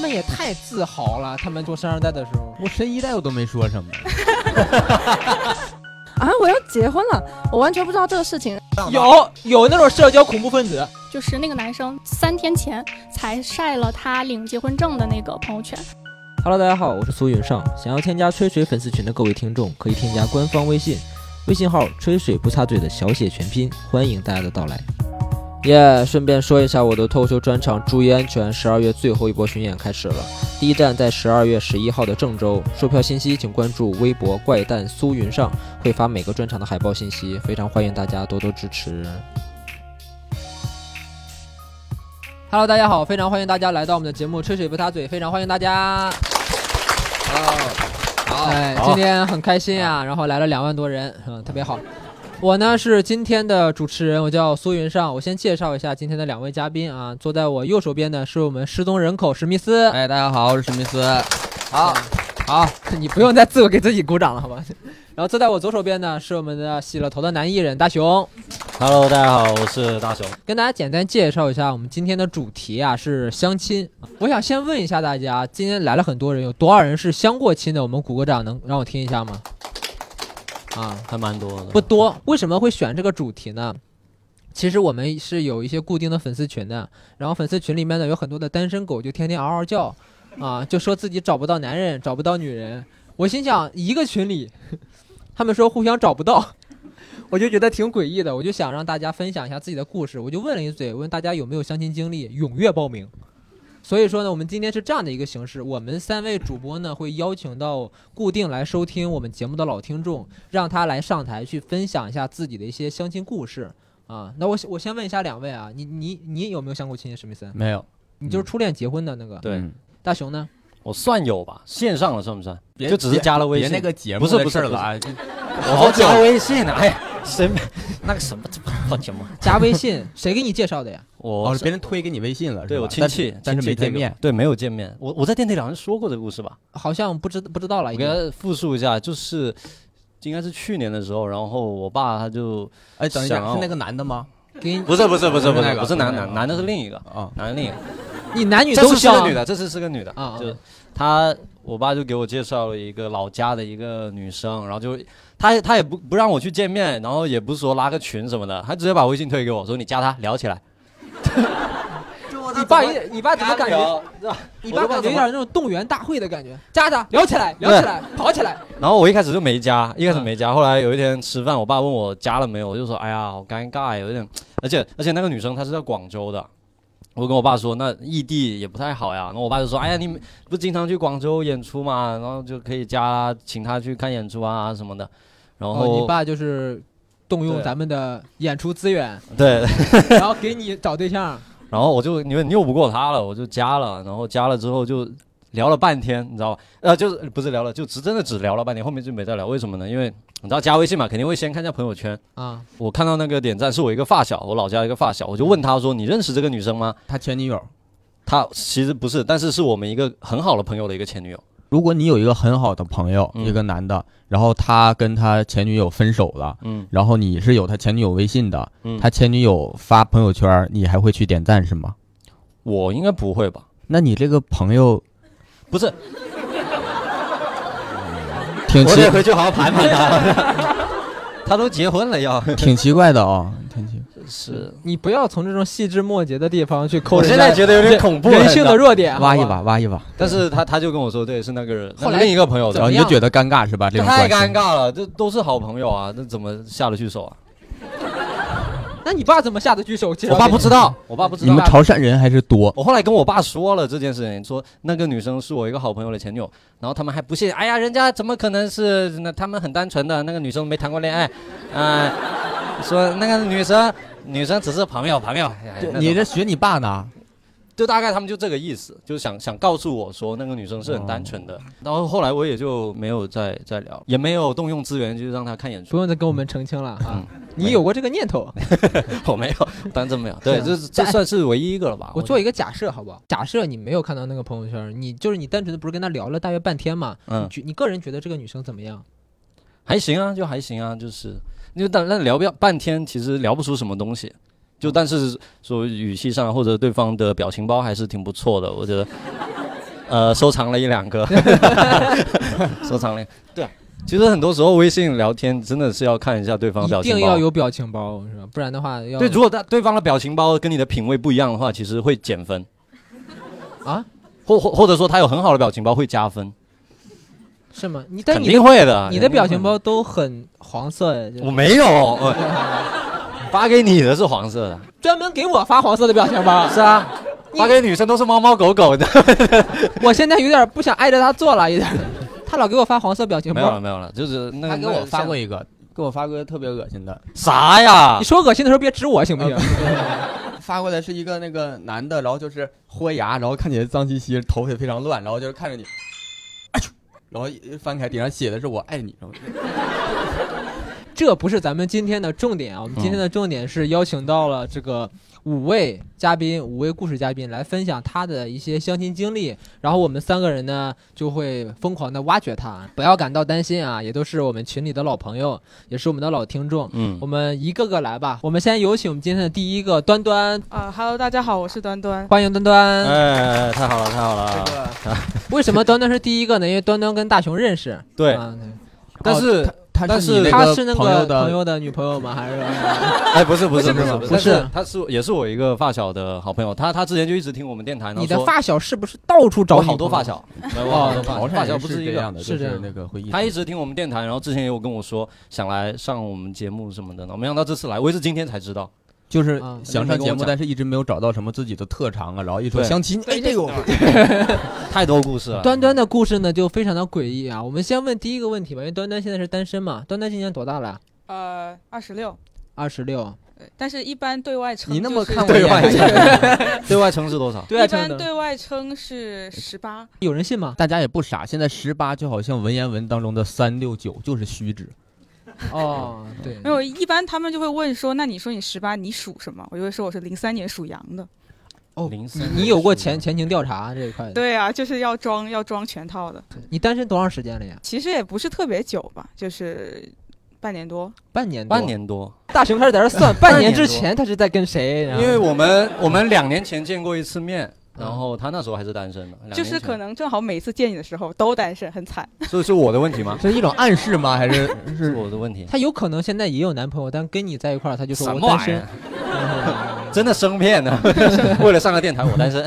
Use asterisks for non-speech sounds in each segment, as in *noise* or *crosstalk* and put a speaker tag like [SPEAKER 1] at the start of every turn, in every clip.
[SPEAKER 1] 们也太自豪了。他们做山二代的时候，
[SPEAKER 2] 我神一代我都没说什么，
[SPEAKER 3] 啊，我要结婚了，我完全不知道这个事情。
[SPEAKER 1] 有有那种社交恐怖分子，
[SPEAKER 4] 就是那个男生三天前才晒了他领结婚证的那个朋友圈。
[SPEAKER 5] Hello，大家好，我是苏云上。想要添加吹水粉丝群的各位听众，可以添加官方微信，微信号“吹水不插嘴”的小写全拼，欢迎大家的到来。耶、顺便说一下，我的脱口秀专场《注意安全》十二月最后一波巡演开始了，第一站在十二月十一号的郑州。售票信息请关注微博“怪诞苏云上”，会发每个专场的海报信息，非常欢迎大家多多支持。
[SPEAKER 2] Hello，大家好，非常欢迎大家来到我们的节目《吹水不插嘴》，非常欢迎大家。好，哎，今天很开心啊，然后来了两万多人，嗯，特别好。我呢是今天的主持人，我叫苏云上。我先介绍一下今天的两位嘉宾啊，坐在我右手边的是我们失踪人口史密斯。
[SPEAKER 6] 哎，大家好，我是史密斯。好，
[SPEAKER 2] 好，你不用再自我给自己鼓掌了，好吧？ *laughs* 然后坐在我左手边呢是我们的洗了头的男艺人大熊。
[SPEAKER 7] Hello，大家好，我是大熊。
[SPEAKER 2] 跟大家简单介绍一下，我们今天的主题啊是相亲。我想先问一下大家，今天来了很多人，有多少人是相过亲的？我们鼓个掌，能让我听一下吗？啊，
[SPEAKER 7] 还蛮多的，
[SPEAKER 2] 不多。为什么会选这个主题呢？其实我们是有一些固定的粉丝群的，然后粉丝群里面呢有很多的单身狗，就天天嗷嗷叫，啊，就说自己找不到男人，找不到女人。我心想，一个群里， *laughs* 他们说互相找不到，我就觉得挺诡异的。我就想让大家分享一下自己的故事，我就问了一嘴，问大家有没有相亲经历，踊跃报名。所以说呢，我们今天是这样的一个形式，我们三位主播呢会邀请到固定来收听我们节目的老听众，让他来上台去分享一下自己的一些相亲故事啊。那我我先问一下两位啊，你你你有没有相过亲？史密森，
[SPEAKER 7] 没有。嗯
[SPEAKER 2] 你就是初恋结婚的那个。
[SPEAKER 7] 对
[SPEAKER 6] 嗯
[SPEAKER 2] 大熊呢？
[SPEAKER 7] 我算有吧，线上的算不算？
[SPEAKER 6] 别
[SPEAKER 7] 就只是加了微
[SPEAKER 6] 别
[SPEAKER 7] 信，
[SPEAKER 6] 那个节目
[SPEAKER 7] 不是
[SPEAKER 6] 的
[SPEAKER 7] 不是
[SPEAKER 6] 事儿了啊！这
[SPEAKER 7] 我好加微信呢。哎呀，谁没那个什么好节目？啊
[SPEAKER 2] 加微信，谁给你介绍的呀？
[SPEAKER 7] *laughs* 我
[SPEAKER 6] 哦，别人推给你微信了，
[SPEAKER 7] 对
[SPEAKER 6] 是吧
[SPEAKER 7] 我亲戚，
[SPEAKER 6] 但是但是
[SPEAKER 7] 亲戚
[SPEAKER 6] 没
[SPEAKER 7] 推
[SPEAKER 6] 见
[SPEAKER 7] 给我
[SPEAKER 6] 面。，
[SPEAKER 7] 对，没有见面。我我在电梯里好像说过这个故事吧？
[SPEAKER 2] 好像不知不知道了，
[SPEAKER 7] 我
[SPEAKER 2] 已
[SPEAKER 7] 给
[SPEAKER 2] 经。
[SPEAKER 7] 他复述一下，就是应该是去年的时候，然后我爸他就
[SPEAKER 6] 哎，等一下
[SPEAKER 7] 想，要
[SPEAKER 6] 是那个男的吗？
[SPEAKER 2] 给你，
[SPEAKER 7] 不是不是不
[SPEAKER 6] 是不是
[SPEAKER 7] 不是男
[SPEAKER 6] 不是那
[SPEAKER 7] 男
[SPEAKER 6] 个
[SPEAKER 7] 男的是另一个，
[SPEAKER 6] 啊，
[SPEAKER 7] 男的另一个。
[SPEAKER 2] 你男女
[SPEAKER 7] 这
[SPEAKER 2] 都
[SPEAKER 7] 次是
[SPEAKER 2] 相
[SPEAKER 7] 个女的，这次是个女的，
[SPEAKER 2] 啊
[SPEAKER 7] 就她，我爸就给我介绍了一个老家的一个女生，然后就她她也不不让我去见面，然后也不说拉个群什么的，她直接把微信推给我说你加她聊起来，
[SPEAKER 2] 你爸有点，你爸怎么感觉？你
[SPEAKER 7] 我
[SPEAKER 2] 爸
[SPEAKER 7] 都
[SPEAKER 2] 感觉有
[SPEAKER 7] 不知道怎么
[SPEAKER 2] 点那种动员大会的感觉。家长聊起来，聊起来，跑起来。
[SPEAKER 7] 然后我一开始就没加，一开始没加，后来有一天吃饭，我爸问我加了没有，我就说哎呀好尴尬，有一点，而且而且那个女生她是在广州的。我跟我爸说，那异地也不太好呀。然后我爸就说：“哎呀，你不经常去广州演出嘛，然后就可以加请她去看演出啊什么的。”然后、
[SPEAKER 2] 哦你爸就是动用
[SPEAKER 7] 对
[SPEAKER 2] 咱们的演出资
[SPEAKER 7] *laughs*
[SPEAKER 2] 源，
[SPEAKER 7] 对，
[SPEAKER 2] 然后给你找对象。
[SPEAKER 7] 然后我就因为拗不过他了，我就加了，然后加了之后就聊了半天，你知道吧？呃，就是不是聊了，就只真的只聊了半天，后面就没再聊。为什么呢？因为你知道加微信嘛，肯定会先看一下朋友圈。
[SPEAKER 2] 啊，
[SPEAKER 7] 我看到那个点赞是我一个发小，我老家一个发小，我就问他说：“你认识这个女生吗
[SPEAKER 6] 他前女友。？”
[SPEAKER 7] 他其实不是，但是是我们一个很好的朋友的一个前女友。
[SPEAKER 6] 如果你有一个很好的朋友，
[SPEAKER 7] 嗯
[SPEAKER 6] 一个男的，然后他跟他前女友分手了，
[SPEAKER 7] 嗯，
[SPEAKER 6] 然后你是有他前女友微信的，
[SPEAKER 7] 嗯
[SPEAKER 6] 他前女友发朋友圈，你还会去点赞是吗？
[SPEAKER 7] 我应该不会吧？
[SPEAKER 6] 那你这个朋友
[SPEAKER 7] 不是，
[SPEAKER 6] 挺
[SPEAKER 7] 我
[SPEAKER 6] 奇
[SPEAKER 7] 得回去好好盘盘他。他都结婚了 *laughs*
[SPEAKER 2] *laughs*
[SPEAKER 7] 要，
[SPEAKER 6] *laughs* 挺奇怪的啊、挺奇
[SPEAKER 7] 是，
[SPEAKER 2] 你不要从这种细枝末节的地方去抠
[SPEAKER 7] 我
[SPEAKER 2] 人
[SPEAKER 7] 现
[SPEAKER 2] 家
[SPEAKER 7] 在觉得有点恐怖了，
[SPEAKER 2] 人性
[SPEAKER 7] 你知道
[SPEAKER 2] 的弱点，
[SPEAKER 6] 挖一
[SPEAKER 2] 好吧。
[SPEAKER 6] 把挖一把，
[SPEAKER 7] 但是他他就跟我说，对，是那个人，
[SPEAKER 2] 后
[SPEAKER 7] 那
[SPEAKER 2] 来
[SPEAKER 7] 另一个朋友
[SPEAKER 2] 怎
[SPEAKER 7] 的
[SPEAKER 6] 然
[SPEAKER 2] 么
[SPEAKER 6] 后
[SPEAKER 2] 样
[SPEAKER 6] 你就觉得尴尬是吧？这
[SPEAKER 7] 这
[SPEAKER 6] 种
[SPEAKER 7] 太
[SPEAKER 6] 关
[SPEAKER 7] 尴
[SPEAKER 6] 系
[SPEAKER 7] 尬了，这都是好朋友啊，这怎么下得去手啊？
[SPEAKER 2] 那你爸怎么下得去手？介绍
[SPEAKER 7] 我爸
[SPEAKER 2] 给
[SPEAKER 7] 不知道，我爸不知
[SPEAKER 6] 你
[SPEAKER 7] 道
[SPEAKER 6] 们。潮汕人还是多，
[SPEAKER 7] 我后来跟我爸说了这件事情，说那个女生是我一个好朋友的前女友，然后他们还不信，哎呀，人家怎么可能是那他们很单纯的，那个女生没谈过恋爱， *laughs* 啊、说那个女生女生只是朋友朋友，哎
[SPEAKER 6] 对
[SPEAKER 7] 那
[SPEAKER 6] 你
[SPEAKER 7] 种
[SPEAKER 6] 这学你爸呢？
[SPEAKER 7] 就大概他们就这个意思，就想想告诉我说那个女生是很单纯的，然后后来我也就没有再再聊，也没有动用资源去让她看演
[SPEAKER 2] 不
[SPEAKER 7] 出，
[SPEAKER 2] 用再跟我们澄清了啊！你
[SPEAKER 7] 没有
[SPEAKER 2] 有过这个念头？
[SPEAKER 7] 我嗯没有， *laughs* 当然真没有，对，这是这算是唯一一个了吧？
[SPEAKER 2] 我做一
[SPEAKER 7] 个，
[SPEAKER 2] 个假设，好不好？假设你没有看到那个朋友圈，你就是你单纯的不是跟他聊了大约半天嘛？
[SPEAKER 7] 嗯
[SPEAKER 2] 你，觉你个人觉得这个女生怎么样？
[SPEAKER 7] 还行啊，就还行啊，就是就但但聊不了半天，其实聊不出什么东西。就但是说语气上或者对方的表情包还是挺不错的，我觉得呃，收藏了一两个， *laughs* 收藏了。对，啊其实很多时候微信聊天真的是要看一下对方的表
[SPEAKER 2] 一
[SPEAKER 7] 情
[SPEAKER 2] 定
[SPEAKER 7] 包
[SPEAKER 2] 要。有表情包，是吧？不然的话要
[SPEAKER 7] 对，如果他对方的表情包跟你的品味不一样的话，其实会减分，
[SPEAKER 2] 啊，
[SPEAKER 7] 或或或者说他有很好的表情包会加分，
[SPEAKER 2] 是吗？你但
[SPEAKER 7] 肯
[SPEAKER 2] 你的
[SPEAKER 7] 定会的。啊
[SPEAKER 2] 你的表
[SPEAKER 7] 肯定
[SPEAKER 2] 情
[SPEAKER 7] 会
[SPEAKER 2] 包都很黄色哎，就
[SPEAKER 7] 我没有，我发给你的是黄色的，
[SPEAKER 2] 专门给我发黄色的表情
[SPEAKER 7] *laughs*
[SPEAKER 2] 包。
[SPEAKER 7] 是啊，发给女生都是猫猫狗狗的。
[SPEAKER 2] 我现在有点不想挨着他做了，有点。他老给我发黄色表情
[SPEAKER 7] 没有啊
[SPEAKER 2] 包
[SPEAKER 7] 了，，没有了，就是那
[SPEAKER 6] 他
[SPEAKER 7] 个
[SPEAKER 6] 给我发过一嗯个，给我发过一个特别恶心的，
[SPEAKER 7] 啥
[SPEAKER 6] 啊
[SPEAKER 7] 呀
[SPEAKER 2] 你？说恶心的时候别指我行
[SPEAKER 6] 呃
[SPEAKER 2] 不行？
[SPEAKER 6] 发过来是一个那个男的，然后就是豁牙，然后看起来脏兮兮，头发也非常乱，然后就是看着你， *coughs* 哎呦，然后一翻开顶上写的是我爱你，然后
[SPEAKER 2] 这不是咱们今天的重点啊，我们
[SPEAKER 6] 嗯
[SPEAKER 2] 今天的重点是邀请到了这个五位嘉宾，五位故事嘉宾来分享他的一些相亲经历，然后我们三个人呢就会疯狂的挖掘他，不要感到担心啊，也都是我们群里的老朋友，也是我们的老听众，
[SPEAKER 7] 嗯
[SPEAKER 2] 我，们一个个来吧，我们先有请我们今天的第一个端端，
[SPEAKER 8] 啊哈喽，大家好，我是端端。
[SPEAKER 2] 欢迎端端。
[SPEAKER 7] 哎，太好了，太好了。
[SPEAKER 2] 为什么端端是第一个呢？因为端端跟大雄认识，
[SPEAKER 7] 对，
[SPEAKER 2] 啊、对
[SPEAKER 7] 但是
[SPEAKER 6] 他
[SPEAKER 7] 但是
[SPEAKER 6] 你那
[SPEAKER 2] 他
[SPEAKER 6] 个
[SPEAKER 2] 是那个
[SPEAKER 6] 朋友的
[SPEAKER 2] 朋友的女朋友吗？还是
[SPEAKER 7] 哎，不是不是
[SPEAKER 2] 不是
[SPEAKER 7] 是
[SPEAKER 2] 不是
[SPEAKER 7] 但
[SPEAKER 2] 不是
[SPEAKER 7] 他是也是我一个发小的好朋友，他他之前就一直听我们电台，然后
[SPEAKER 2] 你的
[SPEAKER 7] 说
[SPEAKER 2] 发小是不是到处找
[SPEAKER 7] 我
[SPEAKER 2] 女
[SPEAKER 7] 好多
[SPEAKER 2] 朋友
[SPEAKER 7] 发？小，没有我好多发
[SPEAKER 6] 哦潮
[SPEAKER 7] 小，
[SPEAKER 6] 汕
[SPEAKER 7] 发小
[SPEAKER 6] 人
[SPEAKER 7] 不
[SPEAKER 6] 是
[SPEAKER 7] 一
[SPEAKER 6] 这
[SPEAKER 7] 个
[SPEAKER 6] 样的，
[SPEAKER 2] 是
[SPEAKER 6] 就
[SPEAKER 2] 这
[SPEAKER 6] 是
[SPEAKER 2] 样
[SPEAKER 6] 那个回忆。
[SPEAKER 7] 他一直听我们电台，然后之前也有跟我说想来上我们节目什么的呢，没想到这次来，我也是今天才知道。
[SPEAKER 6] 就是
[SPEAKER 2] 啊
[SPEAKER 6] 想上节目，但是一直没有找到什么自己的特长啊，然后一说
[SPEAKER 7] 对
[SPEAKER 6] 相亲，哎，这个我
[SPEAKER 7] 太多故事了。
[SPEAKER 2] 端端的故事呢就非常的诡异啊。我们先问第一个问题吧，因为端端现在是单身嘛。端端今年多大了？
[SPEAKER 8] 呃，二十六，
[SPEAKER 2] 二十六。
[SPEAKER 8] 呃但是一般对外称
[SPEAKER 6] 你那么
[SPEAKER 8] 就是
[SPEAKER 6] 看我一
[SPEAKER 7] 对
[SPEAKER 6] 眼
[SPEAKER 7] 外称，对外称是多少？
[SPEAKER 2] 对啊，
[SPEAKER 8] 一
[SPEAKER 2] 真
[SPEAKER 8] 般
[SPEAKER 2] 的
[SPEAKER 8] 对外称是十八。
[SPEAKER 2] 有人信吗？
[SPEAKER 6] 大家也不傻，现在十八就好像文言文当中的三六九就是虚
[SPEAKER 8] 啊
[SPEAKER 6] 指，
[SPEAKER 2] 哦，对，
[SPEAKER 8] 没有，一般他们就会问说，那你说你十八，你属什么？我就会说我是零三年属羊的。
[SPEAKER 2] 哦
[SPEAKER 7] 零
[SPEAKER 2] 你
[SPEAKER 7] 三
[SPEAKER 2] 你有过前前情调查这一块的？，
[SPEAKER 8] *laughs* 对啊，就是要装要装全套的。
[SPEAKER 2] 你单身多长时间了呀？
[SPEAKER 8] 其实也不是特别久吧，就是半年多。
[SPEAKER 2] 半年多。
[SPEAKER 7] 半。年多，
[SPEAKER 2] 大熊开始在这算，半年之
[SPEAKER 7] 半年多
[SPEAKER 2] 前他是在跟谁？然
[SPEAKER 7] 因
[SPEAKER 2] 后
[SPEAKER 7] 为我们我们两年前见过一次面，
[SPEAKER 2] 嗯
[SPEAKER 7] 然后他那时候还是单身的，两
[SPEAKER 8] 就
[SPEAKER 7] 年
[SPEAKER 8] 是
[SPEAKER 7] 前
[SPEAKER 8] 可能正好每次见你的时候都单身，很惨。
[SPEAKER 7] 是是我的问题吗？
[SPEAKER 6] 这是一种暗示吗？还
[SPEAKER 8] *laughs*
[SPEAKER 6] 是
[SPEAKER 7] 是
[SPEAKER 6] 是
[SPEAKER 7] 我的问题。
[SPEAKER 2] 他有可能现在也有男朋友，但跟你在一块儿，他就说
[SPEAKER 7] 什
[SPEAKER 2] 我
[SPEAKER 7] 么
[SPEAKER 2] 单
[SPEAKER 7] 玩意
[SPEAKER 2] 身
[SPEAKER 7] 儿。？真的生骗呢？为了上个电台，我单身。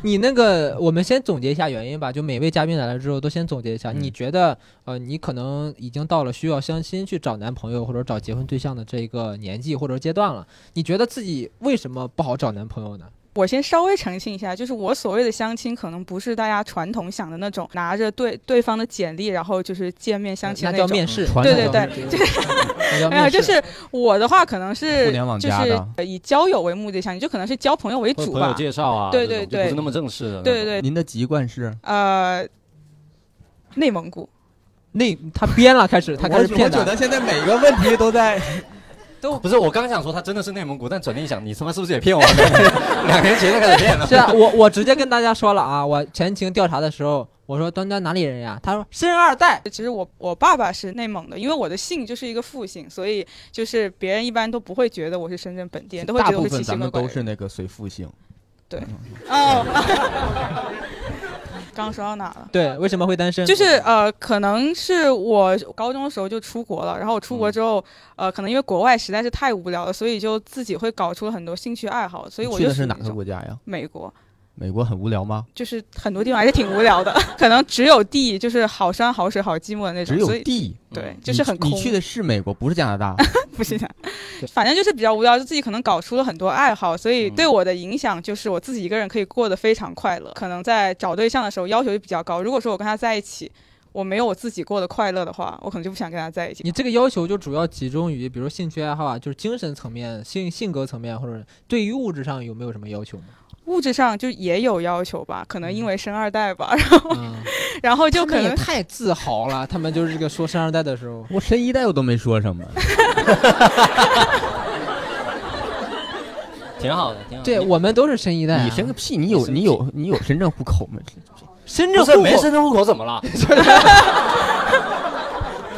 [SPEAKER 2] 你那个，我们先总结一下原因吧。就每位嘉宾来了之后，都先总结一下。
[SPEAKER 6] 嗯
[SPEAKER 2] 你觉得，呃，你可能已经到了需要相亲去找男朋友或者找结婚对象的这一个年纪或者阶段了。你觉得自己为什么不好找男朋友呢？
[SPEAKER 8] 我先稍微澄清一下，就是我所谓的相亲，可能不是大家传统想的那种拿着对对方的简历，然后就是见面相亲
[SPEAKER 2] 那
[SPEAKER 8] 的
[SPEAKER 2] 叫
[SPEAKER 8] 种。
[SPEAKER 2] 面试。
[SPEAKER 6] 传
[SPEAKER 8] 对
[SPEAKER 6] 统
[SPEAKER 8] 对
[SPEAKER 6] 的
[SPEAKER 8] 对，
[SPEAKER 2] *laughs*
[SPEAKER 8] *laughs*
[SPEAKER 2] 那叫
[SPEAKER 8] 没有，
[SPEAKER 2] 面
[SPEAKER 8] 就
[SPEAKER 2] 试。
[SPEAKER 8] 是我的话可能是
[SPEAKER 6] 互联网
[SPEAKER 8] 就
[SPEAKER 6] 加
[SPEAKER 8] 是
[SPEAKER 6] 的
[SPEAKER 8] 呃以交友为目的相亲，就可能是交朋友为
[SPEAKER 7] 或者
[SPEAKER 8] 主
[SPEAKER 7] 朋友
[SPEAKER 8] 吧。
[SPEAKER 7] 介绍啊，
[SPEAKER 8] 对
[SPEAKER 7] 这种
[SPEAKER 8] 对
[SPEAKER 7] 就
[SPEAKER 8] 对
[SPEAKER 7] 不是那么正式的。
[SPEAKER 8] 对，对对，
[SPEAKER 6] 您的籍贯是？
[SPEAKER 8] 呃，内蒙古
[SPEAKER 2] 那他编了，开始他开始骗的。
[SPEAKER 6] 得现在每个问题都
[SPEAKER 8] *laughs*
[SPEAKER 6] 在
[SPEAKER 7] 不是我刚想说他真的是内蒙古，但转念一想，你他妈是不是也骗我？
[SPEAKER 8] *laughs*
[SPEAKER 7] 两年前就开始骗
[SPEAKER 2] *laughs*
[SPEAKER 7] 了。
[SPEAKER 2] 是啊，我我直接跟大家说了啊，我前情调查的时候，我说端端哪里人呀？他说深二代。
[SPEAKER 8] 其实我我爸爸是内蒙的，因为我的姓就是一个复姓，所以就是别人一般都不会觉得我是深圳本地人，都会
[SPEAKER 6] 大
[SPEAKER 8] 觉得
[SPEAKER 6] 部
[SPEAKER 8] 我是
[SPEAKER 6] 分
[SPEAKER 8] 奇
[SPEAKER 6] 咱
[SPEAKER 8] 形怪
[SPEAKER 6] 们
[SPEAKER 8] 怪
[SPEAKER 6] 都
[SPEAKER 8] 的
[SPEAKER 6] 是
[SPEAKER 8] 人。
[SPEAKER 6] 那个随父姓，
[SPEAKER 8] 哦， *laughs* 刚说到哪了？
[SPEAKER 2] 对，为什么会单身？
[SPEAKER 8] 就是呃，可能是我高中的时候就出国了，然后我
[SPEAKER 6] 嗯
[SPEAKER 8] 出国之后，呃，可能因为国外实在是太无聊了，所以就自己会搞出了很多兴趣爱好，所以我
[SPEAKER 6] 去
[SPEAKER 8] 就
[SPEAKER 6] 的是
[SPEAKER 8] 属于
[SPEAKER 6] 哪
[SPEAKER 8] 那
[SPEAKER 6] 个
[SPEAKER 8] 种
[SPEAKER 6] 国家呀？
[SPEAKER 8] 美国，
[SPEAKER 6] 美国很无聊吗？
[SPEAKER 8] 就是很多地方还是挺无聊的， *laughs* 可能只有地，就是好山好水好寂寞的那种
[SPEAKER 6] 只，有
[SPEAKER 8] 所以
[SPEAKER 6] 地，
[SPEAKER 8] 对
[SPEAKER 7] 嗯，
[SPEAKER 8] 就是很空。
[SPEAKER 6] 你去的是美国，不是加拿大。
[SPEAKER 8] *laughs* 不是的，
[SPEAKER 2] 嗯
[SPEAKER 8] 反正就是比较无聊，就自己可能搞出了很多爱好，所以
[SPEAKER 7] 嗯
[SPEAKER 8] 对我的影响就是我自己一个人可以过得非常快乐。可能在找对象的时候要求就比较高，如果说我跟他在一起，我没有我自己过得快乐的话，我可能就不想跟他在一起。
[SPEAKER 2] 你这个要求就主要集中于，比如兴趣爱好啊，就是精神层面、性性格层面，或者对于物质上有没有什么要
[SPEAKER 8] *laughs*
[SPEAKER 2] 求吗？
[SPEAKER 8] 物质上就也有要求吧，可能因为生二代吧， *laughs*
[SPEAKER 2] 嗯，
[SPEAKER 8] 然后就
[SPEAKER 2] 他
[SPEAKER 8] 可
[SPEAKER 2] 们也
[SPEAKER 8] 能
[SPEAKER 2] 太自豪了，他们就是这个说生二代的时
[SPEAKER 8] *laughs*
[SPEAKER 2] 候，
[SPEAKER 6] 我深一代我都没说什么，
[SPEAKER 7] 挺好的，挺好的。
[SPEAKER 2] 对我们都是生一代、啊，
[SPEAKER 6] 你生个屁！你有你有你有深圳
[SPEAKER 8] *laughs*
[SPEAKER 6] 户口吗？
[SPEAKER 2] 深
[SPEAKER 7] 不
[SPEAKER 2] 圳
[SPEAKER 7] 是
[SPEAKER 2] 户
[SPEAKER 7] 没
[SPEAKER 2] 口
[SPEAKER 7] 深圳户口怎么了？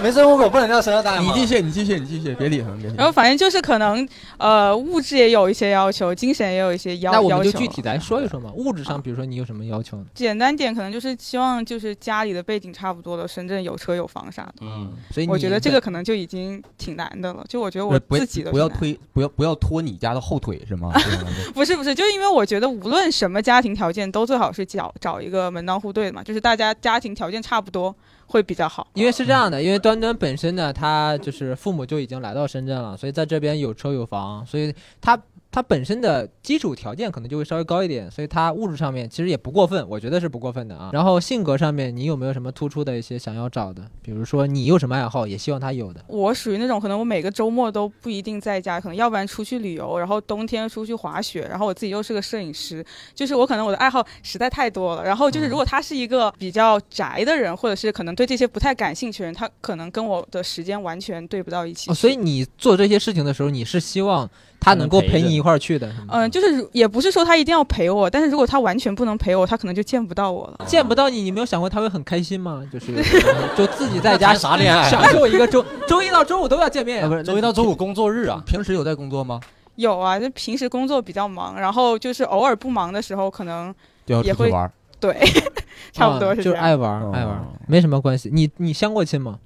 [SPEAKER 7] 没生活过不能叫生日大
[SPEAKER 6] 你继续，你继续，你继续，别理他们，别理他
[SPEAKER 8] 然后
[SPEAKER 6] 们。
[SPEAKER 8] 反正就是可能，呃，物质也有一些要求，精神也有一些要
[SPEAKER 2] 那我
[SPEAKER 8] 要
[SPEAKER 2] 们
[SPEAKER 8] 求。啊
[SPEAKER 2] 就具体来说一说嘛。物质上，比如说你有什么要求呢？
[SPEAKER 8] 简单点，可能就是希望就是家里的背景差不多的，深圳有车有房啥的。
[SPEAKER 7] 嗯，
[SPEAKER 2] 所以
[SPEAKER 8] 我
[SPEAKER 2] 你
[SPEAKER 8] 觉得这个可能就已经挺难的了。就我觉得我
[SPEAKER 6] 呃不
[SPEAKER 8] 自己的
[SPEAKER 6] 不要
[SPEAKER 8] 挺难
[SPEAKER 6] 推，不要不要拖你家的后腿是
[SPEAKER 8] *laughs*
[SPEAKER 6] 吗？啊这种
[SPEAKER 8] 不是不是，就是因为我觉得无论什么家庭条件，都最好是找找一个门当户对的嘛，就是大家家庭条件差不多会比较好。
[SPEAKER 2] 因为是这样的，因为端端本身呢，他就是父母就已经来到深圳了，所以在这边有车有房，所以他他本身的基础条件可能就会稍微高一点，所以他物质上面其实也不过分，我觉得是不过分的啊。然后性格上面，你有没有什么突出的一些想要找的？比如说你有什么爱好，也希望他有的。
[SPEAKER 8] 我属于那种可能我每个周末都不一定在家，可能要不然出去旅游，然后冬天出去滑雪，然后我自己又是个摄影师，就是我可能我的爱好实在太多了。然后
[SPEAKER 2] 嗯
[SPEAKER 8] 就是如果他是一个比较宅的人，或者是可能对这些不太感兴趣的人，他可能跟我的时间完全对不到一起去、
[SPEAKER 2] 哦、所以你做这些事情的时候，你是希望他能够陪你一块儿去的，是吗
[SPEAKER 8] 嗯，就是如也不是说他一定要陪我，但是如果他完全不能陪我，他可能就见不到我了。
[SPEAKER 2] 见不到你，你没有想过他会很开心吗？就是 *laughs* 就自己在家
[SPEAKER 7] 谈啥恋爱啊
[SPEAKER 2] 享受一个周周一到周五都要见面
[SPEAKER 6] 啊，不是，
[SPEAKER 7] 周一到周五工作日啊，
[SPEAKER 6] 平时有在工作吗？
[SPEAKER 8] 有啊，就平时工作比较忙，然后就是偶尔不忙的时候，可能
[SPEAKER 6] 就要
[SPEAKER 8] 也
[SPEAKER 6] 出去
[SPEAKER 8] 会
[SPEAKER 6] 玩儿。
[SPEAKER 8] 对， *laughs* 差不多
[SPEAKER 2] 啊
[SPEAKER 8] 是
[SPEAKER 2] 就
[SPEAKER 8] 这
[SPEAKER 2] 是
[SPEAKER 8] 样。
[SPEAKER 2] 爱玩儿
[SPEAKER 6] 哦
[SPEAKER 2] 爱玩儿，没什么关系。你你相过亲吗？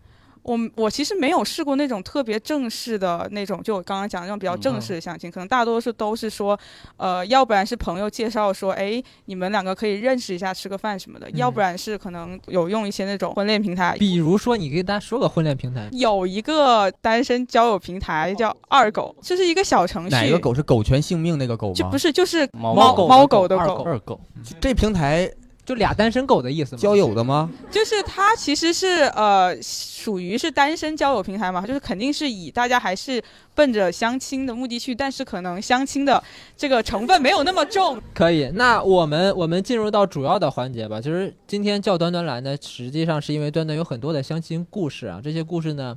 [SPEAKER 8] 我我其实没有试过那种特别正式的那种，就我刚刚讲的那种比较正式的相亲，可能大多数都是说，呃，要不然是朋友介绍说，哎，你们两个可以认识一下，吃个饭什么的，要不然是可能有用一些那种婚恋平台。
[SPEAKER 2] 比如说，你给大家说个婚恋平台，
[SPEAKER 8] 有一个单身交友平台叫二狗，这嗯是一个小程序，
[SPEAKER 6] 哪个狗是狗全性命那个狗
[SPEAKER 8] 就
[SPEAKER 6] 吗
[SPEAKER 8] 不？是就是
[SPEAKER 7] 猫
[SPEAKER 8] 猫
[SPEAKER 7] 狗
[SPEAKER 8] 猫狗的
[SPEAKER 2] 二
[SPEAKER 8] 狗，
[SPEAKER 7] 二狗，
[SPEAKER 6] 这平台
[SPEAKER 2] 就俩单身狗的意思吗？
[SPEAKER 6] 交友的吗？
[SPEAKER 8] 就是它其实是呃，属于是单身交友平台嘛，就是肯定是以大家还是奔着相亲的目的去，但是可能相亲的这个成分没有那么重。
[SPEAKER 2] 可以，那我们我们进入到主要的环节吧。就是今天叫端端来呢，实际上是因为端端有很多的相亲故事啊，这些故事呢，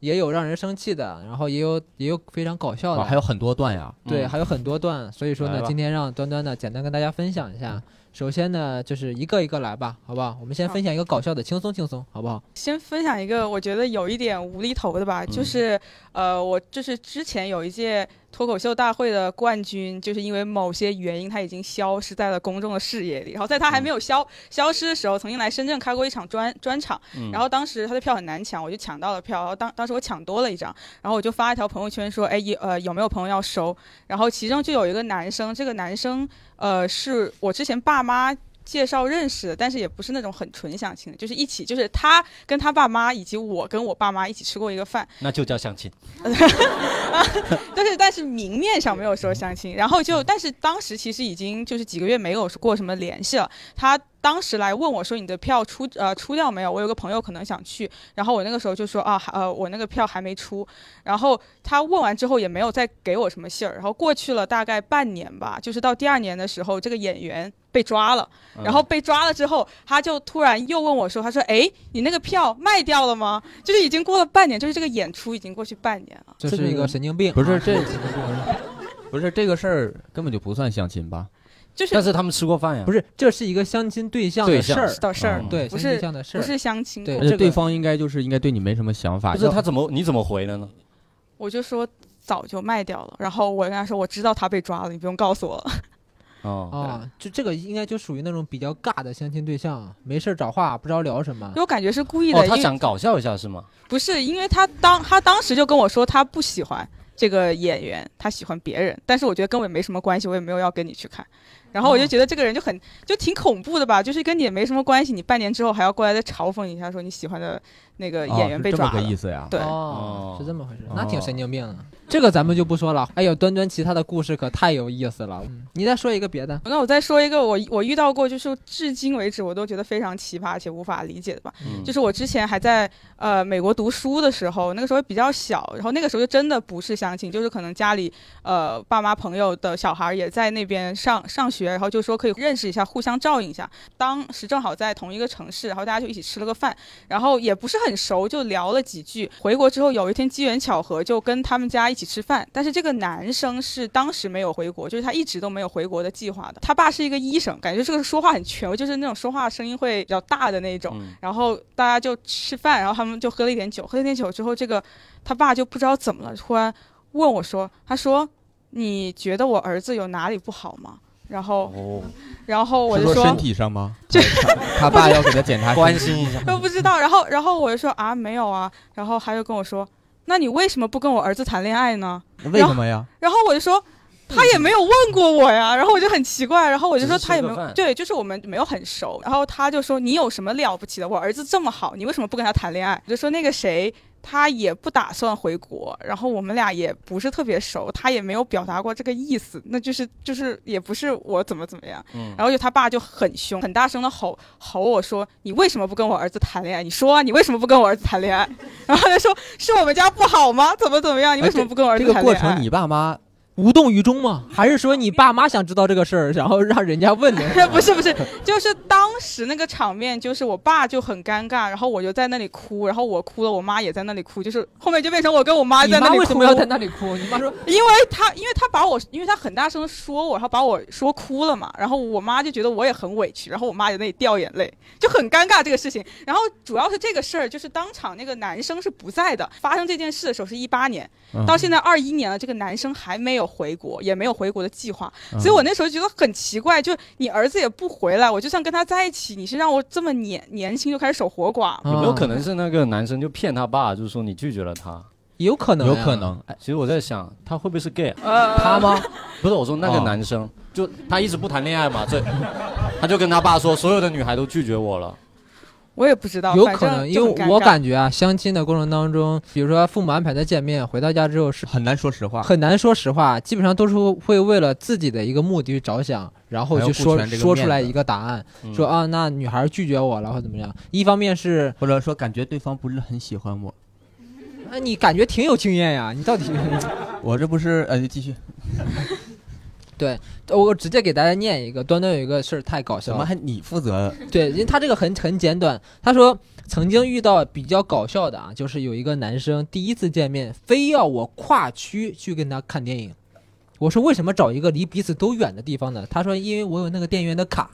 [SPEAKER 2] 也有让人生气的，然后也有也哦有非常搞
[SPEAKER 8] 哦
[SPEAKER 2] 笑的，
[SPEAKER 6] 啊，还有很多段呀。
[SPEAKER 2] 对，
[SPEAKER 7] 嗯
[SPEAKER 2] 还有很多段。所以说
[SPEAKER 7] 来
[SPEAKER 2] 呢
[SPEAKER 7] 吧，
[SPEAKER 2] 今天让端端呢简单跟大家分享一下。首先呢，就是一个一个来吧，好不好？我们先
[SPEAKER 8] 好
[SPEAKER 2] 分享一个搞笑的，轻松轻松，好不好？
[SPEAKER 8] 先分享一个我觉得有一点无厘头的吧，就是呃，我就是之前有一届脱口秀大会的冠军，就是因为某些原因他已经消失在了公众的视野里。然后在他还没有消消失的时候，曾经来深圳开过一场专专场。然后当时他的票很难抢，我就抢到了票，然后当当时我抢多了一张，然后我就发一条朋友圈说，哎，有呃有没有朋友要收？然后其中就有一个男生，这个男生呃是我之前爸妈。介绍认识的，但是也不是那种很纯相亲的，就是一起，就是他跟他爸妈以及我跟我爸妈一起吃过一个饭，
[SPEAKER 7] 那就叫相亲，
[SPEAKER 8] 但是但是明面上没有说相亲，然后就但是当时其实已经就是几个月没有过什么联系了。他当时来问我说你的票出呃出掉没有？我有个朋友可能想去，然后我那个时候就说啊还呃我那个票还没出，然后他问完之后也没有再给我什么信儿，然后过去了大概半年吧，就是到第二年的时候，这个演员被抓了，
[SPEAKER 7] 嗯
[SPEAKER 8] 然后被抓了之后，他就突然又问我说：“他说，哎，你那个票卖掉了吗？”就是已经过了半年，就是这个演出已经过去半年了。
[SPEAKER 2] 这
[SPEAKER 6] 这
[SPEAKER 2] 是一
[SPEAKER 6] 个
[SPEAKER 2] 个神经病啊，
[SPEAKER 6] 不是这，不是这个事儿根本就不算相亲吧？
[SPEAKER 8] 就是
[SPEAKER 7] 但是他们吃过饭呀，
[SPEAKER 2] 不
[SPEAKER 7] 是
[SPEAKER 2] 是，这是一个相亲对象
[SPEAKER 7] 对
[SPEAKER 2] 的
[SPEAKER 7] 象
[SPEAKER 2] 事儿，
[SPEAKER 8] 的事儿
[SPEAKER 7] 嗯，
[SPEAKER 2] 对，相
[SPEAKER 8] 不是
[SPEAKER 2] 亲对象的事
[SPEAKER 8] 不
[SPEAKER 2] 儿。
[SPEAKER 8] 是相亲过，
[SPEAKER 2] 对
[SPEAKER 6] 啊而且
[SPEAKER 2] 这
[SPEAKER 6] 对
[SPEAKER 2] 个
[SPEAKER 6] 方应该就是应该对你没什么想法。
[SPEAKER 7] 不是
[SPEAKER 6] 要
[SPEAKER 7] 啊他怎么你怎么回的呢？
[SPEAKER 8] 我就说早就卖掉了。然后我跟他说，我知道他被抓了，你不用告诉我了。
[SPEAKER 7] 哦，
[SPEAKER 2] 啊，就这个应该就属于那种比较尬的相亲对象，没事儿找话，不知道聊什么
[SPEAKER 8] 因为。我感觉是故意的，
[SPEAKER 7] 哦，他
[SPEAKER 8] 因为
[SPEAKER 7] 想搞笑一下是吗？
[SPEAKER 8] 不是因为他当他当时就跟我说他不喜欢这个演员，他喜欢别人。但是我觉得跟我也没什么关系，我也没有要跟你去看。然后我就觉得这个人就很就挺恐怖的吧，就是跟你也没什么关系，你半年之后还要过来再嘲讽你一下，说你喜欢的那个呃演员被
[SPEAKER 6] 哦是这么
[SPEAKER 8] 抓
[SPEAKER 6] 个
[SPEAKER 8] 了。
[SPEAKER 6] 意思呀？
[SPEAKER 8] 对
[SPEAKER 2] 哦，是这么回事，那挺
[SPEAKER 6] 哦
[SPEAKER 2] 神经病的。啊这个咱们就不说了。哎呦，端端其他的故事可太有意思了。嗯你再说一个别的，
[SPEAKER 8] 那我再说一个我我遇到过，就是至今为止我都觉得非常奇葩且无法理解的吧。
[SPEAKER 7] 嗯
[SPEAKER 8] 就是我之前还在呃美国读书的时候，那个时候比较小，然后那个时候就真的不是相亲，就是可能家里呃爸妈朋友的小孩儿也在那边上上学，然后就说可以认识一下，互相照应一下。当时正好在同一个城市，然后大家就一起吃了个饭，然后也不是很熟，就聊了几句。回国之后有一天机缘巧合，就跟他们家一起吃饭，但是这个男生是当时没有回国，就是他一直都没有回国的计划的。他爸是一个医生，感觉这个说话很权威，就是那种说话声音会比较大的那种。
[SPEAKER 7] 嗯，
[SPEAKER 8] 然后大家就吃饭，然后他们就喝了一点酒，喝了一点酒之后，这个他爸就不知道怎么了，突然问我说：“他说你觉得我儿子有哪里不好吗？”然后，
[SPEAKER 7] 哦，
[SPEAKER 8] 然后我
[SPEAKER 6] 是
[SPEAKER 8] 就
[SPEAKER 6] 说
[SPEAKER 8] 说
[SPEAKER 6] 身体上
[SPEAKER 8] *laughs*
[SPEAKER 6] 吗？
[SPEAKER 8] 就
[SPEAKER 6] *laughs* 他爸要给他检查
[SPEAKER 7] 哦关
[SPEAKER 6] 身体
[SPEAKER 7] 心一
[SPEAKER 8] *laughs*
[SPEAKER 7] 下，
[SPEAKER 8] 都不知道。然后，然后我就说啊，没有啊。然后他就跟我说，那你为什么不跟我儿子谈恋爱呢？
[SPEAKER 6] 为什么呀？
[SPEAKER 8] 然后我就说。他也没有问过我呀，然后我就很奇怪，然后我就说
[SPEAKER 7] 只是
[SPEAKER 8] 他也
[SPEAKER 7] 吃
[SPEAKER 8] 没
[SPEAKER 7] 个
[SPEAKER 8] 有
[SPEAKER 7] 饭
[SPEAKER 8] 对，就是我们没有很熟，然后他就说你有什么了不起的？我儿子这么好，你为什么不跟他谈恋爱？我就说那个谁，他也不打算回国，然后我们俩也不是特别熟，他也没有表达过这个意思，那就是就是也不是我怎么怎么样，
[SPEAKER 7] 嗯，
[SPEAKER 8] 然后就他爸就很凶，很大声的吼吼我说：“你为什么不跟我儿子谈恋爱？你说、啊、你为什么不跟我儿子谈恋爱？” *laughs* 然后他说：“是我们家不好吗？怎么怎么样？你为什么不跟我儿
[SPEAKER 6] 哎这
[SPEAKER 8] 子
[SPEAKER 6] 个
[SPEAKER 8] 谈
[SPEAKER 6] 过
[SPEAKER 8] 恋爱？”
[SPEAKER 6] 程你爸妈
[SPEAKER 2] 无动于衷吗？还是说你爸妈想知道这个事儿，然后让人家
[SPEAKER 8] *laughs*
[SPEAKER 2] 问的？
[SPEAKER 8] 不是不是，就是当时那个场面，就是我爸就很尴尬，然后我就在那里哭，然后我哭了，我妈也在那里哭，就是后面就变成我跟我妈
[SPEAKER 2] 你
[SPEAKER 8] 在那
[SPEAKER 2] 妈
[SPEAKER 8] 里哭。
[SPEAKER 2] 为什么要在那里哭？你妈说
[SPEAKER 8] 因为他，因为他把我，因为他很大声地说我，然后把我说哭了嘛，然后我妈就觉得我也很委屈，然后我妈也在那里掉眼泪，就很尴尬这个事情。然后主要是这个事儿，就是当场那个男生是不在的，发生这件事的时候是一八年，
[SPEAKER 6] 嗯
[SPEAKER 8] 到现在二一年了，这个男生还没有回国，也没有回国的计划，
[SPEAKER 6] 嗯
[SPEAKER 8] 所以我那时候觉得很奇怪，就你儿子也不回来，我就算跟他在一起，你是让我这么年年轻就开始守活寡，
[SPEAKER 7] 有没有
[SPEAKER 2] 啊
[SPEAKER 7] 可能是那个男生就骗他爸，就是说你拒绝了他？
[SPEAKER 2] 有可能，
[SPEAKER 6] 有可。能
[SPEAKER 7] 哎，其实我在想，他会不会是 gay？啊
[SPEAKER 6] 他吗？
[SPEAKER 7] 不是，我说那个
[SPEAKER 6] 哦
[SPEAKER 7] 男生，就他一直不谈恋爱嘛，所以他就跟他爸说，所有的女孩都拒绝我了。
[SPEAKER 8] 我也不知道，
[SPEAKER 2] 有
[SPEAKER 8] 反
[SPEAKER 2] 可
[SPEAKER 8] 正
[SPEAKER 2] 能，因
[SPEAKER 8] 就很
[SPEAKER 2] 为
[SPEAKER 8] 尴
[SPEAKER 2] 我
[SPEAKER 8] 尬
[SPEAKER 2] 感觉啊，相亲的过程当中，比如说父母安排的见面，回到家之后是
[SPEAKER 6] 很难说实话。
[SPEAKER 2] 很难说实话，基本上都是会为了自己的一个目的去着想，然后
[SPEAKER 6] 还要
[SPEAKER 2] 去
[SPEAKER 6] 顾
[SPEAKER 2] 说
[SPEAKER 6] 全这个
[SPEAKER 2] 说出
[SPEAKER 6] 面
[SPEAKER 2] 来
[SPEAKER 6] 子
[SPEAKER 2] 一个答案，
[SPEAKER 7] 嗯
[SPEAKER 2] 说啊，那女孩拒绝我了或怎么样。一方面是，
[SPEAKER 6] 或者说感觉对方不是很喜欢我，
[SPEAKER 2] 那、啊你感觉挺有经验呀，你到底？ *laughs*
[SPEAKER 6] 我这不是呃继续
[SPEAKER 2] 我直接给大家念一个，端端有一个事儿太搞
[SPEAKER 6] 怎
[SPEAKER 2] 笑
[SPEAKER 6] 么
[SPEAKER 2] 了。
[SPEAKER 6] 还你负责？
[SPEAKER 2] 对，因为他这个很很简短。他说曾经遇到比较搞笑的啊，就是有一个男生第一次见面，非要我跨区去跟他看电影。我说为什么找一个离彼此都远的地方呢？他说因为我有那个电影院的卡。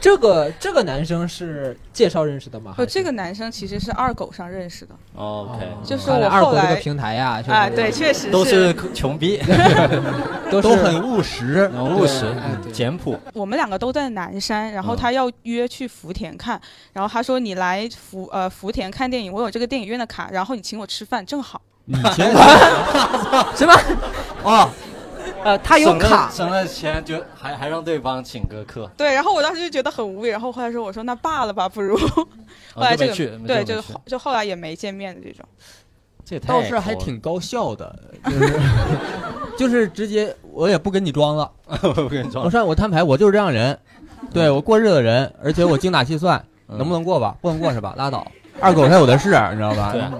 [SPEAKER 2] 这个这个男生是介绍认识的吗？还是
[SPEAKER 8] 不，哦这个男生其实是二狗上认识的。
[SPEAKER 7] 哦 OK，
[SPEAKER 8] 就是
[SPEAKER 2] 看来
[SPEAKER 8] 我
[SPEAKER 2] 二
[SPEAKER 8] 后
[SPEAKER 2] 狗这个
[SPEAKER 8] 来
[SPEAKER 2] 平台呀，确实
[SPEAKER 8] 啊，对，确实
[SPEAKER 7] 都是穷逼， *laughs*
[SPEAKER 2] 都是
[SPEAKER 6] 都很务实，
[SPEAKER 7] 很务实
[SPEAKER 2] 对哎对、
[SPEAKER 7] 简朴。
[SPEAKER 8] 我们两个都在南山，然后
[SPEAKER 7] 嗯
[SPEAKER 8] 他要约去福田看，然后他说你来福呃福田看电影，我有这个电影院的卡，然后你请我吃饭，正好。
[SPEAKER 6] 你请我
[SPEAKER 2] 什么？
[SPEAKER 7] 哦，
[SPEAKER 2] 呃，他有卡，
[SPEAKER 7] 省了钱就还还让对方请个客，
[SPEAKER 8] 对，然后我当时就觉得很无语，然后后来说我说那罢了吧，不如 *laughs* 后
[SPEAKER 7] 啊
[SPEAKER 8] 来
[SPEAKER 7] 就
[SPEAKER 8] 这个、
[SPEAKER 7] 没去，
[SPEAKER 8] 对，就
[SPEAKER 7] 就
[SPEAKER 8] 是
[SPEAKER 7] 没去 *laughs*
[SPEAKER 8] 后就后来也没见面的这种。
[SPEAKER 7] 这也太
[SPEAKER 6] 倒是还
[SPEAKER 7] 抠了
[SPEAKER 6] 挺高效的，就是 *laughs* 就是直接我也不跟你装了，
[SPEAKER 7] 我跟你
[SPEAKER 6] 我
[SPEAKER 7] 说，
[SPEAKER 6] 上我摊牌，我就是这样人，对我过日子的人，而且我精打细算，
[SPEAKER 7] 嗯
[SPEAKER 6] 能不能过吧？不能过是吧？拉倒，二狗还有的是，你知道吧？
[SPEAKER 7] 对啊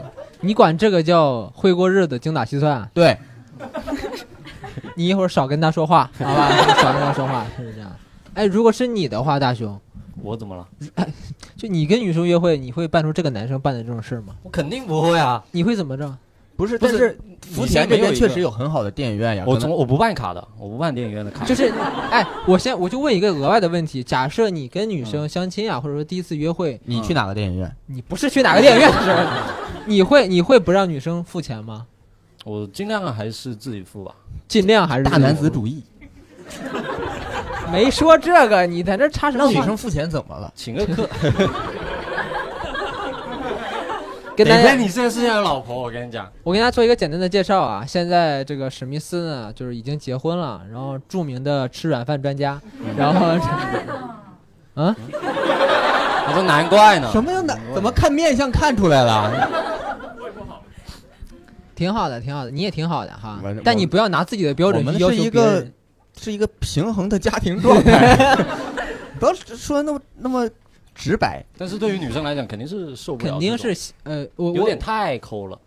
[SPEAKER 2] 你管这个叫会过日子、精打细算？
[SPEAKER 6] 对
[SPEAKER 2] 你一会儿少跟他说
[SPEAKER 6] *laughs*
[SPEAKER 2] 话，好吧？少跟他说话，是不是这样？哎，如果是你的话，大熊，
[SPEAKER 7] 我怎么了？
[SPEAKER 2] 就你跟女生约会，你会办出这个男生办的这种事儿吗？
[SPEAKER 7] 我肯定不会啊！
[SPEAKER 2] 你会怎么着？
[SPEAKER 6] 不是，
[SPEAKER 7] 不
[SPEAKER 6] 但
[SPEAKER 7] 是
[SPEAKER 6] 是福田这
[SPEAKER 7] 没有
[SPEAKER 6] 边
[SPEAKER 7] 一
[SPEAKER 6] 确
[SPEAKER 7] 个
[SPEAKER 6] 实有很好的电影院呀，
[SPEAKER 7] 我
[SPEAKER 6] 可能
[SPEAKER 7] 从我不办卡的，我不办电影院的卡。
[SPEAKER 2] 就是，哎，我先我就问一个额外的问题：假设你跟女生相亲
[SPEAKER 6] 嗯
[SPEAKER 2] 啊，或者说第一次约会，
[SPEAKER 6] 你
[SPEAKER 7] 嗯
[SPEAKER 6] 去哪个电影院？
[SPEAKER 2] 你不是去哪个电影院的时
[SPEAKER 6] *laughs*
[SPEAKER 2] 候，你会你会不让女生付钱吗？
[SPEAKER 7] 我尽量还是自己付吧。
[SPEAKER 2] 尽量还是
[SPEAKER 6] 大男子主义，
[SPEAKER 2] 没说这个，你在这插什么
[SPEAKER 6] 让女
[SPEAKER 2] 话？
[SPEAKER 6] 生付钱怎么了？
[SPEAKER 7] 请个客，
[SPEAKER 2] 跟大
[SPEAKER 7] *laughs* 哪
[SPEAKER 2] 家
[SPEAKER 7] 天你现在是要老婆，我跟你讲，
[SPEAKER 2] 我跟大家做一个简单的介绍啊，现在这个史密斯呢，就是已经结婚了，然后著名的吃软饭专家，然后
[SPEAKER 7] 他说难怪呢，
[SPEAKER 6] 什么样的？
[SPEAKER 7] 嗯
[SPEAKER 6] 怎么看面相看出来了？
[SPEAKER 2] 挺好的，挺好的，你也挺好的哈
[SPEAKER 6] 我我，
[SPEAKER 2] 但你不要拿自己的标
[SPEAKER 6] 我
[SPEAKER 2] 准
[SPEAKER 6] 们
[SPEAKER 2] 去要
[SPEAKER 6] 是
[SPEAKER 2] 求
[SPEAKER 6] 一
[SPEAKER 2] 别
[SPEAKER 6] 个
[SPEAKER 2] 人。
[SPEAKER 6] 是一个平衡的家庭状
[SPEAKER 7] *laughs*
[SPEAKER 6] 态，不要说那么那么直白。
[SPEAKER 7] 但是对于女生来讲，肯定是受不了，
[SPEAKER 2] 肯定是，呃，我
[SPEAKER 7] 有
[SPEAKER 2] 我
[SPEAKER 7] 点太抠了。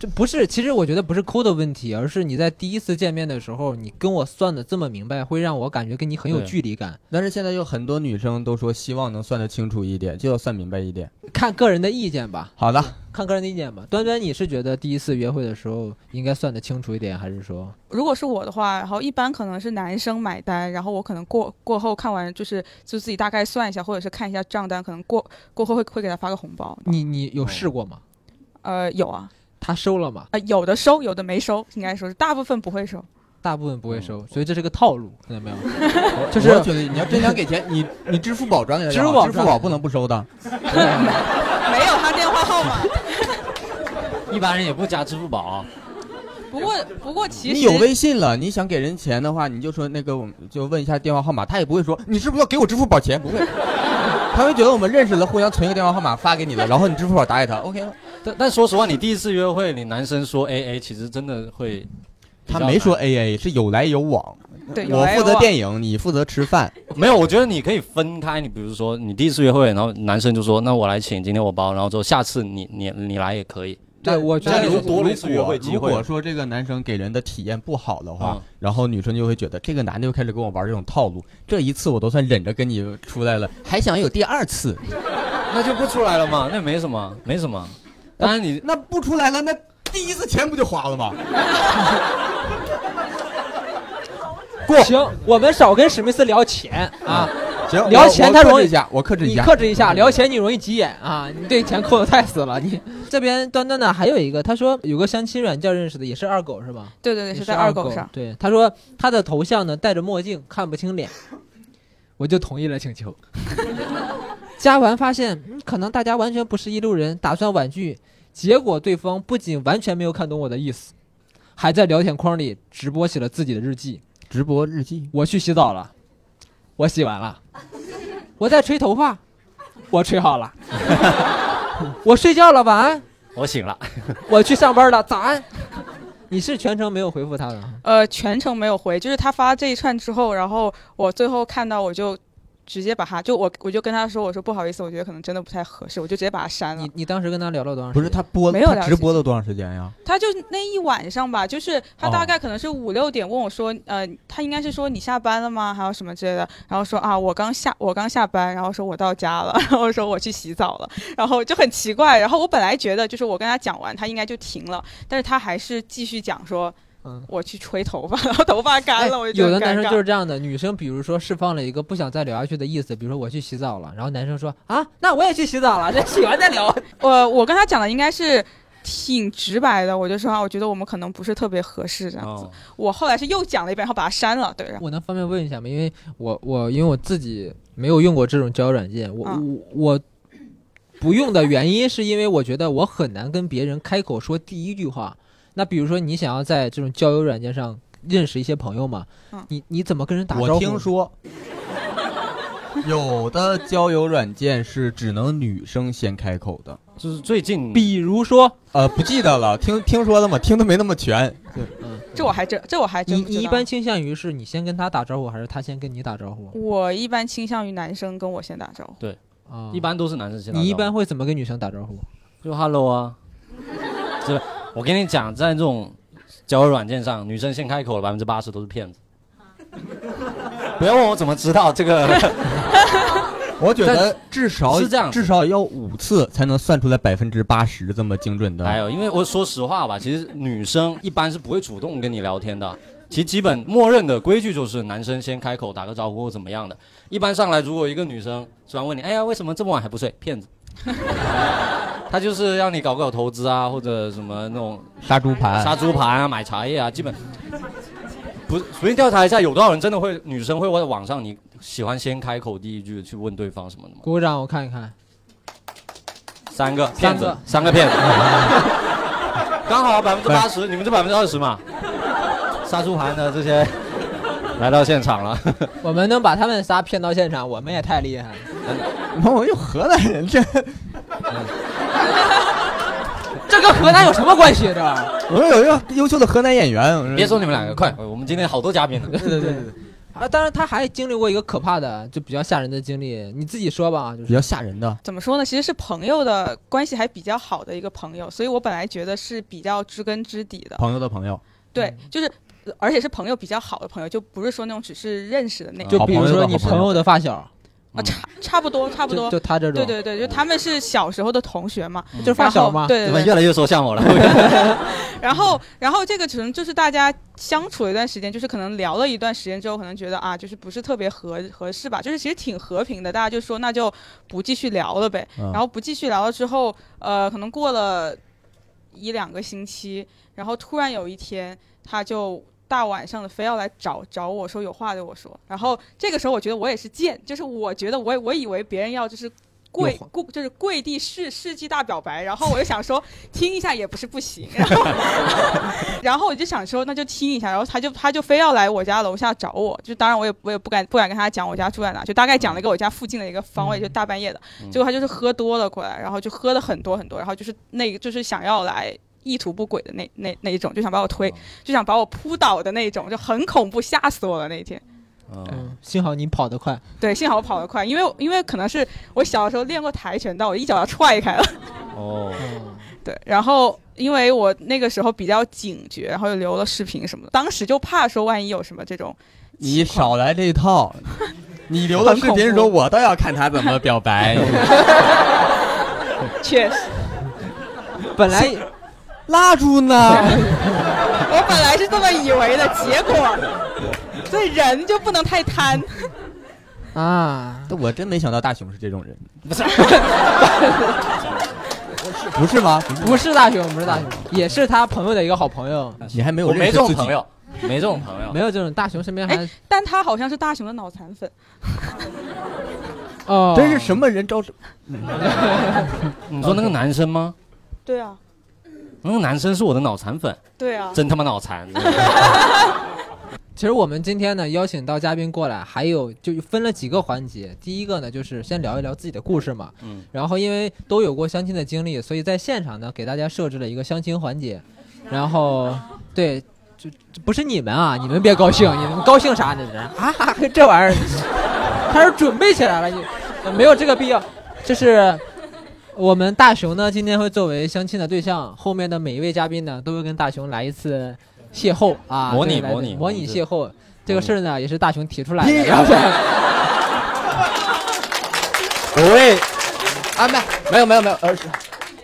[SPEAKER 2] 这不是，其实我觉得不是抠的问题，而是你在第一次见面的时候，你跟我算的这么明白，会让我感觉跟你很有
[SPEAKER 7] 对
[SPEAKER 2] 距离感。
[SPEAKER 6] 但是现在有很多女生都说希望能算得清楚一点，就要算明白一点。
[SPEAKER 2] 看个人的意见吧，
[SPEAKER 6] 好的，
[SPEAKER 2] 看个人的意见吧。端端，你是觉得第一次约会的时候应该算得清楚一点，还是说
[SPEAKER 8] 如果是我的话，然后一般可能是男生买单，然后我可能过过后看完就是就自己大概算一下，或者是看一下账单，可能过过后会会给他发个红包。
[SPEAKER 2] 你你
[SPEAKER 6] 哦
[SPEAKER 2] 有试过吗？
[SPEAKER 8] 呃，有啊，
[SPEAKER 2] 他收了吗？
[SPEAKER 8] 呃，有的收，有的没收，应该说是大部分不会收。
[SPEAKER 2] 大部分不会收，所以这是个套路，看到没有？哦
[SPEAKER 6] 就是我觉得你要真想给钱，你你支付宝转给他就好，
[SPEAKER 2] 支付宝
[SPEAKER 6] 支付宝不能不收的。
[SPEAKER 8] 没有他电话号码。
[SPEAKER 7] 一般人也不加支付宝啊。
[SPEAKER 8] *laughs* 不过不过其实
[SPEAKER 6] 你有微信了，你想给人钱的话，你就说那个，我们就问一下电话号码，他也不会说你是不是要给我支付宝钱，不会， *laughs* 他会觉得我们认识了，互相存一个电话号码发给你了，然后你支付宝打给他，OK，
[SPEAKER 7] 但但说实话，你第一次约会，你男生说 A A，其实真的会比较
[SPEAKER 6] 他
[SPEAKER 7] 难。
[SPEAKER 6] 没说 AA，是有来有往，
[SPEAKER 8] 对有
[SPEAKER 6] 我
[SPEAKER 8] 来
[SPEAKER 6] 负
[SPEAKER 8] 有
[SPEAKER 6] 责
[SPEAKER 8] 往
[SPEAKER 6] 电影，你负责吃饭，
[SPEAKER 7] *laughs* 没有，我觉得你可以分开。你比如说，你第一次约会，然后男生就说：“那我来请，今天我包。”然后之后下次你你你来也可以。
[SPEAKER 2] 对，我觉
[SPEAKER 7] 那
[SPEAKER 2] 得
[SPEAKER 7] 你就多了一次约
[SPEAKER 6] 果
[SPEAKER 7] 会机会
[SPEAKER 6] 如果说这个男生给人的体验不好的话，
[SPEAKER 7] 嗯
[SPEAKER 6] 然后女生就会觉得这个男的又开始跟我玩这种套路，这一次我都算忍着跟你出来了，还想有第二次，
[SPEAKER 7] 那就不出来了嘛， *laughs* 那没什么，没什么。当然你
[SPEAKER 6] 那不出来了，那第一次钱不就花了吗？
[SPEAKER 2] 行，我们少跟史密斯聊钱啊，
[SPEAKER 6] 行，
[SPEAKER 2] 聊
[SPEAKER 6] 我
[SPEAKER 2] 钱
[SPEAKER 6] 我
[SPEAKER 2] 他
[SPEAKER 6] 克
[SPEAKER 2] 容
[SPEAKER 6] 制
[SPEAKER 2] 易
[SPEAKER 6] 一下，我克制一
[SPEAKER 2] 你
[SPEAKER 6] 下，
[SPEAKER 2] 克制一下，聊
[SPEAKER 6] 我克制
[SPEAKER 2] 钱你容易急眼啊，你对钱抠的太死了。你 *laughs* 这边端端呢，还有一个，他说有个相亲软件认识的，也是二狗是吧？
[SPEAKER 8] 对对对
[SPEAKER 2] 也
[SPEAKER 8] 是
[SPEAKER 2] 是
[SPEAKER 8] 在
[SPEAKER 2] 二
[SPEAKER 8] 二狗上。
[SPEAKER 2] 对，他说他的头像呢戴着墨镜，看不清脸，我就同意了请求。 *laughs* 加完发现、嗯可能大家完全不是一路人，打算婉拒，结果对方不仅完全没有看懂我的意思，还在聊天框里直播起了自己的日记。
[SPEAKER 6] 直播日记，
[SPEAKER 2] 我去洗澡了，我洗完了，我在吹头发，我吹好了，我睡觉了，晚安，
[SPEAKER 7] 我
[SPEAKER 2] *laughs*
[SPEAKER 7] 醒了，
[SPEAKER 2] 我去上班了，早安。 *laughs* 你是全程没有回复他的啊，
[SPEAKER 8] 呃，全程没有回，就是他发这一串之后，然后我最后看到我就直接把他就我我就跟他说，我说不好意思，我觉得可能真的不太合适，我就直接把他删了
[SPEAKER 2] 你。你当时跟他聊了多长时间？
[SPEAKER 6] 不是他播
[SPEAKER 8] 没有
[SPEAKER 6] 他
[SPEAKER 8] 了
[SPEAKER 6] 直播了多长时间呀？
[SPEAKER 8] 他就那一晚上吧，就是他
[SPEAKER 6] 哦
[SPEAKER 8] 大概可能是五六点问我说，呃，他应该是说你下班了吗？还有什么之类的，然后说啊，我刚下我刚下班，然后说我到家了，然后说我去洗澡了， *laughs* 然后就很奇怪。然后我本来觉得就是我跟他讲完，他应该就停了，但是他还是继续讲说，
[SPEAKER 2] 嗯
[SPEAKER 8] 我去吹头发， *laughs* 然后头发干了，我就觉
[SPEAKER 2] 哎有
[SPEAKER 8] 得
[SPEAKER 2] 的
[SPEAKER 8] 很
[SPEAKER 2] 男
[SPEAKER 8] 尴
[SPEAKER 2] 生
[SPEAKER 8] 尬
[SPEAKER 2] 就是这样的，女生比如说释放了一个不想再聊下去的意思，比如说我去洗澡了，然后男生说啊，那我也去洗澡了，这洗完再
[SPEAKER 8] *laughs*
[SPEAKER 2] 聊。
[SPEAKER 8] 我我跟他讲的应该是挺直白的，我就说啊，我觉得我们可能不是特别合适这样子。
[SPEAKER 7] 哦
[SPEAKER 8] 我后来是又讲了一遍，然后把他删了，对，然后
[SPEAKER 2] 我能方便问一下吗？因为我我因为我自己没有用过这种交友软件，我、
[SPEAKER 8] 嗯
[SPEAKER 2] 我我不用的原因是因为我觉得我很难跟别人开口说第一句话。那比如说你想要在这种交友软件上认识一些朋友嘛，
[SPEAKER 8] 嗯
[SPEAKER 2] 你你怎么跟人打招呼？
[SPEAKER 6] 我听 *laughs* 说。有的交友软件是只能女生先开口的，
[SPEAKER 7] 就是最近
[SPEAKER 2] 比如说
[SPEAKER 6] 呃，不记得了，听听说的嘛，听的没那么全。
[SPEAKER 8] 这我还真这我还真
[SPEAKER 2] 你
[SPEAKER 8] 不
[SPEAKER 2] 你
[SPEAKER 8] 知
[SPEAKER 2] 一
[SPEAKER 8] 道
[SPEAKER 2] 般倾向于是你先跟他打招呼，还是他先跟你打招呼？
[SPEAKER 8] 我一般倾向于男生跟我先打招呼，嗯
[SPEAKER 2] 啊，
[SPEAKER 7] 一般都是男生先打招呼。
[SPEAKER 2] 你一般会怎么跟女生打招呼？
[SPEAKER 7] 就 hello 啊，是吧？我跟你讲，在这种交友软件上，女生先开口了，百分之八十都是
[SPEAKER 2] *laughs*
[SPEAKER 7] 骗子。不要问我怎么知道这个，
[SPEAKER 6] 我觉得至少
[SPEAKER 7] 是这样子
[SPEAKER 6] 至少要五次才能算出来百分之八十这么精准的。
[SPEAKER 7] 还有，因为我说实话吧，其实女生一般是不会主动跟你聊天的。其实基本默认的规矩就是男生先开口打个招呼或怎么样的。一般上来，如果一个女生突然问你，哎呀，为什么这么晚还不睡？骗子， *laughs* 他就是让你搞搞投资啊，或者什么那种
[SPEAKER 6] 杀猪盘，
[SPEAKER 7] 杀猪盘啊，买茶叶啊，基本不是随便调查一下，有多少人真的会女生会在网上你喜欢先开口第一句去问对方什么的吗？
[SPEAKER 2] 鼓掌，我看一看。
[SPEAKER 7] 三个
[SPEAKER 2] 三
[SPEAKER 7] 骗
[SPEAKER 2] 个
[SPEAKER 7] 子，三个骗子， *laughs* 刚好啊百分之八十，你们这百分之二十嘛。杀猪盘的这些来到现场了，
[SPEAKER 2] 我们能把他们仨骗到现场，我们也太厉害了。
[SPEAKER 6] 那我又河南人，这
[SPEAKER 2] 这跟河南有什么关系？这玩意
[SPEAKER 8] *laughs*
[SPEAKER 2] 儿
[SPEAKER 6] 我有一个优秀的河南演员。我
[SPEAKER 7] 嗯别说你们两个，快，我们今天好多嘉宾呢。
[SPEAKER 2] 对对对。 *laughs* 啊，当然他还经历过一个可怕的，就比较吓人的经历，你自己说吧，就
[SPEAKER 6] 比
[SPEAKER 2] 是
[SPEAKER 6] 较吓人的。
[SPEAKER 8] 怎么说呢？其实是朋友的关系还比较好的一个朋友，所以我本来觉得是比较知根知底的。
[SPEAKER 6] 朋友的朋友，
[SPEAKER 8] 对，就是呃而且是朋友比较好的朋友，就不是说那种只是认识的那
[SPEAKER 6] 啊
[SPEAKER 2] 就
[SPEAKER 6] 好
[SPEAKER 2] 比如
[SPEAKER 6] 朋友的
[SPEAKER 2] 说
[SPEAKER 6] 好
[SPEAKER 2] 你
[SPEAKER 6] 朋
[SPEAKER 2] 朋友的发小，
[SPEAKER 8] 啊，差差不多差
[SPEAKER 2] 嗯
[SPEAKER 8] 不
[SPEAKER 2] 就
[SPEAKER 8] 多。
[SPEAKER 2] 就他这种，
[SPEAKER 8] 对对对，就他们是小时候的同学嘛，
[SPEAKER 2] 就是发
[SPEAKER 8] 然
[SPEAKER 2] 小
[SPEAKER 8] 后
[SPEAKER 2] 嘛，
[SPEAKER 8] 对对
[SPEAKER 7] 怎么
[SPEAKER 8] 对，
[SPEAKER 7] 越来越说像我了？
[SPEAKER 8] 然后然后这个可能就是大家相处了一段时间，就是可能聊了一段时间之后，可能觉得啊，就是不是特别合合适吧，就是其实挺和平的，大家就说那就不继续聊了呗。
[SPEAKER 6] 嗯
[SPEAKER 8] 然后不继续聊了之后，呃，可能过了一两个星期，然后突然有一天，他就大晚上的非要来找找我说有话对我说，然后这个时候我觉得我也是贱，就是我觉得我也我以为别人要就是。跪
[SPEAKER 2] 有话
[SPEAKER 8] 跪就是跪地世世纪大表白，然后我就想说听一下也不是不行，然后然后我就想说那就听一下，然后他就他就非要来我家楼下找我，就当然我也我也不敢不敢跟他讲我家住在哪，就大概讲了一个我家附近的一个方位，就大半夜的。
[SPEAKER 7] 嗯
[SPEAKER 8] 结果他就是喝多了过来，然后就喝了很多很多，然后就是那个就是想要来意图不轨的那那那一种，就想把我推，就想把我扑倒的那一种，就很恐怖，吓死我了那一天。
[SPEAKER 7] 嗯，
[SPEAKER 2] 嗯，幸好你跑得快，
[SPEAKER 8] 对，幸好我跑得快，因为因为可能是我小的时候练过跆拳道，我一脚要踹开了。 *laughs*
[SPEAKER 7] 哦，
[SPEAKER 8] 对，然后因为我那个时候比较警觉，然后又留了视频什么的，当时就怕说万一有什么这种
[SPEAKER 6] 你少来这一套。 *laughs* 你留的视频
[SPEAKER 8] 很
[SPEAKER 6] 说，
[SPEAKER 8] 恐
[SPEAKER 6] 我倒要看他怎么表 *laughs* 白。
[SPEAKER 8] 确实，
[SPEAKER 2] 本来
[SPEAKER 6] 蜡烛呢？
[SPEAKER 8] 我本来是这么以为的，结果，所以人就不能太贪。
[SPEAKER 2] 啊，
[SPEAKER 6] 我真没想到大雄是这种人，
[SPEAKER 7] 不是，
[SPEAKER 6] 不是吗？不是
[SPEAKER 2] 不是大熊，不是大
[SPEAKER 6] 啊
[SPEAKER 2] 熊，也是他朋友的一个好朋友，
[SPEAKER 6] 你还没有
[SPEAKER 7] *laughs* 我没
[SPEAKER 6] 认
[SPEAKER 7] 这
[SPEAKER 6] 识自
[SPEAKER 7] 种
[SPEAKER 6] 己
[SPEAKER 7] 朋。友，没这种朋友
[SPEAKER 2] 没。有这种大熊身边还
[SPEAKER 8] 但他好像是大雄的脑残粉，
[SPEAKER 2] 哦，
[SPEAKER 6] 真是什么人招？
[SPEAKER 7] 你说那个男生吗？
[SPEAKER 8] 对啊，
[SPEAKER 7] 那个男生是我的脑残粉，
[SPEAKER 8] 对啊，
[SPEAKER 7] 真他妈脑 *laughs* 残！真的
[SPEAKER 2] 其实我们今天呢邀请到嘉宾过来，还有就分了几个环节。第一个呢，就是先聊一聊自己的故事嘛。
[SPEAKER 7] 嗯。
[SPEAKER 2] 然后因为都有过相亲的经历，所以在现场呢给大家设置了一个相亲环节。然后，对，就就不是你们啊，你们别高兴，你们高兴啥呢？这啊，这玩意儿开始准备起来了，你没有这个必要。就是我们大熊呢，今天会作为相亲的对象，后面的每一位嘉宾呢，都会跟大熊来一次邂逅啊，
[SPEAKER 7] 模拟
[SPEAKER 2] 对来
[SPEAKER 7] 模拟
[SPEAKER 2] 模拟邂逅。这个事儿呢，也是大熊提出
[SPEAKER 7] *laughs*
[SPEAKER 2] 来
[SPEAKER 6] 你
[SPEAKER 2] 的，然后
[SPEAKER 6] 我为
[SPEAKER 7] 啊
[SPEAKER 6] 安排没有没有没有，呃，是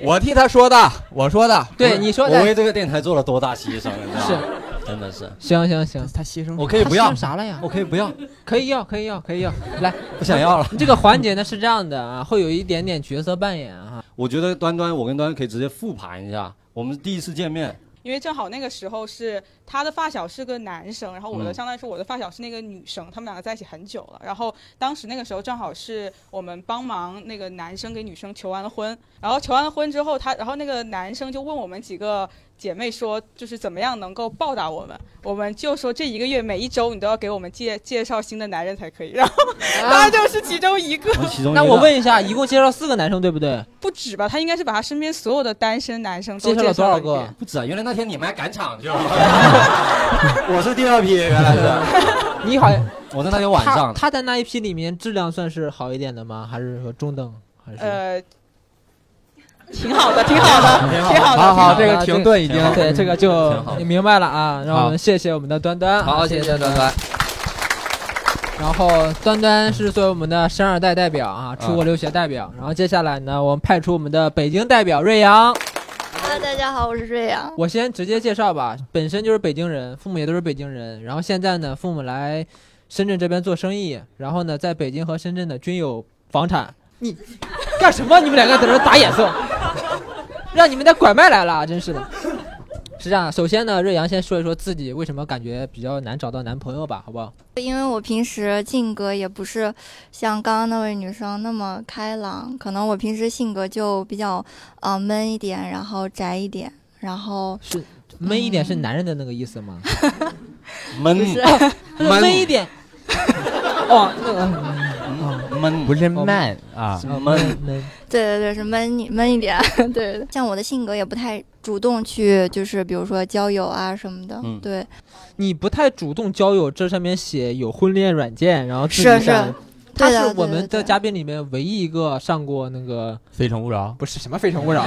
[SPEAKER 6] 我替他说的，我说的。
[SPEAKER 2] 对你说
[SPEAKER 7] 我
[SPEAKER 2] 的
[SPEAKER 7] 为这个电台做了多大牺牲，你知道
[SPEAKER 2] 是
[SPEAKER 7] 吗？真的是，
[SPEAKER 2] 行行行，
[SPEAKER 6] 他牺牲
[SPEAKER 7] 我可以不
[SPEAKER 2] 他
[SPEAKER 7] 要
[SPEAKER 2] 姓，啥了呀？
[SPEAKER 7] 我可以不要，
[SPEAKER 2] 可以要，可以要，可以要。来，
[SPEAKER 7] 不想要了。
[SPEAKER 2] *laughs* 这个环节呢是这样的啊，会有一点点角色扮演
[SPEAKER 6] *laughs*
[SPEAKER 2] 啊。
[SPEAKER 7] *laughs* 我觉得端端，我跟端端可以直接复盘一下，我们第一次见面，
[SPEAKER 8] 因为正好那个时候是他的发小是个男生，然后我的
[SPEAKER 7] 嗯
[SPEAKER 8] 相当于说我的发小是那个女生，他们两个在一起很久了。然后当时那个时候正好是我们帮忙那个男生给女生求完了婚，然后求完了婚之后他，然后那个男生就问我们几个姐妹说，就是怎么样能够报答我们？我们就说这一个月每一周你都要给我们介介绍新的男人才可以。然后
[SPEAKER 2] 啊
[SPEAKER 8] 他就是其中一个，
[SPEAKER 7] 我们其中一个
[SPEAKER 2] 那我问一下，一共介绍四个男生，对不对？
[SPEAKER 8] 不止吧？他应该是把他身边所有的单身男生
[SPEAKER 2] 介
[SPEAKER 8] 都
[SPEAKER 2] 绍了多少
[SPEAKER 8] 一遍
[SPEAKER 2] 个？
[SPEAKER 7] 不止啊，原来那天你们还赶场去了，我是第二批，原来是，
[SPEAKER 2] 你好像
[SPEAKER 7] 我在那天晚
[SPEAKER 2] 他
[SPEAKER 7] 上，
[SPEAKER 2] 他在那一批里面质量算是好一点的吗？还是说中等？还是、
[SPEAKER 8] 呃，挺好的，挺好的，挺好
[SPEAKER 6] *laughs*
[SPEAKER 8] 的，
[SPEAKER 6] 好
[SPEAKER 2] *laughs*
[SPEAKER 6] 好，
[SPEAKER 2] 挺好
[SPEAKER 6] 这个
[SPEAKER 2] 的
[SPEAKER 6] 停顿已经嗯
[SPEAKER 7] 挺好
[SPEAKER 2] 对这个就
[SPEAKER 7] 挺好
[SPEAKER 2] 你明白了啊。让我们谢谢我们的端端，
[SPEAKER 6] 好，谢谢端。端。
[SPEAKER 2] 然后端端是作为我们的生二代代表啊，出国留学代表。然后接下来呢，我们派出我们的北京代表瑞阳。
[SPEAKER 9] Hello，大家好，我是瑞阳。
[SPEAKER 2] 我先直接介绍吧，本身就是北京人，父母也都是北京人，然后现在呢，父母来深圳这边做生意，然后呢，在北京和深圳呢均有房产。你干什么？你们两个在这打眼色，让你们带拐卖来了，啊真是的。是这样，首先呢，瑞阳先说一说自己为什么感觉比较难找到男朋友吧，好不好？
[SPEAKER 9] 因为我平时性格也不是像刚刚那位女生那么开朗，可能我平时性格就比较呃闷一点，然后宅一点，然后
[SPEAKER 2] 是闷一点是男人的那个意思吗？
[SPEAKER 7] 闷
[SPEAKER 9] 不是
[SPEAKER 2] 闷一点。哦，那个
[SPEAKER 7] 嗯闷，
[SPEAKER 10] 不是慢啊，
[SPEAKER 7] 什么
[SPEAKER 2] 嗯
[SPEAKER 9] 对对对，是闷一闷一点， *laughs* 对对对。像我的性格也不太主动去，就是比如说交友啊什么的，
[SPEAKER 7] 嗯
[SPEAKER 9] 对，
[SPEAKER 2] 你不太主动交友，这上面写有婚恋软件，然后自己
[SPEAKER 9] 是是
[SPEAKER 2] 上。他
[SPEAKER 9] 对的
[SPEAKER 2] 是
[SPEAKER 9] 对
[SPEAKER 2] 我
[SPEAKER 9] 的
[SPEAKER 2] 们
[SPEAKER 9] 对
[SPEAKER 2] 的
[SPEAKER 9] 的
[SPEAKER 2] 嘉宾里面唯一一个上过那个
[SPEAKER 6] 非诚勿扰，
[SPEAKER 2] 不是什么《非诚勿扰》，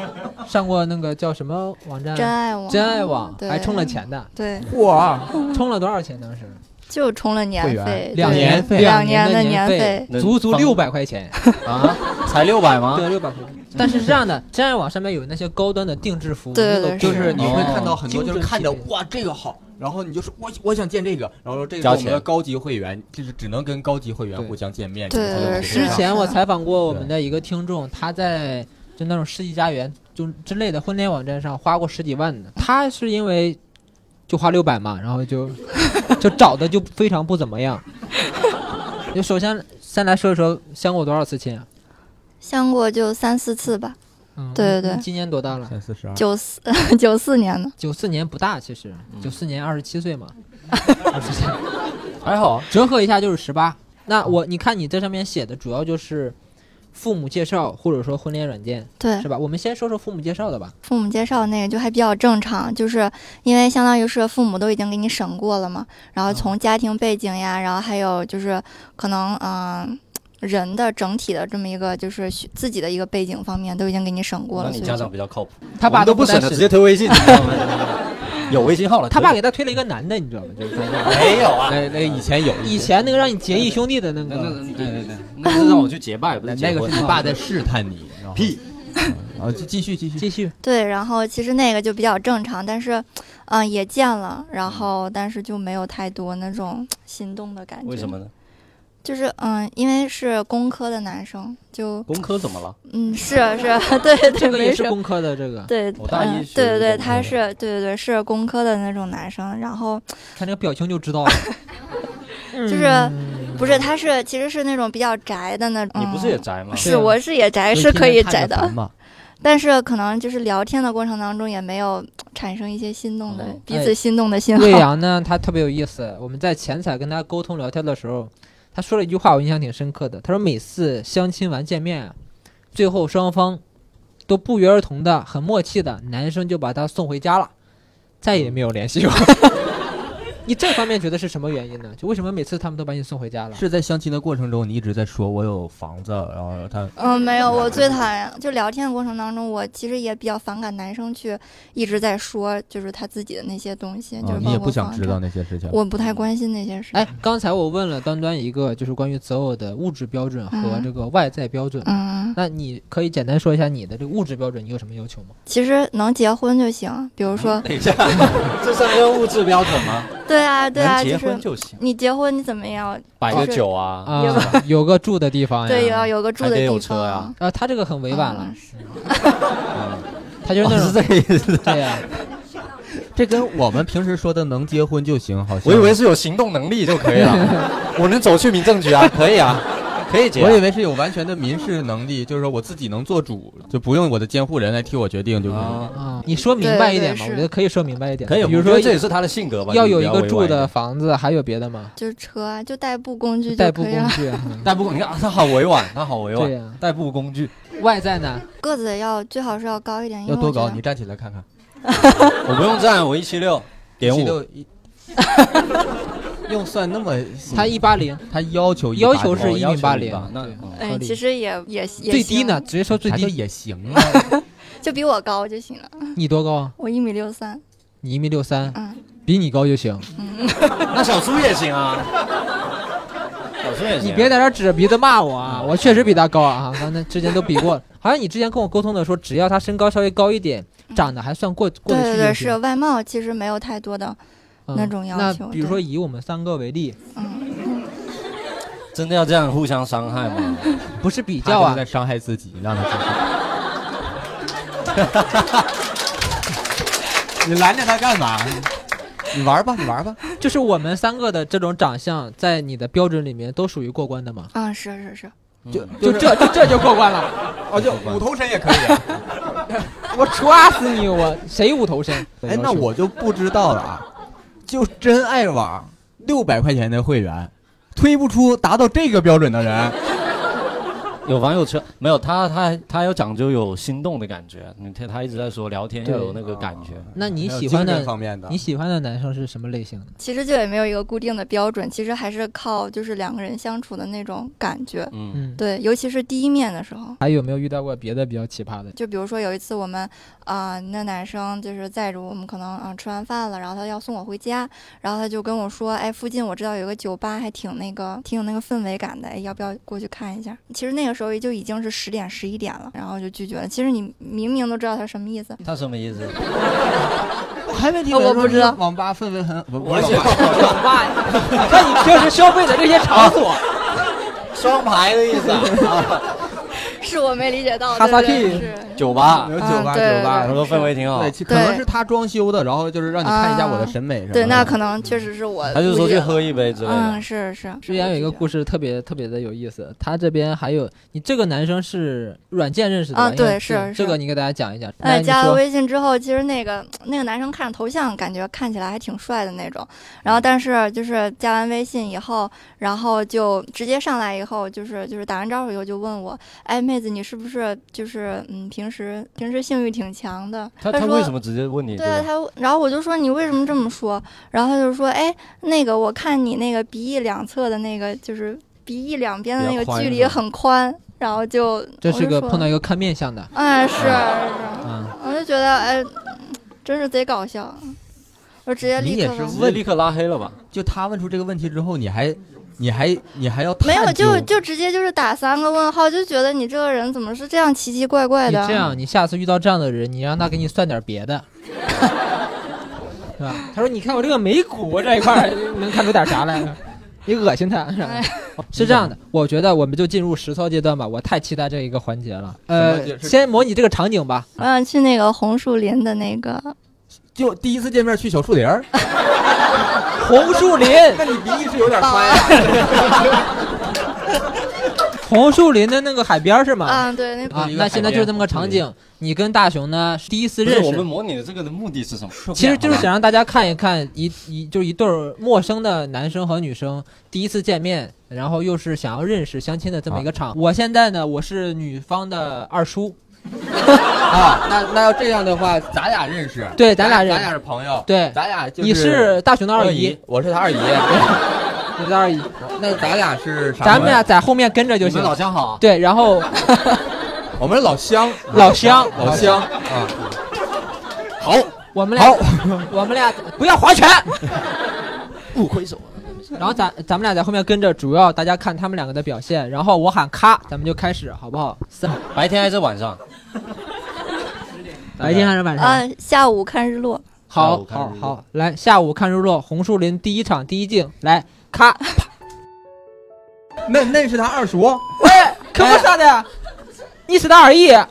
[SPEAKER 9] *laughs*
[SPEAKER 2] 上过那个叫什么网站？
[SPEAKER 9] 真爱网，
[SPEAKER 2] 嗯真爱网
[SPEAKER 9] 对
[SPEAKER 2] 还充了钱的，
[SPEAKER 9] 对，
[SPEAKER 6] 哇，
[SPEAKER 2] 充了多少钱当时？
[SPEAKER 9] 就充了年
[SPEAKER 10] 会员
[SPEAKER 9] 费，
[SPEAKER 2] 两
[SPEAKER 9] 对
[SPEAKER 6] 年费
[SPEAKER 9] 两
[SPEAKER 2] 年
[SPEAKER 9] 的
[SPEAKER 2] 年
[SPEAKER 9] 年
[SPEAKER 2] 费，足足六百块钱。
[SPEAKER 10] 啊，才六百吗？
[SPEAKER 2] 对，六百块钱。但是是这样的，真爱网上面有那些高端的定制服务，
[SPEAKER 9] 对对
[SPEAKER 2] 那个
[SPEAKER 9] 对
[SPEAKER 6] 就是你会
[SPEAKER 10] 哦
[SPEAKER 6] 看到很多，就是看着
[SPEAKER 2] 精准匹配
[SPEAKER 6] 哇这个好，然后你就说我我想见这个，然后说这个是
[SPEAKER 10] 交
[SPEAKER 6] 我
[SPEAKER 10] 钱
[SPEAKER 6] 们的高级会员，就是只能跟高级会员
[SPEAKER 2] 对
[SPEAKER 6] 互相见面。
[SPEAKER 9] 对
[SPEAKER 6] 这种
[SPEAKER 9] 对对
[SPEAKER 6] 东西
[SPEAKER 9] 是
[SPEAKER 2] 之
[SPEAKER 9] 的
[SPEAKER 2] 前我采访过我们的一个听众，他在就那种世纪佳缘就之类的婚恋网站上花过十几万的，他是因为就花六百嘛，然后就 *laughs* 就找的就非常不怎么样。就首先先来说一说相过多少次亲啊？
[SPEAKER 9] 相过就三四次吧，
[SPEAKER 2] 嗯，
[SPEAKER 9] 对对对
[SPEAKER 2] 你今年多大了？
[SPEAKER 6] 三四十二，
[SPEAKER 9] 九四 *laughs* 九四年的，
[SPEAKER 2] 九四年不大，其实
[SPEAKER 7] 嗯
[SPEAKER 2] 九四年二十七岁嘛，
[SPEAKER 10] 还好，
[SPEAKER 2] 折合一下就是十八。那我你看你这上面写的主要就是父母介绍或者说婚恋软件
[SPEAKER 9] 对
[SPEAKER 2] 是，吧？我们先说说父母介绍的吧。
[SPEAKER 9] 父母介绍那个就还比较正常，就是因为相当于是父母都已经给你审过了嘛，然后
[SPEAKER 7] 嗯
[SPEAKER 9] 从家庭背景呀，然后还有就是可能嗯、人的整体的这么一个就是学自己的一个背景方面都已经给你审过
[SPEAKER 7] 那
[SPEAKER 9] 了，
[SPEAKER 7] 你
[SPEAKER 9] 所以
[SPEAKER 7] 家
[SPEAKER 9] 就
[SPEAKER 7] 长比较靠谱，
[SPEAKER 2] 他
[SPEAKER 7] 我
[SPEAKER 2] 爸
[SPEAKER 7] 们都不
[SPEAKER 2] 带
[SPEAKER 7] 审了，
[SPEAKER 2] 审
[SPEAKER 7] 直接推微信，你知道吗有微信号了。
[SPEAKER 2] 他爸
[SPEAKER 7] 直
[SPEAKER 2] 给
[SPEAKER 7] 接
[SPEAKER 2] 他推了一个男的，你知道吗？就是 *laughs*
[SPEAKER 6] 没有啊，那那以前有，
[SPEAKER 2] 以前那个让你结义兄弟的那
[SPEAKER 6] *laughs* 那那
[SPEAKER 2] 个，
[SPEAKER 6] 对对对，
[SPEAKER 7] 那是让我去结拜，不
[SPEAKER 6] 那
[SPEAKER 7] 是
[SPEAKER 6] 那
[SPEAKER 7] 结
[SPEAKER 6] 个
[SPEAKER 7] 婚
[SPEAKER 6] 是你爸在试探你，然后
[SPEAKER 7] 屁，
[SPEAKER 6] 然嗯啊后继继续继续，
[SPEAKER 9] *laughs*
[SPEAKER 2] 继续
[SPEAKER 9] 对，然后其实那个就比较正常，但是，嗯、也见了，然
[SPEAKER 7] 嗯
[SPEAKER 9] 后但是就没有太多那种心动的感觉。
[SPEAKER 7] 为什？么呢？
[SPEAKER 9] 就是嗯、因为是工科的男生，就
[SPEAKER 7] 工科怎么了？
[SPEAKER 9] 嗯，是是， *laughs* 对对，
[SPEAKER 2] 这个也
[SPEAKER 9] 没
[SPEAKER 2] 是
[SPEAKER 9] 事。
[SPEAKER 2] 工科的，这个
[SPEAKER 9] 对，
[SPEAKER 7] 我大一
[SPEAKER 9] 嗯
[SPEAKER 7] 学
[SPEAKER 9] 对
[SPEAKER 7] 的
[SPEAKER 9] 对对，
[SPEAKER 7] 工科
[SPEAKER 9] 他
[SPEAKER 7] 的
[SPEAKER 9] 是对对对，是工科的那种男生，然后
[SPEAKER 2] 看这个表情就知道 *laughs* 了，嗯
[SPEAKER 9] 就是、不是他是其实是那种比较宅的那种，
[SPEAKER 7] 你不是也宅吗？
[SPEAKER 9] 是
[SPEAKER 2] 对啊
[SPEAKER 9] 我是也宅，
[SPEAKER 10] 所
[SPEAKER 9] 是可
[SPEAKER 10] 天
[SPEAKER 9] 以
[SPEAKER 10] 天看
[SPEAKER 9] 宅
[SPEAKER 10] 着
[SPEAKER 9] 的，
[SPEAKER 10] 烦
[SPEAKER 6] *laughs*
[SPEAKER 10] 嘛。
[SPEAKER 9] 但是可能就是聊天的过程当中也没有产生一些心动的、
[SPEAKER 7] 嗯
[SPEAKER 9] 彼
[SPEAKER 2] 哎
[SPEAKER 9] 此心动的 *laughs* 信号。
[SPEAKER 2] 魏阳呢，啊他特别有意思。我们在前彩跟他沟通聊天的时候，他说了一句话，我印象挺深刻的。他说每次相亲完见面啊，最后双方都不约而同的、很默契的，男生就把他送回家了，再也没有联系过。你这方面觉得是什么原因呢？就为什么每次他们都把你送回家了？
[SPEAKER 6] 是在相亲的过程中，你一直在说我有房子，然后他
[SPEAKER 9] 嗯，没有，我最讨厌就聊天的过程当中，我其实也比较反感男生去一直在说，就是他自己的那些东西，就是
[SPEAKER 6] 啊，你
[SPEAKER 9] 包
[SPEAKER 6] 也
[SPEAKER 9] 括
[SPEAKER 6] 不想
[SPEAKER 9] 房
[SPEAKER 6] 知
[SPEAKER 9] 产
[SPEAKER 6] 道，那些事情。
[SPEAKER 9] 我不太关心那些事。
[SPEAKER 2] 哎，刚才我问了端端一个，就是关于择偶的物质标准和
[SPEAKER 9] 嗯
[SPEAKER 2] 这个外在标准。
[SPEAKER 9] 嗯，
[SPEAKER 2] 那你可以简单说一下你的这个物质标准，你有什么要求吗？
[SPEAKER 9] 其实能结婚就行，比如
[SPEAKER 2] 嗯
[SPEAKER 9] 说，
[SPEAKER 7] 等一 *laughs* 下，
[SPEAKER 10] 这算跟物质标准吗？
[SPEAKER 9] 对啊，对啊，
[SPEAKER 7] 能结
[SPEAKER 9] 就
[SPEAKER 7] 婚
[SPEAKER 9] 是
[SPEAKER 7] 就行，
[SPEAKER 9] 你结婚你怎么样？
[SPEAKER 7] 摆个酒啊，
[SPEAKER 2] 啊，有个住的地方呀。
[SPEAKER 9] 对，也要有啊个住
[SPEAKER 7] 还
[SPEAKER 9] 的
[SPEAKER 7] 得有
[SPEAKER 9] 地
[SPEAKER 7] 车呀
[SPEAKER 9] 方。
[SPEAKER 2] 啊，他这个很委婉了
[SPEAKER 9] 嗯，
[SPEAKER 2] *laughs* 他就是那
[SPEAKER 7] 哦
[SPEAKER 10] 这
[SPEAKER 2] 种、
[SPEAKER 10] 个意思。
[SPEAKER 2] *laughs* 对呀、
[SPEAKER 6] 这跟我们平时说的能结婚就行，好像
[SPEAKER 7] 我以为是有行动能力就可以
[SPEAKER 2] *laughs*
[SPEAKER 7] 了，我能走去民政局啊，可以啊，可以结啊。
[SPEAKER 6] 我以为是有完全的民事能力，就是说我自己能做主，就不用我的监护人来替我决定，就是。
[SPEAKER 7] 啊，
[SPEAKER 2] 啊，你说明白一点嘛，
[SPEAKER 9] 对对
[SPEAKER 2] 我
[SPEAKER 9] 是
[SPEAKER 2] 觉得可以说明白一点。
[SPEAKER 7] 可以，
[SPEAKER 2] 比如
[SPEAKER 7] 我觉
[SPEAKER 2] 说
[SPEAKER 7] 得这也是他的性格吧，
[SPEAKER 2] 要
[SPEAKER 7] 你
[SPEAKER 2] 有
[SPEAKER 7] 不
[SPEAKER 2] 一个
[SPEAKER 7] 委
[SPEAKER 2] 住
[SPEAKER 7] 婉
[SPEAKER 2] 的房子，还有别的吗？
[SPEAKER 9] 就是车啊，就代步工具
[SPEAKER 2] 代
[SPEAKER 9] 就
[SPEAKER 2] 步
[SPEAKER 9] 可以
[SPEAKER 2] 工
[SPEAKER 9] 了。
[SPEAKER 2] 具
[SPEAKER 9] *laughs*
[SPEAKER 2] 啊，
[SPEAKER 7] 代步，你看啊他好委婉，他好委
[SPEAKER 2] 对啊
[SPEAKER 7] 婉，
[SPEAKER 2] 呀、
[SPEAKER 7] 代步工具。
[SPEAKER 2] 外在呢？
[SPEAKER 7] 嗯
[SPEAKER 9] 个子要最好是要高一点，因为
[SPEAKER 6] 要多
[SPEAKER 9] 我觉
[SPEAKER 6] 高？
[SPEAKER 9] 得
[SPEAKER 6] 你站起来看看，
[SPEAKER 7] 我不用站，我一七六点五，
[SPEAKER 6] 176一 *laughs* 用算那么 *laughs* 细？
[SPEAKER 2] 他一八零，
[SPEAKER 6] 他要求
[SPEAKER 2] 要求
[SPEAKER 6] 180
[SPEAKER 2] 是一
[SPEAKER 7] 要求
[SPEAKER 2] 米八
[SPEAKER 7] 哦一
[SPEAKER 2] 零
[SPEAKER 7] 吧，那哦
[SPEAKER 2] 对合
[SPEAKER 9] 嗯，
[SPEAKER 2] 理
[SPEAKER 9] 其实也也也
[SPEAKER 2] 最低
[SPEAKER 9] 行啊
[SPEAKER 2] 呢，，直接说最
[SPEAKER 6] 啥叫
[SPEAKER 2] 低。
[SPEAKER 6] 也行 *laughs* 啊？
[SPEAKER 9] 就比我高就行了。
[SPEAKER 2] 你多高啊？
[SPEAKER 9] 我一米六三，
[SPEAKER 2] 你一米六三，
[SPEAKER 9] 嗯。
[SPEAKER 2] 比你高就行。
[SPEAKER 7] 啊那小猪也行啊，小猪也行啊。
[SPEAKER 2] 你别在这指着鼻子骂我啊！我确实比他高啊，刚才之前都比过了。好像你之前跟我沟通的说，只要他身高稍微高一点，长得还算过过
[SPEAKER 9] 对
[SPEAKER 2] 得去
[SPEAKER 9] 嗯对
[SPEAKER 2] 就
[SPEAKER 9] 对，
[SPEAKER 2] 行
[SPEAKER 9] 是外貌其实没有太多的，
[SPEAKER 2] 嗯
[SPEAKER 9] 那种要求
[SPEAKER 2] 那比如说以我们三个为例，
[SPEAKER 9] 嗯，
[SPEAKER 7] 真的要这样互相伤害吗？
[SPEAKER 2] 不是比
[SPEAKER 6] 他
[SPEAKER 2] 较
[SPEAKER 6] 就是
[SPEAKER 2] 啊
[SPEAKER 6] 在，伤害自己，让他知道。 *laughs* 你拦着他干嘛？你玩吧，你玩吧。
[SPEAKER 2] 就是我们三个的这种长相，在你的标准里面都属于过关的嘛？
[SPEAKER 9] 啊，是是是，
[SPEAKER 6] 就
[SPEAKER 2] 就这就这就过关了，
[SPEAKER 6] 哦，就五头身也可以。啊
[SPEAKER 2] 我戳死你！我谁无 *laughs* 头身？
[SPEAKER 6] 哎，那我就不知道了啊。就真爱网六百块钱的会员，推不出达到这个标准的人，
[SPEAKER 7] 有房有车，没有他他他有讲究有心动的感觉，你他他一直在说聊天要有那个感觉。
[SPEAKER 2] *laughs* 那你喜欢的你
[SPEAKER 7] 喜
[SPEAKER 2] 喜欢的男生是什么类型的？
[SPEAKER 9] 其实就也没有一个固定的标准，其实还是靠就是两个人相处的那种感觉。
[SPEAKER 2] 嗯
[SPEAKER 9] 对，尤其是第一面的时候，
[SPEAKER 2] 还有没有遇到过别的比较奇葩的？ *laughs*
[SPEAKER 9] 就比如说有一次我们啊、那男生就是载着我们，可能嗯、吃完饭了，然后他要送我回家，然后他就跟我说，哎，附近我知道有个酒吧，还挺那个挺有那个氛围感的，哎，要不要过去看一下？其实那个时候也就已经是十点十一点了，然后就拒绝了。其实你明明都知道他什么意思，
[SPEAKER 7] 他什么意思？
[SPEAKER 6] 我还没听
[SPEAKER 9] 哦我不知道
[SPEAKER 6] 网吧氛围很，不
[SPEAKER 10] 我
[SPEAKER 6] 是
[SPEAKER 10] 觉得
[SPEAKER 6] 网吧，
[SPEAKER 1] 你看你平时消费的这些
[SPEAKER 2] 哦
[SPEAKER 1] 场所，
[SPEAKER 10] 双排的意思啊，
[SPEAKER 9] 是我没理解到，
[SPEAKER 1] 哈萨
[SPEAKER 9] 对对
[SPEAKER 1] 克
[SPEAKER 9] 是
[SPEAKER 7] *laughs* 酒吧
[SPEAKER 6] 有酒吧，
[SPEAKER 9] 嗯对
[SPEAKER 6] 酒吧，
[SPEAKER 7] 他说氛围挺啊好
[SPEAKER 6] 对，其可能是他装修的，然后就是让你看一下我的审美什么的。
[SPEAKER 9] 啊对，那可能确实是我
[SPEAKER 7] 他就
[SPEAKER 9] 误
[SPEAKER 7] 说
[SPEAKER 9] 解
[SPEAKER 7] 去
[SPEAKER 9] 了
[SPEAKER 7] 喝一杯之类的。
[SPEAKER 9] 嗯，是是，
[SPEAKER 2] 之前有一个故事特别特别的有意思，他这边还有你这个男生是软件认识的吧
[SPEAKER 9] 啊
[SPEAKER 2] 应
[SPEAKER 9] 对
[SPEAKER 2] 该
[SPEAKER 9] 是是
[SPEAKER 2] 这个你给大家讲一讲。来
[SPEAKER 9] 哎，
[SPEAKER 2] 你
[SPEAKER 9] 加了
[SPEAKER 2] 说
[SPEAKER 9] 微信之后，其实那个那个男生看着头像，感觉看起来还挺帅的那种。然
[SPEAKER 7] 嗯
[SPEAKER 9] 后，但是就是加完微信以后，然后就直接上来以后，就是就是打完招呼以后就问我，哎，妹子，你是不是就是嗯，平时平时性欲挺强的？
[SPEAKER 7] 他
[SPEAKER 9] 说
[SPEAKER 7] 他为什么直接问你这
[SPEAKER 9] 对啊，
[SPEAKER 7] 个？
[SPEAKER 9] 他然后我就说你为什么这么说？然后他就说，哎，那个我看你那个鼻翼两侧的那个就是鼻翼两边的
[SPEAKER 7] 比
[SPEAKER 9] 那个
[SPEAKER 7] 较宽
[SPEAKER 9] 距
[SPEAKER 7] 是
[SPEAKER 9] 离
[SPEAKER 7] 吧
[SPEAKER 9] 很宽，然后就
[SPEAKER 2] 这是个
[SPEAKER 9] 我就说
[SPEAKER 2] 碰到一个看面相的，
[SPEAKER 9] 哎，是，是
[SPEAKER 2] 嗯
[SPEAKER 9] 我就觉得哎，真是贼搞笑，我直接
[SPEAKER 6] 你
[SPEAKER 9] 立
[SPEAKER 6] 也
[SPEAKER 9] 刻
[SPEAKER 6] 是
[SPEAKER 9] 问。
[SPEAKER 6] 问
[SPEAKER 7] 立刻拉黑了吧？
[SPEAKER 6] 就他问出这个问题之后，你还，你还，你还要
[SPEAKER 9] 没有，
[SPEAKER 6] 探
[SPEAKER 9] 就
[SPEAKER 6] 究
[SPEAKER 9] 就直接就是打三个问号，就觉得你这个人怎么是这样奇奇怪怪
[SPEAKER 2] 你
[SPEAKER 9] 的？
[SPEAKER 2] 这样，你下次遇到这样的人，你让他给你算点别 *laughs* 的，是吧？他说：“你看我这个眉骨这一块儿能看出点啥来？ *laughs* 哎你恶心他。”是这样的，我觉得我们就进入实操阶段吧，我太期待这一个环节了。
[SPEAKER 6] 什么
[SPEAKER 2] 呃，
[SPEAKER 6] 就是
[SPEAKER 2] 先模拟这个场景吧。
[SPEAKER 9] 我想嗯去那个红树林的那个，
[SPEAKER 6] 就第一次见面去小树林儿，
[SPEAKER 2] 红树 *laughs* 林，
[SPEAKER 6] 那你鼻翼是有点宽呀。
[SPEAKER 2] 红树林的那个海边儿是吗？
[SPEAKER 9] 啊，对，那
[SPEAKER 2] 啊，那现在就是这么个场景。你跟大熊呢是第一次
[SPEAKER 7] 不
[SPEAKER 2] 认
[SPEAKER 7] 是
[SPEAKER 2] 识，
[SPEAKER 7] 我们模拟的这个的目的是什么？
[SPEAKER 2] 其实就是想让大家看一看一一就是一对儿陌生的男生和女生第一次见面，然后又是想要认识相亲的这么一个场。我现在呢，我是女方的二叔，
[SPEAKER 6] 啊，那那要这样的话，咱俩认识，
[SPEAKER 2] 对咱俩认
[SPEAKER 6] 咱俩是朋友，
[SPEAKER 2] 对
[SPEAKER 6] 咱俩就
[SPEAKER 2] 你是大熊的
[SPEAKER 6] 二
[SPEAKER 2] 二姨，
[SPEAKER 6] 我哎是他 *laughs* 二姨，
[SPEAKER 2] 你的二姨，
[SPEAKER 6] 那咱俩是啥关系？
[SPEAKER 2] 咱们俩在后面跟着就
[SPEAKER 5] 你
[SPEAKER 2] 行
[SPEAKER 5] 们。老乡好，
[SPEAKER 2] 对，然后
[SPEAKER 6] 我们是老乡，
[SPEAKER 2] 老乡，
[SPEAKER 6] 老乡啊，好，
[SPEAKER 2] 我们俩
[SPEAKER 6] 好，
[SPEAKER 2] 我们俩不要划拳，
[SPEAKER 5] 不挥手。
[SPEAKER 2] 然后咱咱们俩在后面跟着，主要大家看他们两个的表现，然后我喊咔，咱们就开始，好不好？三，
[SPEAKER 7] 白天还是晚上？
[SPEAKER 2] 白天还是晚上？
[SPEAKER 9] 啊，下午看日落，
[SPEAKER 7] 下
[SPEAKER 2] 好
[SPEAKER 7] 午看
[SPEAKER 2] 好
[SPEAKER 7] 日落
[SPEAKER 2] 好，来下午看日落，红树林第一场第一镜，来咔，
[SPEAKER 6] 哎那那是他二叔，
[SPEAKER 2] 哎，可不啥的，你是他二姨，
[SPEAKER 6] 啊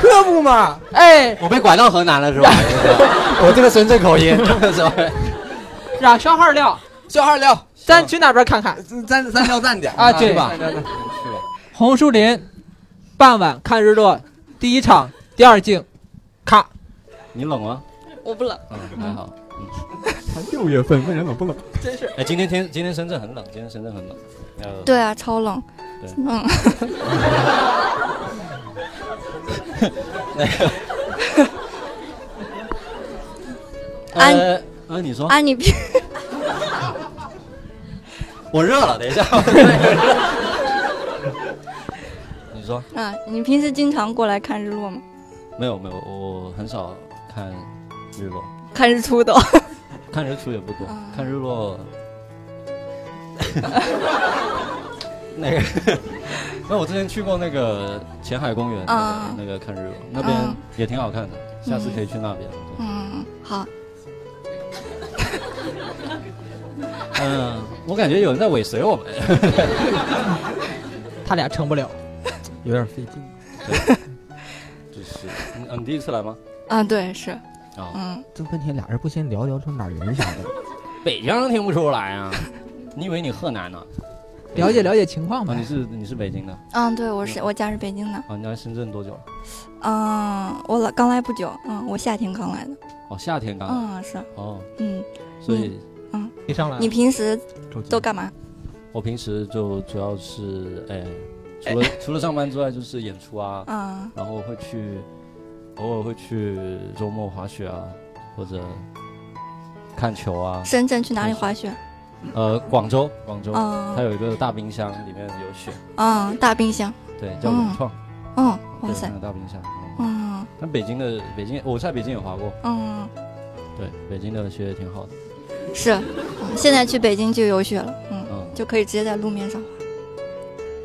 [SPEAKER 6] 可不嘛，
[SPEAKER 2] 哎，
[SPEAKER 5] 我被拐到河南了
[SPEAKER 7] *laughs*
[SPEAKER 5] 是吧？我这个深圳口音，是吧？
[SPEAKER 2] 让小孩聊，
[SPEAKER 6] 小二聊，
[SPEAKER 2] 咱去那边看看。
[SPEAKER 6] 咱咱聊淡点
[SPEAKER 2] 啊对
[SPEAKER 6] 是吧？
[SPEAKER 2] 红树林，傍晚看日落，第一场第二镜，咔，
[SPEAKER 7] 你冷吗？
[SPEAKER 8] 我不冷，
[SPEAKER 7] 嗯，还好。
[SPEAKER 6] 六月份问人冷不冷？
[SPEAKER 7] 哎，今天天今天深圳很冷，今天深圳很冷。呃
[SPEAKER 9] 对啊，超冷
[SPEAKER 7] 对，
[SPEAKER 9] 嗯，安
[SPEAKER 7] 呃呃，你说
[SPEAKER 9] 啊，你别
[SPEAKER 5] 我热了，等
[SPEAKER 2] *laughs*
[SPEAKER 5] 一下。
[SPEAKER 7] 你说
[SPEAKER 9] *laughs* 啊，你平时经常过来看日落吗？
[SPEAKER 7] 没有没有，我很少看日落，
[SPEAKER 9] 看日出都，
[SPEAKER 7] 看日出也不多，
[SPEAKER 2] 啊
[SPEAKER 7] 看
[SPEAKER 2] *laughs*
[SPEAKER 7] 日落。那个，那我之前去过那个前海公园，那
[SPEAKER 9] 啊
[SPEAKER 7] 个那个看日落，那边
[SPEAKER 9] 啊
[SPEAKER 7] 也挺好看的，下次可以去那边。
[SPEAKER 9] *laughs*
[SPEAKER 7] 对
[SPEAKER 9] 嗯，好，
[SPEAKER 7] 嗯，我感觉有人在尾随我们。
[SPEAKER 2] 他俩成不了。
[SPEAKER 6] 有点费劲。
[SPEAKER 7] 就是，嗯嗯，你第一次来吗？
[SPEAKER 9] 啊，对，是，
[SPEAKER 2] 哦
[SPEAKER 7] 啊、
[SPEAKER 9] 嗯，
[SPEAKER 6] 这问题俩人不先聊聊出哪儿影响的？
[SPEAKER 7] 北京人听不出来啊， *laughs* 你以为你河南呢？
[SPEAKER 2] 了解了解情况
[SPEAKER 7] 啊，
[SPEAKER 2] 吧
[SPEAKER 7] 你。是你是北京的
[SPEAKER 9] 啊，对，我
[SPEAKER 2] 嗯
[SPEAKER 9] 是我家是北京的，
[SPEAKER 7] 啊？你来深圳多久了？
[SPEAKER 9] 嗯，我来刚来不久，嗯，我夏天刚来的，
[SPEAKER 7] 哦，夏天
[SPEAKER 2] 啊
[SPEAKER 7] 刚来。
[SPEAKER 9] 嗯，是，
[SPEAKER 7] 哦，
[SPEAKER 9] 嗯，
[SPEAKER 7] 所以
[SPEAKER 2] 你上来，
[SPEAKER 9] 你平时
[SPEAKER 6] 周杰
[SPEAKER 9] 都干嘛？
[SPEAKER 7] 我平时就主要是哎除了除了上班之外，就是演出啊，
[SPEAKER 9] 嗯
[SPEAKER 7] 然后会去，偶尔会去周末滑雪啊，或者看球啊。
[SPEAKER 9] 深圳去哪里滑雪？
[SPEAKER 7] 呃，广州，广州，
[SPEAKER 9] 哦
[SPEAKER 7] 它有一个大冰箱，里面有雪，
[SPEAKER 9] 嗯，大冰箱。
[SPEAKER 7] 对，叫融创。
[SPEAKER 9] 嗯，哇
[SPEAKER 7] 对，
[SPEAKER 9] 塞
[SPEAKER 7] 那，个大冰箱。
[SPEAKER 9] 嗯
[SPEAKER 7] 那北京的北京，我在北京也滑过，
[SPEAKER 9] 嗯，
[SPEAKER 7] 对，北京的雪也挺好的。
[SPEAKER 9] 是，嗯现在去北京就有雪了，嗯，
[SPEAKER 2] 哦
[SPEAKER 7] 嗯
[SPEAKER 9] 就可以直接在路面上滑。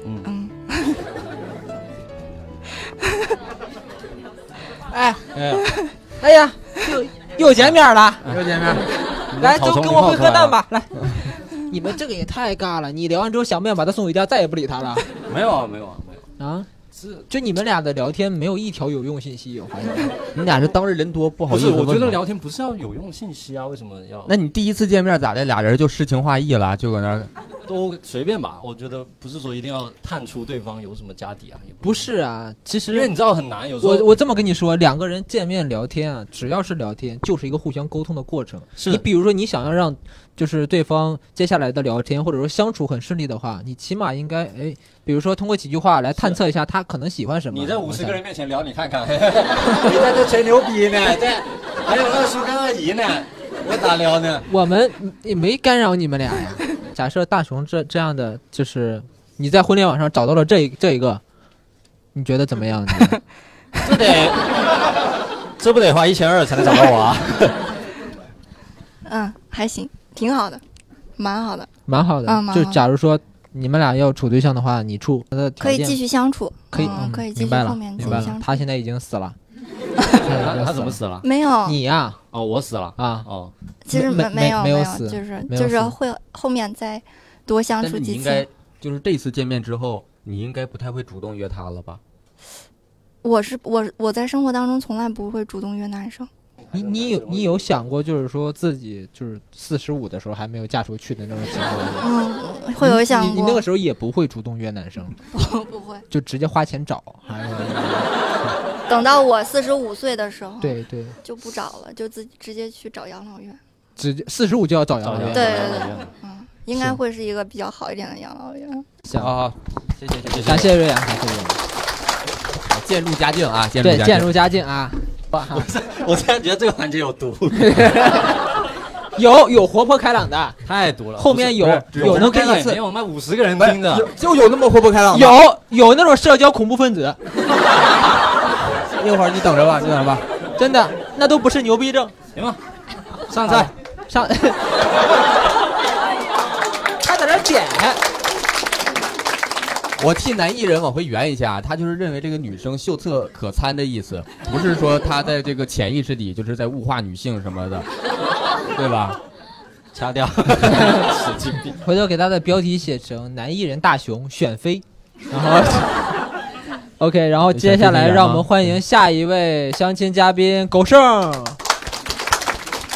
[SPEAKER 7] 嗯
[SPEAKER 9] 嗯，
[SPEAKER 1] 哎
[SPEAKER 6] 哎呀
[SPEAKER 1] 哎呀，
[SPEAKER 7] *laughs*
[SPEAKER 1] 又又见面了，
[SPEAKER 7] 啊
[SPEAKER 6] 又见面，
[SPEAKER 1] 来都跟我回个蛋
[SPEAKER 2] *laughs*
[SPEAKER 1] 吧，来。你们这个也太尬了！你聊完之后，小妹把他送回家，再也不理他了。
[SPEAKER 7] 没有啊，没有啊，没有。
[SPEAKER 2] 啊，
[SPEAKER 1] 是
[SPEAKER 2] 就你们俩的聊天没有一条有用信息，我发现。
[SPEAKER 6] 你俩是当时人多不好
[SPEAKER 7] 不
[SPEAKER 6] 意
[SPEAKER 7] 是，
[SPEAKER 6] 思问吗。
[SPEAKER 7] 我觉得聊天不是要有用信息啊，为什么要？
[SPEAKER 6] 那你第一次见面咋的？俩人就诗情画意了，就搁那儿
[SPEAKER 7] 都随便吧，我觉得不是说一定要探出对方有什么家底啊，也不
[SPEAKER 2] 不是啊，其实
[SPEAKER 7] 因为你知道很难有时候
[SPEAKER 2] 我我这么跟你说，两个人见面聊天啊，只要是聊天，就是一个互相沟通的过程。
[SPEAKER 7] 是
[SPEAKER 2] 你比如说，你想要让就是对方接下来的聊天或者说相处很顺利的话，你起码应该哎，比如说通过几句话来探测一下他可能喜欢什么。
[SPEAKER 7] 你在五十个人面前聊，你看看，
[SPEAKER 10] 你在这吹牛逼呢，这还有二叔跟二姨呢，我咋聊呢？
[SPEAKER 2] 我们也没干扰你们俩呀。假设大熊这这样的，就是你在婚恋网上找到了这一这一个，你觉得怎么样呢？
[SPEAKER 10] 这得，这不得花一千二才能找到我啊？
[SPEAKER 9] 嗯，还行，挺好的，蛮好的，
[SPEAKER 2] 蛮好的。
[SPEAKER 9] 嗯蛮好
[SPEAKER 2] 就
[SPEAKER 9] 的
[SPEAKER 2] 假如说你们俩要处对象的话，你处他的条
[SPEAKER 9] 可以
[SPEAKER 2] 件
[SPEAKER 9] 继续相处，
[SPEAKER 2] 可以，
[SPEAKER 9] 嗯
[SPEAKER 2] 嗯
[SPEAKER 9] 可以继
[SPEAKER 2] 明
[SPEAKER 9] 续
[SPEAKER 2] 白
[SPEAKER 9] 后
[SPEAKER 2] 了，
[SPEAKER 9] 面继
[SPEAKER 2] 明
[SPEAKER 9] 续
[SPEAKER 2] 白了
[SPEAKER 9] 相。处。
[SPEAKER 2] 他现在已经死了，
[SPEAKER 7] 他他怎么
[SPEAKER 9] *laughs*
[SPEAKER 7] 死了？
[SPEAKER 9] 没有，
[SPEAKER 2] 你呀
[SPEAKER 7] 哦，我死了
[SPEAKER 2] 啊，
[SPEAKER 7] 哦，
[SPEAKER 9] 其实
[SPEAKER 2] 没没
[SPEAKER 9] 没有
[SPEAKER 2] 没有
[SPEAKER 9] 有，
[SPEAKER 2] 死
[SPEAKER 9] 就是
[SPEAKER 2] 没有
[SPEAKER 9] 就是
[SPEAKER 2] 死
[SPEAKER 9] 会后面再多相
[SPEAKER 6] 但
[SPEAKER 9] 处
[SPEAKER 6] 是你
[SPEAKER 9] 几
[SPEAKER 6] 应该
[SPEAKER 9] 次。
[SPEAKER 6] 就是这次见面之后，你应该不太会主动约他了吧？
[SPEAKER 9] 我是我我在生活当中从来不会主动约男生，
[SPEAKER 2] 你你有你有想过，就是说自己就是四十五的时候还没有嫁出去的那种情况吗？
[SPEAKER 9] 嗯， *laughs* 会有想
[SPEAKER 2] 你你你那个
[SPEAKER 9] *laughs* 过，
[SPEAKER 2] 时候也不会主动约男生，
[SPEAKER 9] 不会。
[SPEAKER 2] 就直接花钱找，还是
[SPEAKER 9] 等到我四十五岁的时候，
[SPEAKER 2] 对对，
[SPEAKER 9] 就不找了，就自己直接去找养老院。
[SPEAKER 2] 直接四十五就要找杨
[SPEAKER 7] 找杨
[SPEAKER 2] 洋。
[SPEAKER 9] 对
[SPEAKER 7] 洋
[SPEAKER 9] 对
[SPEAKER 7] *laughs* 洋
[SPEAKER 9] 嗯，应该会是一个比较好一点的养老院。
[SPEAKER 2] 行，
[SPEAKER 6] 啊，谢谢谢谢，
[SPEAKER 2] 感谢瑞阳，感谢瑞阳，
[SPEAKER 6] 渐入佳境啊，渐入
[SPEAKER 2] 对，
[SPEAKER 6] 佳
[SPEAKER 2] 渐
[SPEAKER 6] 境。
[SPEAKER 2] 入佳境啊，
[SPEAKER 10] 我突然觉得这个环节有毒。
[SPEAKER 2] *laughs* 有有活泼开朗的，
[SPEAKER 7] 太毒了。
[SPEAKER 2] 后面有有那
[SPEAKER 7] 那
[SPEAKER 2] 个
[SPEAKER 7] 个没有卖五十个人听的，
[SPEAKER 6] 就有那么活泼开朗吗？
[SPEAKER 2] 有有那种社交恐怖分子，
[SPEAKER 6] 一会儿你等着吧，你等着吧。
[SPEAKER 2] 真的，那都不是牛逼症。
[SPEAKER 7] 行吧，上菜。
[SPEAKER 2] 上，还在那点，
[SPEAKER 6] 我替男艺人往回圆一下，啊他就是认为这个女生秀色可餐的意思，不是说他在这个潜意识里就是在物化女性什么的，对吧？
[SPEAKER 7] 掐
[SPEAKER 6] *laughs*
[SPEAKER 7] 掉，神经病。
[SPEAKER 2] 回头给他的标题写成“男艺人大熊选妃”，然后，OK，然后接下来让我们欢迎下一位相亲嘉宾狗剩。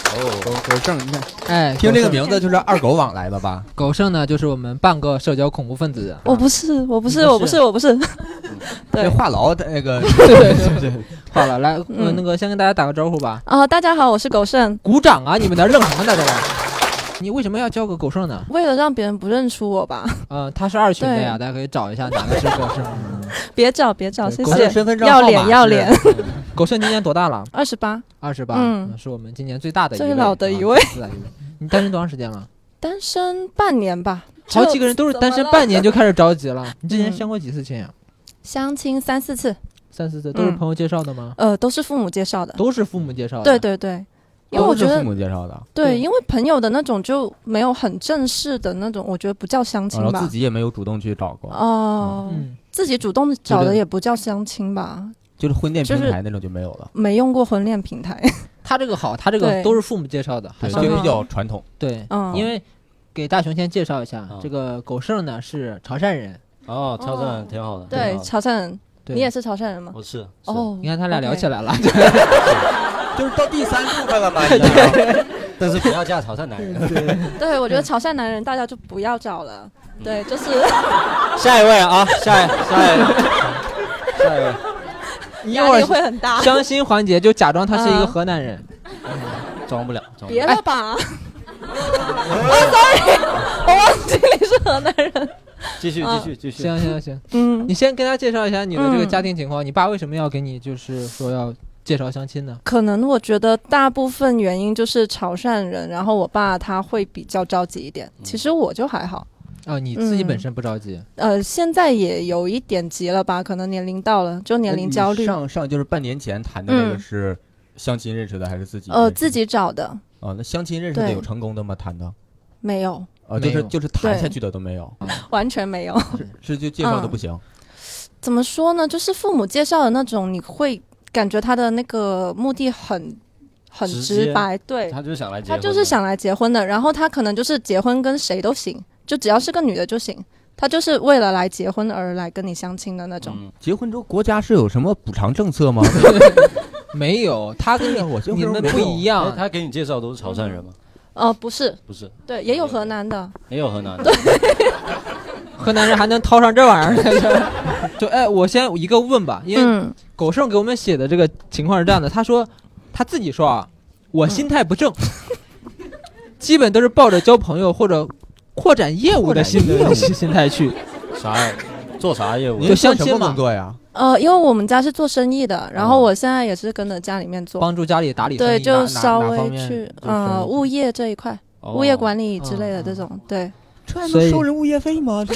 [SPEAKER 6] 狗哦狗剩，你看
[SPEAKER 2] 哎，
[SPEAKER 6] 听这个
[SPEAKER 2] 狗剩
[SPEAKER 6] 名字就是二狗网来的吧？
[SPEAKER 2] 狗剩呢，就是我们半个社交恐怖分子。啊
[SPEAKER 3] 我不是，我不是，我不是，我不是。 *laughs* 对
[SPEAKER 6] 这话痨的那个，
[SPEAKER 2] *laughs* 好了，来，呃，
[SPEAKER 3] 嗯
[SPEAKER 2] 那个先跟大家打个招呼吧，
[SPEAKER 3] 啊、大家好，我是狗剩。
[SPEAKER 2] 鼓掌啊！你们在这愣什么呢？这个，你为什么要叫个狗剩呢？
[SPEAKER 3] 为了让别人不认出我吧， *laughs*
[SPEAKER 2] 呃，他是二群的呀，
[SPEAKER 3] 对
[SPEAKER 2] 大家可以找一下哪个是狗
[SPEAKER 3] *laughs*
[SPEAKER 2] 剩。
[SPEAKER 3] 别找，别找，谢
[SPEAKER 6] 他的
[SPEAKER 3] 谢。
[SPEAKER 6] 身份证号
[SPEAKER 3] 要
[SPEAKER 6] 码
[SPEAKER 3] 脸，
[SPEAKER 6] 是
[SPEAKER 3] 要脸。。
[SPEAKER 2] *laughs* 嗯狗剩今年多大了？
[SPEAKER 3] 二十八，
[SPEAKER 2] 二十八，
[SPEAKER 3] 嗯
[SPEAKER 2] 嗯，是我们今年最大的一位，
[SPEAKER 3] 最老的一位
[SPEAKER 2] 啊最大一位。你单身多长时
[SPEAKER 3] *laughs*
[SPEAKER 2] 间了？
[SPEAKER 3] 单身半年吧。
[SPEAKER 2] 好
[SPEAKER 3] 就
[SPEAKER 2] 几个人都是单身半年就开始着急了。你之
[SPEAKER 3] 嗯
[SPEAKER 2] 前相过几次亲呀？
[SPEAKER 3] 相亲三四次，
[SPEAKER 2] 三四次都是
[SPEAKER 3] 嗯
[SPEAKER 2] 朋友介绍的吗？
[SPEAKER 3] 呃，都是父母介绍的。
[SPEAKER 2] 都是父母介绍的。
[SPEAKER 3] 对。对对，因为我
[SPEAKER 6] 都是
[SPEAKER 3] 觉得
[SPEAKER 6] 父母介绍的，
[SPEAKER 3] 对，
[SPEAKER 2] 对
[SPEAKER 3] 因为朋友的那种就没有很正式的那种，我觉得不叫相亲
[SPEAKER 6] 然后
[SPEAKER 3] 吧
[SPEAKER 6] 哦自。己也没有主动去找过，
[SPEAKER 3] 哦，
[SPEAKER 2] 嗯，
[SPEAKER 3] 自己主动找
[SPEAKER 2] 对
[SPEAKER 3] 的
[SPEAKER 2] 对
[SPEAKER 3] 也不叫相亲吧，
[SPEAKER 6] 就是婚恋平
[SPEAKER 3] 就是
[SPEAKER 6] 台那种就没有了，
[SPEAKER 3] 没用过婚恋平台。
[SPEAKER 2] 他这个好，他这个
[SPEAKER 3] 对
[SPEAKER 2] 都是父母介绍的，还
[SPEAKER 6] 对，
[SPEAKER 2] 是
[SPEAKER 3] 嗯
[SPEAKER 6] 就比较传统。
[SPEAKER 2] 对，
[SPEAKER 3] 嗯，
[SPEAKER 2] 因为给大熊先介绍一下
[SPEAKER 7] 嗯，
[SPEAKER 2] 这个狗剩呢是潮汕人。
[SPEAKER 7] *laughs* 哦，挑
[SPEAKER 3] 哦
[SPEAKER 7] 战挺好的。
[SPEAKER 3] *laughs* 对
[SPEAKER 7] 挺好的
[SPEAKER 3] 潮汕人，
[SPEAKER 2] 对，
[SPEAKER 3] 你也是潮汕人吗？
[SPEAKER 7] 我是，
[SPEAKER 3] 哦，
[SPEAKER 2] 你看他俩聊起
[SPEAKER 3] 来， *laughs*
[SPEAKER 2] 来了，
[SPEAKER 10] 就是到第三部分了嘛，你知道
[SPEAKER 2] *laughs*
[SPEAKER 10] 吗
[SPEAKER 7] 是但是不要嫁潮汕男
[SPEAKER 3] 嗯
[SPEAKER 7] 人。
[SPEAKER 3] 对我觉得潮汕男人大家就不要找了，对，就是
[SPEAKER 10] 下一位啊，下一下一位，
[SPEAKER 7] 下一位，
[SPEAKER 2] 你一
[SPEAKER 3] *laughs* 压
[SPEAKER 2] 会
[SPEAKER 3] 力
[SPEAKER 2] 儿
[SPEAKER 3] 会很大。
[SPEAKER 2] 相亲环节就假装他是一个
[SPEAKER 3] 嗯
[SPEAKER 2] 河南人。
[SPEAKER 7] 装不了，装不
[SPEAKER 3] 别
[SPEAKER 7] 了。
[SPEAKER 3] 了 *laughs* 哦吧，我 sorry，我忘记你是河南人。
[SPEAKER 7] 继续继续继续。
[SPEAKER 2] 行行行，
[SPEAKER 3] 嗯，
[SPEAKER 2] 你先跟大家介绍一下你的这个
[SPEAKER 3] 嗯
[SPEAKER 2] 家庭情况，你爸为什么要给你就是说要介绍相亲呢？
[SPEAKER 3] 可能我觉得大部分原因就是潮汕人，然后我爸他会比较着急一点。其实我就还好，
[SPEAKER 2] 啊，你自己本
[SPEAKER 3] 嗯
[SPEAKER 2] 身不着急，
[SPEAKER 3] 呃，现在也有一点急了吧？可能年龄到了，就年龄焦虑。
[SPEAKER 6] 嗯上上就是半年前谈的那个
[SPEAKER 3] 嗯
[SPEAKER 6] 是相亲认识的还是自己？
[SPEAKER 3] 呃，自。己找的
[SPEAKER 6] 哦，那相亲认识的
[SPEAKER 3] 对
[SPEAKER 6] 有成功的吗？谈的？
[SPEAKER 3] 没有，
[SPEAKER 6] 呃，就是
[SPEAKER 2] 没有
[SPEAKER 6] 就是谈
[SPEAKER 3] 对
[SPEAKER 6] 下去的都没
[SPEAKER 3] *laughs*
[SPEAKER 6] 有，
[SPEAKER 3] 完全没有。
[SPEAKER 6] 是就介绍的
[SPEAKER 3] 嗯
[SPEAKER 6] 不行。
[SPEAKER 3] 怎么说呢？就是父母介绍的那种，你会感觉他的那个目的很很
[SPEAKER 7] 直接
[SPEAKER 3] 直白，对
[SPEAKER 7] 他就是想来结
[SPEAKER 3] 他
[SPEAKER 7] 婚，
[SPEAKER 3] 就是想来结婚的。然后他可能就是结婚跟谁都行，就只要是个女的就行。他就是为了来结婚而来跟你相亲的那种。
[SPEAKER 7] 嗯
[SPEAKER 6] 结婚之后国家是有什么补偿政策吗？
[SPEAKER 2] 没有，他跟
[SPEAKER 6] 对啊我
[SPEAKER 2] 你
[SPEAKER 6] 就
[SPEAKER 2] 你
[SPEAKER 6] 是
[SPEAKER 2] 们
[SPEAKER 6] 没
[SPEAKER 2] 不
[SPEAKER 6] 有
[SPEAKER 2] 一
[SPEAKER 7] 哎
[SPEAKER 2] 样，
[SPEAKER 7] 他给你介绍都是潮汕人吗？
[SPEAKER 3] 呃，不是，
[SPEAKER 7] 不是，
[SPEAKER 3] 对，也有河南的。
[SPEAKER 7] 也有河南的。
[SPEAKER 2] 河南人还能掏上这玩意儿 *laughs* 来？就哎，我先一个问吧，因为
[SPEAKER 3] 嗯，
[SPEAKER 2] 狗剩给我们写的这个情况是这样的，他说他自己说啊，
[SPEAKER 3] 嗯
[SPEAKER 2] 我心态不正， *laughs* 基本都是抱着交朋友或者扩展业务的心
[SPEAKER 7] 扩展业务
[SPEAKER 2] 心心
[SPEAKER 3] *laughs*
[SPEAKER 2] 态去。
[SPEAKER 7] 啥？做啥业务
[SPEAKER 6] 您？
[SPEAKER 2] 就
[SPEAKER 6] 做
[SPEAKER 2] 相
[SPEAKER 6] 什
[SPEAKER 2] 亲
[SPEAKER 6] 么
[SPEAKER 2] 嘛
[SPEAKER 6] 工作呀？
[SPEAKER 3] 呃，因为我们家是做生意的，然后
[SPEAKER 7] 哦
[SPEAKER 3] 我现在也是跟着家里面做，
[SPEAKER 2] 帮助家里打理生意
[SPEAKER 3] 对，
[SPEAKER 2] 嘛
[SPEAKER 3] 就
[SPEAKER 6] 哪
[SPEAKER 3] 稍
[SPEAKER 6] 哪方
[SPEAKER 3] 微
[SPEAKER 6] 面
[SPEAKER 3] 去
[SPEAKER 6] 做生
[SPEAKER 3] 呃
[SPEAKER 6] 意
[SPEAKER 3] 物业这一块，
[SPEAKER 7] 哦
[SPEAKER 3] 物业管理之类的
[SPEAKER 2] 嗯
[SPEAKER 3] 这种，对，
[SPEAKER 6] 这还
[SPEAKER 2] 所以
[SPEAKER 6] 能收人物业费吗？这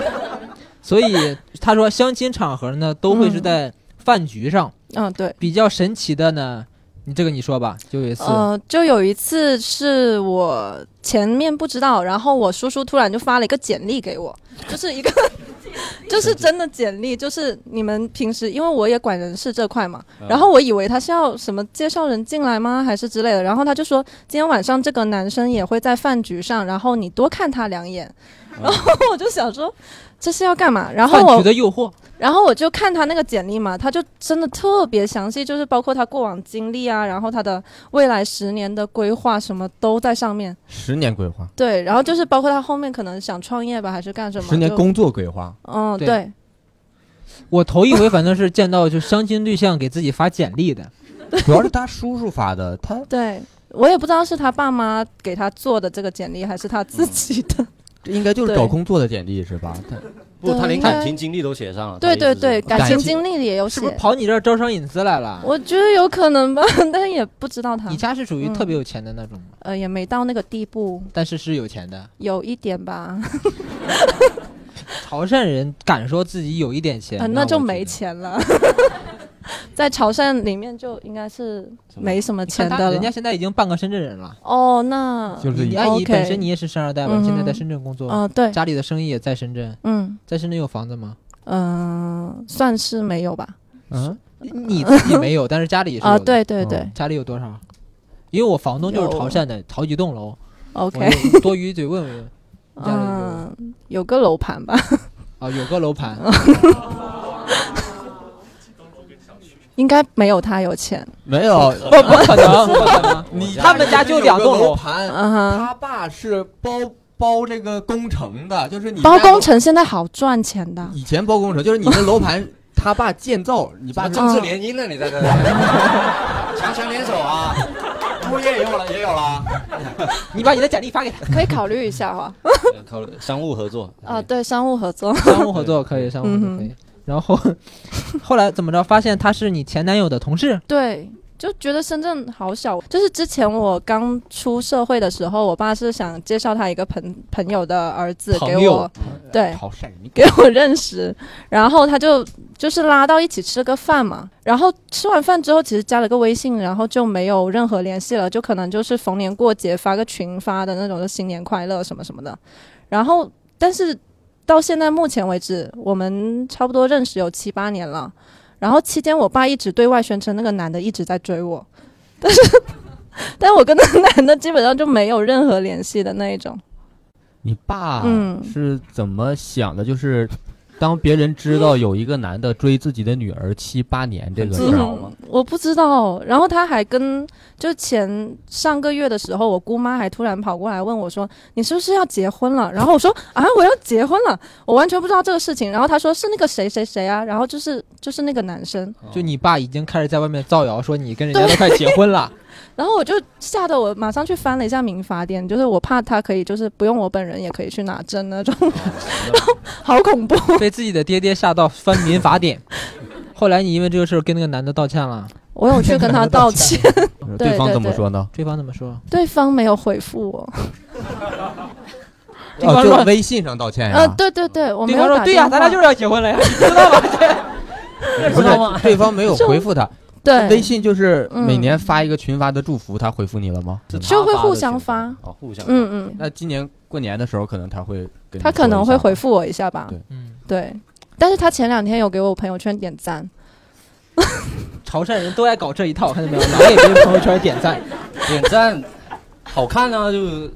[SPEAKER 2] *laughs* 所以他说相亲场合呢都会是在饭局上，
[SPEAKER 3] 嗯对。
[SPEAKER 2] 比较神奇的呢，你这个你说吧，就有一次，
[SPEAKER 3] 呃，就有一次是我前面不知道，然后我叔叔突然就发了一个简历给
[SPEAKER 2] *laughs*
[SPEAKER 3] 我，就是一个， *laughs* 就是真的简历，就是你们平时因为我也管人事这块嘛，
[SPEAKER 7] 嗯
[SPEAKER 2] 嗯
[SPEAKER 3] 然后我以为他是要什么介绍人进来吗，还是之类的，然后他就说今天晚上这个男生也会在饭局上，然后你多看他两眼，然后我就想说这是要干嘛，然
[SPEAKER 2] 嗯
[SPEAKER 3] 后
[SPEAKER 2] 饭
[SPEAKER 3] 我
[SPEAKER 2] 局的诱惑，
[SPEAKER 3] 然后我就看他那个简历嘛，他就真的特别详细，就是包括他过往经历啊，然后他的未来十年的规划什么都在上面。
[SPEAKER 6] *laughs* 十年规划，
[SPEAKER 3] 对，然后就是包括他后面可能想创业吧，还是干什么？
[SPEAKER 6] 十年
[SPEAKER 3] 就
[SPEAKER 6] 工作规
[SPEAKER 3] *laughs*
[SPEAKER 6] 划，
[SPEAKER 3] 嗯，
[SPEAKER 2] 对
[SPEAKER 3] 对
[SPEAKER 2] 我头一回反正是见到就相亲对象给自己发简历的，
[SPEAKER 6] 主要是他叔叔发的，他
[SPEAKER 3] 对，我也不知道是他爸妈给他做的这个简历，还是他自己的。
[SPEAKER 2] 嗯
[SPEAKER 6] 这应该就是
[SPEAKER 3] 对
[SPEAKER 6] 找工作的简历是吧？他
[SPEAKER 7] 不，他连
[SPEAKER 3] 对
[SPEAKER 7] 感情经历都写上了。
[SPEAKER 3] 嗯对
[SPEAKER 7] 他的意
[SPEAKER 3] 对
[SPEAKER 7] 思
[SPEAKER 3] 对，
[SPEAKER 7] 是
[SPEAKER 3] 感
[SPEAKER 6] 感
[SPEAKER 3] 情
[SPEAKER 6] 情
[SPEAKER 3] 经历里也有
[SPEAKER 2] 哎是
[SPEAKER 3] 写
[SPEAKER 2] 不。是跑你这儿招商引资来了？
[SPEAKER 3] 我觉得有可能吧， *laughs* 但也不知道他
[SPEAKER 2] 你，家是属于
[SPEAKER 3] 嗯
[SPEAKER 2] 特别有钱的那种吗？
[SPEAKER 3] 呃，也没到那个地步，
[SPEAKER 2] 但是是有钱的。
[SPEAKER 3] 有一点吧，
[SPEAKER 2] 潮汕人敢说自己有一点钱，
[SPEAKER 3] 呃，
[SPEAKER 2] 那
[SPEAKER 3] 那
[SPEAKER 2] 我
[SPEAKER 3] 就
[SPEAKER 2] 觉
[SPEAKER 3] 没
[SPEAKER 2] 得。
[SPEAKER 3] 钱了。 *laughs* 在潮汕里面就应该是没什么
[SPEAKER 2] 你看
[SPEAKER 3] 钱
[SPEAKER 2] 他
[SPEAKER 3] 的
[SPEAKER 2] 人家
[SPEAKER 3] 了。
[SPEAKER 2] 现在已经半个深圳人了。
[SPEAKER 3] 哦，那
[SPEAKER 6] 就是
[SPEAKER 2] 你
[SPEAKER 6] 一
[SPEAKER 2] 阿姨
[SPEAKER 3] 嗯 OK
[SPEAKER 2] 本身你也是生二代吧？
[SPEAKER 3] 嗯哼
[SPEAKER 2] 现在在深圳工作，
[SPEAKER 3] 嗯、对，
[SPEAKER 2] 家里的生意也在深圳，
[SPEAKER 3] 嗯
[SPEAKER 2] 在深圳有房子吗？
[SPEAKER 3] 嗯、呃算是没有吧。
[SPEAKER 6] 啊
[SPEAKER 2] 嗯，你自己没有，但是家里是
[SPEAKER 3] 啊、
[SPEAKER 2] 有的。嗯
[SPEAKER 3] 对对对、
[SPEAKER 2] 家里有多少？因为我房东就是潮汕的，好几栋楼，
[SPEAKER 3] o
[SPEAKER 2] 我
[SPEAKER 3] k
[SPEAKER 2] 就多余得问
[SPEAKER 3] *laughs*
[SPEAKER 2] 问。家里有
[SPEAKER 3] 嗯，有个楼盘吧，
[SPEAKER 2] 啊，有个楼盘，
[SPEAKER 3] 应该没有他有钱。
[SPEAKER 6] *laughs* 没有，
[SPEAKER 2] 不
[SPEAKER 6] *laughs*
[SPEAKER 2] 不可能，不可能。
[SPEAKER 6] 你
[SPEAKER 2] 他们家就两栋楼
[SPEAKER 6] 盘，
[SPEAKER 3] 嗯哼，
[SPEAKER 6] 他爸是包包这个工程的，就是你
[SPEAKER 3] 包
[SPEAKER 6] 家
[SPEAKER 3] 工程现在好赚钱
[SPEAKER 2] *laughs*
[SPEAKER 3] 的。
[SPEAKER 6] 以前包工程，就是你的楼盘他爸建造，你爸
[SPEAKER 3] 嗯
[SPEAKER 10] 把
[SPEAKER 6] 就
[SPEAKER 10] 政治联姻呢？你在
[SPEAKER 7] *laughs*
[SPEAKER 10] 这儿强强联手
[SPEAKER 3] *laughs*
[SPEAKER 10] 啊！物业也有了，也有了。
[SPEAKER 2] *laughs* 你把你的简历发给
[SPEAKER 3] *laughs*
[SPEAKER 2] 他，
[SPEAKER 3] 可以考虑一下哈、
[SPEAKER 7] 呃考虑商务合作
[SPEAKER 3] 啊，对，商务合作，
[SPEAKER 2] 商务合作可以，商务合
[SPEAKER 3] 嗯
[SPEAKER 2] 作可以。然后 *laughs* 后来怎么着？发现他是你前男友的同事，
[SPEAKER 3] 对，就觉得深圳好小。就是之前我刚出社会的时候，我爸是想介绍他一个朋朋友的儿子
[SPEAKER 2] 朋
[SPEAKER 3] 给
[SPEAKER 2] 友
[SPEAKER 3] 我，对，
[SPEAKER 6] 潮汕人，你
[SPEAKER 3] 给我认识， *laughs* 然后他就就是拉到一起吃个饭嘛，然后吃完饭之后，其实加了个微信，然后就没有任何联系了，就可能就是逢年过节发个群发的那种，就新年快乐什么什么的。然后，但是到现在目前为止，我们差不多认识有七八年了，然后期间我爸一直对外宣称那个男的一直在追我， *laughs* 但是但我跟那个男的基本上就没有任何联系的那一种。
[SPEAKER 6] 你爸
[SPEAKER 3] 嗯
[SPEAKER 6] 是怎么想的？就是当别人知道有一个男的追自己的女儿七八年这个
[SPEAKER 7] 很
[SPEAKER 6] 事
[SPEAKER 7] 自
[SPEAKER 6] 儿，
[SPEAKER 7] 豪吗？
[SPEAKER 3] 嗯我不知道。然后他还跟就前上个月的时候，我姑妈还突然跑过来问我说：“你是不是要结婚了？”然后我说：“啊，我要结婚了，我完全不知道这个事情。”然后他说：“是那个谁谁谁啊。”然后就是就是那个男生，
[SPEAKER 7] 嗯
[SPEAKER 6] *laughs*
[SPEAKER 2] 就你爸已经开始在外面造谣，说你跟人家都快结婚了，
[SPEAKER 3] 然后我就吓得我马上去翻了一下民法典，就是我怕他可以就是不用我本人也可以去拿证那种，好恐怖。
[SPEAKER 2] 被自己的爹爹吓到翻民法典。后来你因为这个事儿跟那个男的道歉了，，
[SPEAKER 3] 我有去跟他道歉对对对？
[SPEAKER 6] 呢？
[SPEAKER 2] 对方怎么说？
[SPEAKER 3] *laughs* 对方没有回复我。
[SPEAKER 2] 对方
[SPEAKER 6] 啊就
[SPEAKER 2] 说
[SPEAKER 6] 微信上道歉呀、
[SPEAKER 3] 呃，对对对，我没
[SPEAKER 2] 对
[SPEAKER 3] 有
[SPEAKER 2] 方说
[SPEAKER 3] 打
[SPEAKER 2] 对呀、
[SPEAKER 3] 电
[SPEAKER 2] 咱俩
[SPEAKER 3] 话
[SPEAKER 2] 就是要结婚了呀，你知道吧？
[SPEAKER 6] 不是，对方没有回复他。
[SPEAKER 3] 对
[SPEAKER 6] 微信就是
[SPEAKER 3] 嗯
[SPEAKER 6] 每年发一个群发的祝福，他回复你了吗？
[SPEAKER 3] 就会互相发，
[SPEAKER 7] 哦，互相
[SPEAKER 3] 嗯嗯，
[SPEAKER 6] 那今年过年的时候，可能他会跟你
[SPEAKER 3] 他可能
[SPEAKER 6] 说
[SPEAKER 3] 会
[SPEAKER 6] 一下
[SPEAKER 3] 回复我一下吧，
[SPEAKER 6] 对
[SPEAKER 3] 对，但是他前两天有给我朋友圈点赞，
[SPEAKER 2] 潮汕人都爱搞这一套，看见没有？哪给别人朋友圈点赞？
[SPEAKER 7] 点赞，好看啊，就是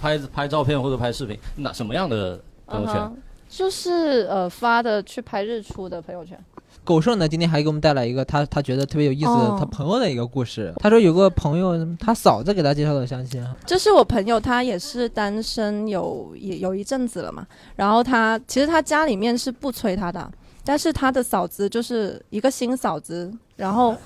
[SPEAKER 7] 拍拍照片或者拍视频，哪什么样的朋友圈？
[SPEAKER 3] 嗯哼就是呃发的去拍日出的朋友圈，
[SPEAKER 2] 狗剩呢，今天还给我们带来一个他他觉得特别有意思的
[SPEAKER 3] 哦
[SPEAKER 2] 他朋友的一个故事。他说有个朋友，他嫂子给他介绍的相亲啊，
[SPEAKER 3] 这是我朋友，他也是单身有也有一阵子了嘛。然后他其实他家里面是不催他的，但是他的嫂子就是一个新嫂子，然后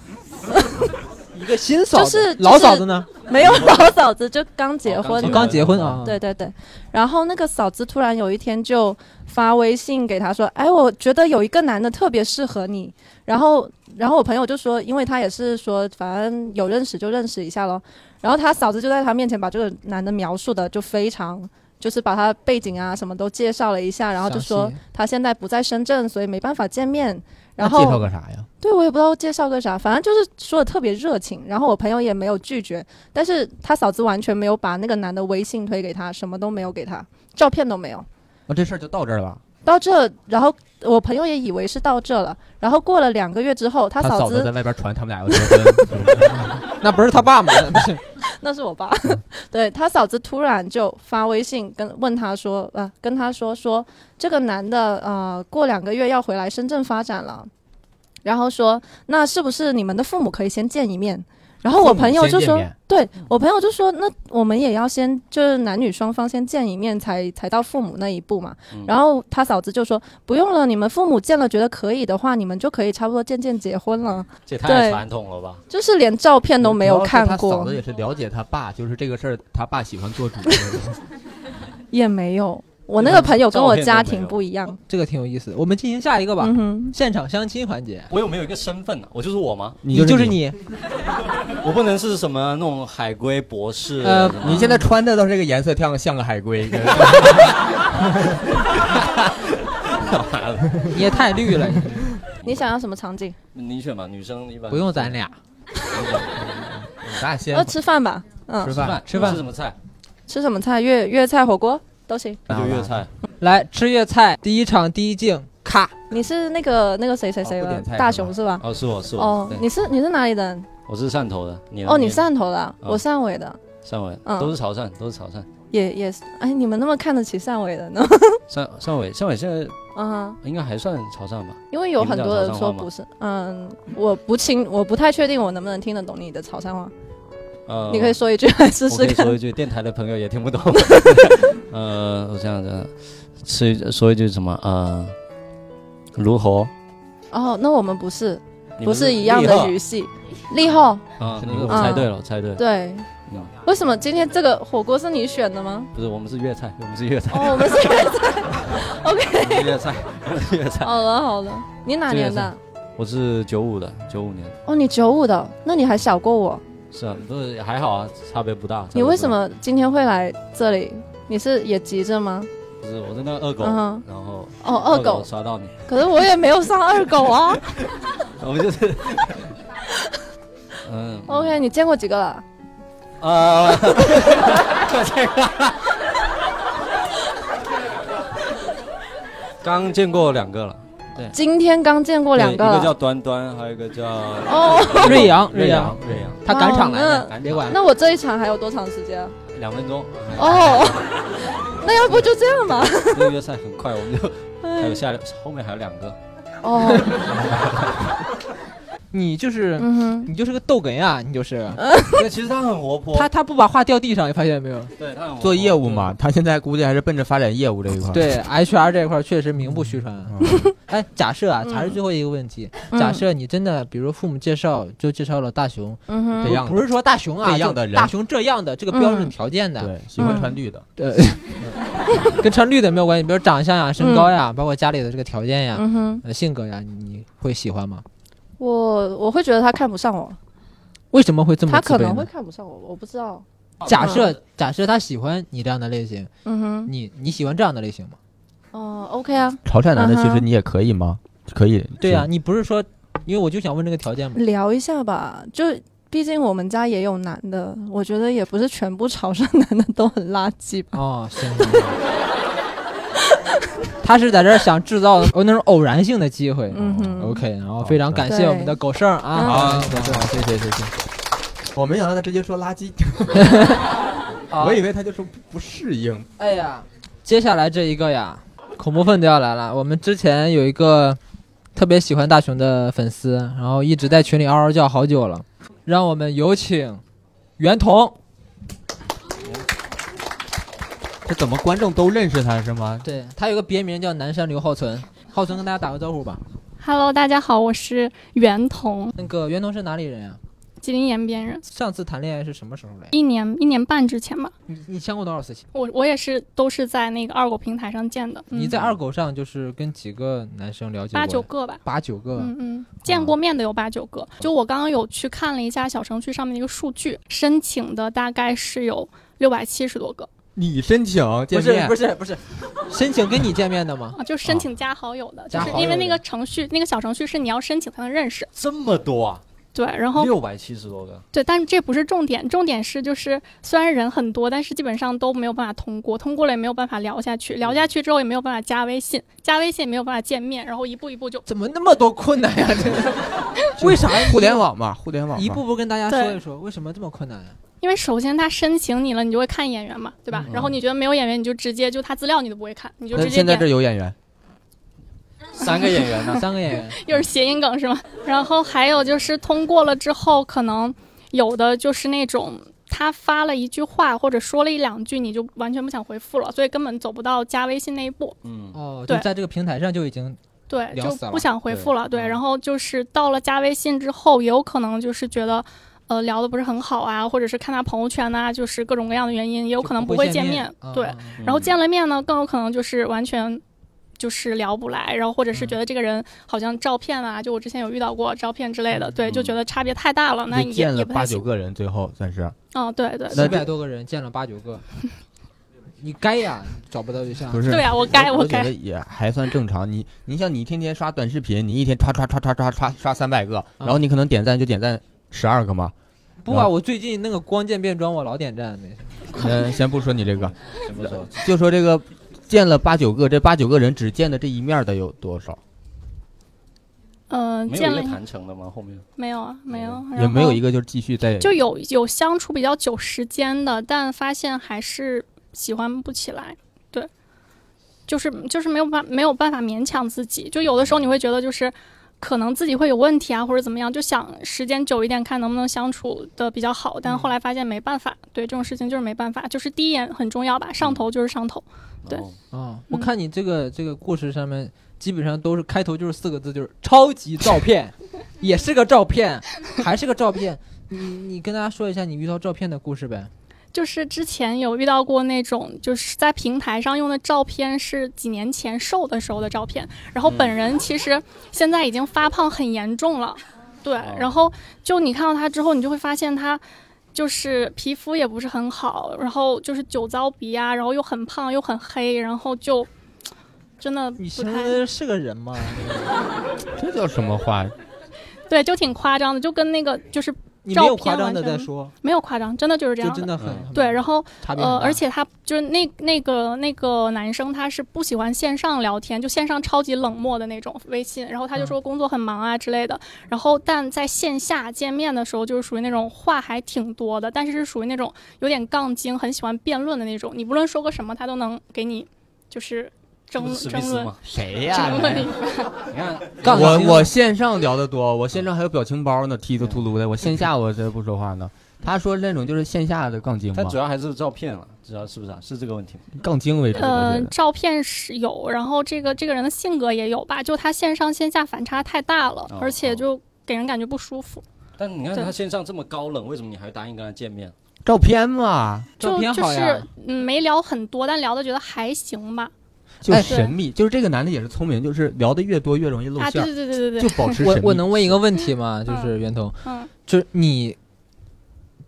[SPEAKER 2] 一个新嫂子，
[SPEAKER 3] 就是
[SPEAKER 2] 老嫂子呢？
[SPEAKER 3] 没有 *laughs* 老嫂子就刚结婚
[SPEAKER 2] 哦，刚结婚啊
[SPEAKER 6] 嗯
[SPEAKER 3] 对对对。然后那个嫂子突然有一天就发微信给他说：“哎，我觉得有一个男的特别适合你。”然后，然后我朋友就说，因为他也是说，反正有认识就认识一下咯。然后他嫂子就在他面前把这个男的描述的就非常。就是把他背景啊什么都介绍了一下，然后就说
[SPEAKER 6] 详细
[SPEAKER 3] 他现在不在深圳，所以没办法见面。
[SPEAKER 6] 那
[SPEAKER 3] 然后
[SPEAKER 6] 介绍个啥呀？
[SPEAKER 3] 对，我也不知道介绍个啥，反正就是说的特别热情，然后我朋友也没有拒绝，但是他嫂子完全没有把那个男的微信推给他，什么都没有给他，照片都没有。
[SPEAKER 6] 哦，这事儿就到这儿了。
[SPEAKER 3] 到这，然后我朋友也以为是到这了，然后过了两个月之后，他嫂
[SPEAKER 6] 子在
[SPEAKER 3] 子
[SPEAKER 6] 外边传他们俩要结 *laughs* 婚，
[SPEAKER 2] 那不是他爸吗？
[SPEAKER 3] 那是我爸，
[SPEAKER 11] 嗯
[SPEAKER 3] *laughs* 对他嫂子突然就发微信跟问他说，呃，跟他说说这个男的呃过两个月要回来深圳发展了，然后说那是不是你们的父母可以先见一面？然后我朋友就
[SPEAKER 11] 父母先见
[SPEAKER 3] 说
[SPEAKER 11] 面，
[SPEAKER 3] 对我朋友就说，那我们也要先就是男女双方先见一面才才到父母那一步嘛。
[SPEAKER 11] 嗯
[SPEAKER 3] 然后他嫂子就说，不用了，你们父母见了觉得可以的话，你们就可以差不多渐渐结婚了。
[SPEAKER 7] 这也太
[SPEAKER 3] 对，
[SPEAKER 7] 传统了吧？
[SPEAKER 3] 就是连照片都没有看过。
[SPEAKER 6] 哦他嫂子也是了解他爸，就是这个事儿，他爸喜欢做主。
[SPEAKER 3] 也没有，我那个朋友跟我家庭不一样。
[SPEAKER 2] 这个挺有意思。我们进行下一个吧，
[SPEAKER 3] 嗯哼
[SPEAKER 2] 现场相亲环节。
[SPEAKER 7] 我有没有一个身份啊？我就是我吗？
[SPEAKER 2] 你就是你，
[SPEAKER 7] 我不能是什么那种海归博士。
[SPEAKER 6] 呃
[SPEAKER 7] 什，么
[SPEAKER 6] 你现在穿的都是这个颜色，像像个海龟。
[SPEAKER 2] *laughs* 你也太绿了，
[SPEAKER 3] 你想要什么场景？
[SPEAKER 7] 你选 *laughs* 吧，女生一
[SPEAKER 2] *laughs*
[SPEAKER 7] 般
[SPEAKER 2] 不用咱俩，
[SPEAKER 6] 咱俩先
[SPEAKER 3] 要
[SPEAKER 4] 呃
[SPEAKER 3] 呃吃饭吧，嗯，
[SPEAKER 2] 吃饭
[SPEAKER 7] 吃什么菜？
[SPEAKER 3] 吃什么菜？粤粤菜火锅都行。
[SPEAKER 7] 那就粤
[SPEAKER 3] 啊
[SPEAKER 7] 菜。
[SPEAKER 2] 来吃粤菜。第一场第一镜，咔，
[SPEAKER 3] 你是那个那个谁谁谁
[SPEAKER 7] 哦不
[SPEAKER 3] 吧
[SPEAKER 7] 点菜？
[SPEAKER 3] 大雄是吧？
[SPEAKER 7] 哦，是我是我。
[SPEAKER 3] 哦
[SPEAKER 7] 对，
[SPEAKER 3] 你是你是哪里人？
[SPEAKER 7] 我是汕头的，你呢
[SPEAKER 3] 哦，你汕头的啊，
[SPEAKER 7] 嗯
[SPEAKER 3] 我汕尾的，
[SPEAKER 7] 汕尾，
[SPEAKER 3] 嗯
[SPEAKER 7] 都是潮汕，都是潮汕。
[SPEAKER 3] 也也是。哎，你们那么看得起汕尾人呢？ *laughs*
[SPEAKER 7] 汕汕尾，汕尾现在
[SPEAKER 3] 嗯哼，
[SPEAKER 7] 应该还算潮汕吧？
[SPEAKER 3] 因为有
[SPEAKER 7] 你们
[SPEAKER 3] 很
[SPEAKER 7] 讲
[SPEAKER 3] 多人
[SPEAKER 7] 潮汕
[SPEAKER 3] 说
[SPEAKER 7] 话吗
[SPEAKER 3] 不是，嗯，我不清，我不太确定我能不能听得懂你的潮汕话。
[SPEAKER 7] 呃，
[SPEAKER 3] 你可以说一句来试试
[SPEAKER 7] 我可以
[SPEAKER 3] 看
[SPEAKER 7] 说一句，电台的朋友也听不
[SPEAKER 3] *laughs*
[SPEAKER 7] 懂。呃，我这样子，吃一说一句什么？呃，如何？
[SPEAKER 3] 哦，那我们不是，
[SPEAKER 7] 你们
[SPEAKER 3] 不
[SPEAKER 7] 是
[SPEAKER 3] 是一样
[SPEAKER 7] 利贺
[SPEAKER 3] 的语系。利后，
[SPEAKER 7] 啊，
[SPEAKER 3] 是
[SPEAKER 7] 那
[SPEAKER 3] 你
[SPEAKER 7] 个我
[SPEAKER 3] 啊
[SPEAKER 7] 猜对了，我猜对了。，
[SPEAKER 3] 对，
[SPEAKER 7] 嗯
[SPEAKER 3] 为什么今天这个火锅是你选的吗？
[SPEAKER 7] 不是，我们是粤菜，我们是粤菜。
[SPEAKER 3] 哦，我
[SPEAKER 7] *laughs*
[SPEAKER 3] 们是粤菜。
[SPEAKER 7] 我们
[SPEAKER 3] OK，
[SPEAKER 7] 是粤菜， *laughs* 我们是粤菜。
[SPEAKER 3] 好了好了，你哪年的？
[SPEAKER 7] 我是九五的，九五年。
[SPEAKER 3] 哦，你九五的，那你还小过我。
[SPEAKER 7] 是啊，不是还好啊，差别不大。差别
[SPEAKER 3] 你
[SPEAKER 7] 不
[SPEAKER 3] 为什
[SPEAKER 7] 大？
[SPEAKER 3] 么今天会来这里？你是也急着吗？
[SPEAKER 7] 不是，我是那个二狗，
[SPEAKER 3] 嗯哼
[SPEAKER 7] 然后
[SPEAKER 3] 哦
[SPEAKER 7] 二
[SPEAKER 3] 二狗
[SPEAKER 7] 刷到你，
[SPEAKER 3] 可是我也没有上二狗
[SPEAKER 7] *laughs*
[SPEAKER 3] 啊。
[SPEAKER 7] 我们
[SPEAKER 3] *laughs*
[SPEAKER 7] 就是， *laughs* 嗯
[SPEAKER 3] OK，你见过几个了？
[SPEAKER 7] 啊，刚见过两个了，对，
[SPEAKER 3] 今天刚见过两
[SPEAKER 7] 对
[SPEAKER 3] 个
[SPEAKER 7] 一个叫
[SPEAKER 3] 了。
[SPEAKER 7] 端端，还有一个叫
[SPEAKER 3] 哦
[SPEAKER 2] 瑞阳
[SPEAKER 7] 瑞
[SPEAKER 2] 阳
[SPEAKER 7] 瑞阳，
[SPEAKER 2] 他赶场来
[SPEAKER 3] 哦
[SPEAKER 2] 的，
[SPEAKER 7] 那
[SPEAKER 2] 别管。
[SPEAKER 3] 那我这一场还有多长时
[SPEAKER 2] *laughs*
[SPEAKER 3] 间啊？
[SPEAKER 7] 两分钟，
[SPEAKER 3] 哦，那要不就这样吧。
[SPEAKER 7] 这个决赛很快，我
[SPEAKER 2] *laughs*
[SPEAKER 7] 们就还有下后面还有两个，
[SPEAKER 3] 哦，
[SPEAKER 2] 你就是、
[SPEAKER 3] 嗯哼
[SPEAKER 2] 你就是个逗哏啊，你就是。
[SPEAKER 10] 其实他很活泼
[SPEAKER 2] 他他不把话掉地上，你发现没有？
[SPEAKER 7] 对，
[SPEAKER 6] 做业务嘛，他现在估计还是奔着发展业务这一块。嗯
[SPEAKER 2] 对 HR 这一块儿确实名不虚传。哎，假设啊，还是
[SPEAKER 3] 嗯
[SPEAKER 2] 最后一个问题，
[SPEAKER 3] 嗯
[SPEAKER 2] 假设你真的，比如父母介绍就介绍了大熊，
[SPEAKER 3] 嗯哼
[SPEAKER 2] 不
[SPEAKER 6] 这样的
[SPEAKER 2] 不是说大熊啊，
[SPEAKER 6] 这样
[SPEAKER 2] 就
[SPEAKER 6] 的人
[SPEAKER 2] 大熊这样的这个标准条件的，
[SPEAKER 6] 对，喜欢
[SPEAKER 4] 嗯
[SPEAKER 6] 穿绿的，
[SPEAKER 2] 呃， *laughs* 跟穿绿的没有关系，比如长相呀、身高呀，包括家里的这个条件呀、
[SPEAKER 3] 嗯哼，
[SPEAKER 2] 呃性格呀，你会喜欢吗？
[SPEAKER 3] 我我会觉得他看不上我，
[SPEAKER 2] 为什么会这么
[SPEAKER 3] 他
[SPEAKER 2] 自
[SPEAKER 3] 可
[SPEAKER 2] 卑
[SPEAKER 3] 能嗯会
[SPEAKER 2] 呢？
[SPEAKER 3] 看不上我，我不知道。
[SPEAKER 2] 假设假设他喜欢你这样的类型，
[SPEAKER 3] 嗯哼，
[SPEAKER 2] 你你喜欢这样的类型吗？
[SPEAKER 3] 哦，OK 啊，
[SPEAKER 6] 潮汕男的其
[SPEAKER 3] 嗯
[SPEAKER 6] 实
[SPEAKER 3] 哼
[SPEAKER 6] 你也可以吗？可以。
[SPEAKER 2] 对
[SPEAKER 6] 呀、
[SPEAKER 2] 呀，你不是说，因为我就想问这个条件嘛。
[SPEAKER 3] 聊一下吧，就。毕竟我们家也有男的，我觉得也不是全部潮汕男的都很垃圾吧。
[SPEAKER 2] 哦，行。行 *laughs* 行他是在这儿想制造哦那种偶然性的机会。
[SPEAKER 3] 嗯哼
[SPEAKER 2] OK，然后非常感谢
[SPEAKER 3] 对嗯
[SPEAKER 2] 我们的狗剩儿啊，
[SPEAKER 6] 好
[SPEAKER 2] 狗剩儿，谢谢谢谢。
[SPEAKER 6] 我没想到他直接说 *laughs* 垃圾，
[SPEAKER 2] 啊
[SPEAKER 6] 我以为他就说不不适应。
[SPEAKER 2] 哎呀，接下来这一个呀，恐怖分子要来了。我们之前有一个特别喜欢大熊的粉丝，然后一直在群里嗷嗷叫好久了，让我们有请袁彤。
[SPEAKER 6] 这怎么观众都认识他是吗？
[SPEAKER 2] 对他有个别名叫南山刘浩存，浩存跟大家打个招呼吧。
[SPEAKER 4] Hello，大家好，我是袁彤，
[SPEAKER 2] 那个袁彤是哪里人啊？
[SPEAKER 4] 吉林延边人，
[SPEAKER 2] 上次谈恋爱是什么时候来？
[SPEAKER 4] 一年一年半之前吧。
[SPEAKER 2] 你你相过多少次情？
[SPEAKER 4] 我我也是都是在那个二狗平台上见的，嗯
[SPEAKER 2] 你在二狗上就是跟几个男生了解过
[SPEAKER 4] 八九个吧。
[SPEAKER 2] 八九个，
[SPEAKER 4] 嗯嗯，见过面的有八九个。就我刚刚有去看了一下小程序上面的一个数据，申请的大概是有六百七十多个
[SPEAKER 6] 你申请
[SPEAKER 2] 不
[SPEAKER 6] 见
[SPEAKER 2] 是
[SPEAKER 6] 面
[SPEAKER 2] 不是不是，申请跟你见面的吗？
[SPEAKER 4] 啊，就申请加好友的，就
[SPEAKER 2] 加
[SPEAKER 4] 是
[SPEAKER 2] 好
[SPEAKER 4] 因为
[SPEAKER 2] 友
[SPEAKER 4] 那
[SPEAKER 2] 的
[SPEAKER 4] 个程序那个小程序是你要申请才能认识。
[SPEAKER 7] 这么多啊，
[SPEAKER 4] 对，然后
[SPEAKER 7] 六百七十多个，
[SPEAKER 4] 对，但这不是重点，重点是就是虽然人很多，但是基本上都没有办法通过，通过了也没有办法聊下去，聊
[SPEAKER 6] 嗯
[SPEAKER 4] 下去之后也没有办法加微信，加微信也没有办法见面，然后一步一步就
[SPEAKER 2] 怎么那么多困难
[SPEAKER 4] *laughs*
[SPEAKER 2] 呀？这个为啥
[SPEAKER 6] 互联网嘛，互联网嘛
[SPEAKER 2] 一步步跟大家
[SPEAKER 4] 对
[SPEAKER 2] 说一说，为什么这么困难啊呀？？
[SPEAKER 4] 因为首先他申请你了，你就会看眼缘嘛，对吧？然后你觉得没有眼缘，你就直接就他资料你都不会看，你就
[SPEAKER 6] 但
[SPEAKER 4] 直
[SPEAKER 6] 是嗯
[SPEAKER 4] 接
[SPEAKER 6] 现在
[SPEAKER 4] 点
[SPEAKER 6] 这，有演员，
[SPEAKER 7] 三个演员呢
[SPEAKER 2] *laughs* 三个演员，
[SPEAKER 4] 又是谐音梗是吗？然后还有就是通过了之后，可能有的就是那种。他发了一句话或者说了一两句，你就完全不想回复了，所以根本走不到加微信那一步。
[SPEAKER 7] 嗯，
[SPEAKER 2] 哦，就
[SPEAKER 4] 对
[SPEAKER 2] 在这个平台上就已经
[SPEAKER 4] 对，
[SPEAKER 2] 聊
[SPEAKER 4] 就
[SPEAKER 2] 死
[SPEAKER 4] 不
[SPEAKER 2] 了
[SPEAKER 4] 想回
[SPEAKER 7] 对
[SPEAKER 4] 复了。对，
[SPEAKER 2] 嗯
[SPEAKER 4] 然后就是到了加微信之后，也有可能就是觉得，呃，聊的不是很好啊，或者是看他朋友圈呐、就是各种各样的原因，也有
[SPEAKER 2] 有
[SPEAKER 4] 可能
[SPEAKER 2] 不
[SPEAKER 4] 会
[SPEAKER 2] 见
[SPEAKER 4] 见面。
[SPEAKER 2] 嗯
[SPEAKER 4] 对，
[SPEAKER 2] 嗯嗯
[SPEAKER 4] 然后
[SPEAKER 7] 嗯
[SPEAKER 4] 见了面呢，更有可能就是完全。就是聊不来，然后或者是觉得这个人好像照片啊，就我之前有遇到过照片之类的，对，就觉得差别太大了，那
[SPEAKER 6] 你
[SPEAKER 4] 也
[SPEAKER 6] 见了
[SPEAKER 4] 也不太
[SPEAKER 6] 八九
[SPEAKER 4] 行。
[SPEAKER 6] 个人，最后算是
[SPEAKER 4] 嗯，对对
[SPEAKER 6] 那
[SPEAKER 2] 四
[SPEAKER 4] 对，
[SPEAKER 2] 百多个人见了八九 *laughs* 个，你该呀，找不到对象
[SPEAKER 6] 不。是
[SPEAKER 4] 对啊，我 *laughs* 该
[SPEAKER 6] 我
[SPEAKER 4] 我
[SPEAKER 6] 觉得
[SPEAKER 4] 该，
[SPEAKER 6] 也还算正常。你你像你天天刷短视频，你一天刷刷刷刷刷刷刷三百个，
[SPEAKER 4] 嗯
[SPEAKER 6] 然后你可能点赞就点赞十二个嘛。
[SPEAKER 2] 不啊，我最近那个光剑变装，我老点赞那是。
[SPEAKER 6] 嗯，先不说你这个，
[SPEAKER 7] 怎么说？
[SPEAKER 6] 就说这个见了八九个，这八九个人只见的这一面的有多少？
[SPEAKER 4] 嗯、
[SPEAKER 7] 没有
[SPEAKER 4] 见
[SPEAKER 7] 一
[SPEAKER 4] 了
[SPEAKER 7] 个
[SPEAKER 4] 一
[SPEAKER 7] 谈成的吗？后面
[SPEAKER 4] 没有啊，没有，
[SPEAKER 6] 也
[SPEAKER 4] 然
[SPEAKER 6] 没有
[SPEAKER 4] 后
[SPEAKER 6] 一个就是继续在
[SPEAKER 4] 就有有相处比较久时间的，但发现还是喜欢不起来。对，就是就是没有办没有办法勉强自己。就有的时候你会觉得就是可能自己会有问题啊，或者怎么样，就想时间久一点看能不能相处的比较好。但后来发现没办法，对这种事情就是没办法，就是第一眼很重要吧，上头就是上头。对
[SPEAKER 7] 哦
[SPEAKER 2] 啊，我
[SPEAKER 4] 嗯
[SPEAKER 2] 看你这个这个故事上面，基本上都是开头就是四个字，就是超级照 *laughs* 片，也是个照片，还是个照片。你你跟大家说一下你遇到照片的故事呗。
[SPEAKER 4] 就是之前有遇到过那种，就是在平台上用的照片是几年前瘦的时候的照片，然后本人其实现在已经发胖很严重了，对，然后就你看到他之后，你就会发现他。就是皮肤也不是很好，然后就是酒糟鼻啊，然后又很胖又很黑，然后就真的
[SPEAKER 2] 你
[SPEAKER 4] 不
[SPEAKER 2] 形
[SPEAKER 4] 太
[SPEAKER 2] 容的是个人吗？
[SPEAKER 6] 这叫什么话？
[SPEAKER 4] 对，就挺夸张的，就跟那个就是
[SPEAKER 2] 你
[SPEAKER 4] 照
[SPEAKER 2] 没有
[SPEAKER 4] 片
[SPEAKER 2] 夸张
[SPEAKER 4] 完
[SPEAKER 2] 的
[SPEAKER 4] 全
[SPEAKER 2] 在说，
[SPEAKER 4] 没有夸张，真的就是这
[SPEAKER 2] 就
[SPEAKER 4] 样的
[SPEAKER 2] 真。的很
[SPEAKER 7] 嗯
[SPEAKER 2] 很
[SPEAKER 4] 对，然后
[SPEAKER 2] 差别很
[SPEAKER 4] 呃，
[SPEAKER 2] 大
[SPEAKER 4] 而且他就是那那个那个男生，他是不喜欢线上聊天，就线上超级冷漠的那种微信。然后他就说工作很忙啊之类的。然后但在线下见面的时候，就是属于那种话还挺多的，但是是属于那种有点杠精，很喜欢辩论的那种。你不论说个什么，他都能给你就是争
[SPEAKER 7] 史密
[SPEAKER 4] 争
[SPEAKER 7] 斯
[SPEAKER 4] 论
[SPEAKER 7] 吗？
[SPEAKER 6] 谁呀、
[SPEAKER 4] 争论一番。
[SPEAKER 6] 你看，
[SPEAKER 2] 杠
[SPEAKER 6] 我
[SPEAKER 2] 精
[SPEAKER 6] 我线上聊的多，我
[SPEAKER 4] 嗯
[SPEAKER 6] 线上还有表情包呢，踢的秃噜的。我线下我这不说话呢。他说那种就是线下的杠精
[SPEAKER 7] 他
[SPEAKER 6] 嘛
[SPEAKER 7] 主，要还是照片了，主要是不是啊？是这个问题吗？
[SPEAKER 6] 杠精为主。我觉
[SPEAKER 4] 呃，
[SPEAKER 6] 得
[SPEAKER 4] 照片是有，然后这个这个人的性格也有吧，就他线上线下反差太大了，
[SPEAKER 7] 哦
[SPEAKER 4] 而且
[SPEAKER 7] 哦
[SPEAKER 4] 就给人感觉不舒服。
[SPEAKER 7] 但你看
[SPEAKER 4] 对
[SPEAKER 7] 他线上这么高冷，为什么你还答应跟他见面？
[SPEAKER 6] 照片嘛，
[SPEAKER 4] 就
[SPEAKER 2] 照片
[SPEAKER 4] 就
[SPEAKER 2] 好呀
[SPEAKER 4] 是嗯，没聊很多，但聊的觉得还行吧。
[SPEAKER 6] 就
[SPEAKER 2] 哎
[SPEAKER 6] 神秘，就是这个男的也是聪明，就是聊的越多越容易露
[SPEAKER 4] 啊，
[SPEAKER 6] 馅
[SPEAKER 4] 对
[SPEAKER 6] 儿，
[SPEAKER 4] 对对对对
[SPEAKER 6] 就
[SPEAKER 4] 对，
[SPEAKER 6] 保持神
[SPEAKER 2] 我
[SPEAKER 6] 秘。
[SPEAKER 2] 我能问一个问题吗？就是袁彤，
[SPEAKER 4] 嗯，
[SPEAKER 2] 就是你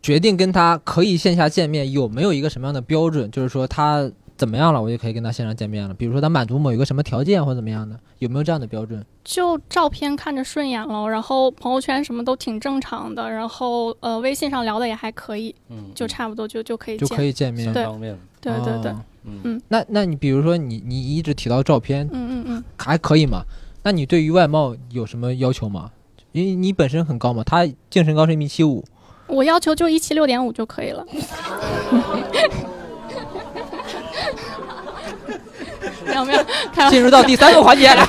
[SPEAKER 2] 决定跟他可以线下见面，有没有一个什么样的标准？就是说他怎么样了，我就可以跟他线上见面了？比如说他满足某一个什么条件或者怎么样的，有没有这样的标准？
[SPEAKER 4] 就照片看着顺眼了，然后朋友圈什么都挺正常的，然后呃，微信上聊的也还可以，
[SPEAKER 7] 嗯，
[SPEAKER 4] 就差不多就就可以
[SPEAKER 2] 就
[SPEAKER 4] 见。
[SPEAKER 2] 可以见面
[SPEAKER 7] 三？
[SPEAKER 4] 对
[SPEAKER 7] 方面，
[SPEAKER 4] 对对对，
[SPEAKER 2] 哦
[SPEAKER 7] 嗯，
[SPEAKER 4] 嗯
[SPEAKER 2] 那那你比如说你你一直提到照片
[SPEAKER 4] 嗯嗯嗯，
[SPEAKER 2] 还可以嘛？那你对于外貌有什么要求吗？因为你本身很高嘛，他净身高是一米七
[SPEAKER 4] *laughs*
[SPEAKER 2] 五，
[SPEAKER 4] 我要求就一七六点五就
[SPEAKER 2] *laughs*
[SPEAKER 4] 可以了。 *laughs* 没有没有，开玩笑
[SPEAKER 2] 进入到第三个环节来。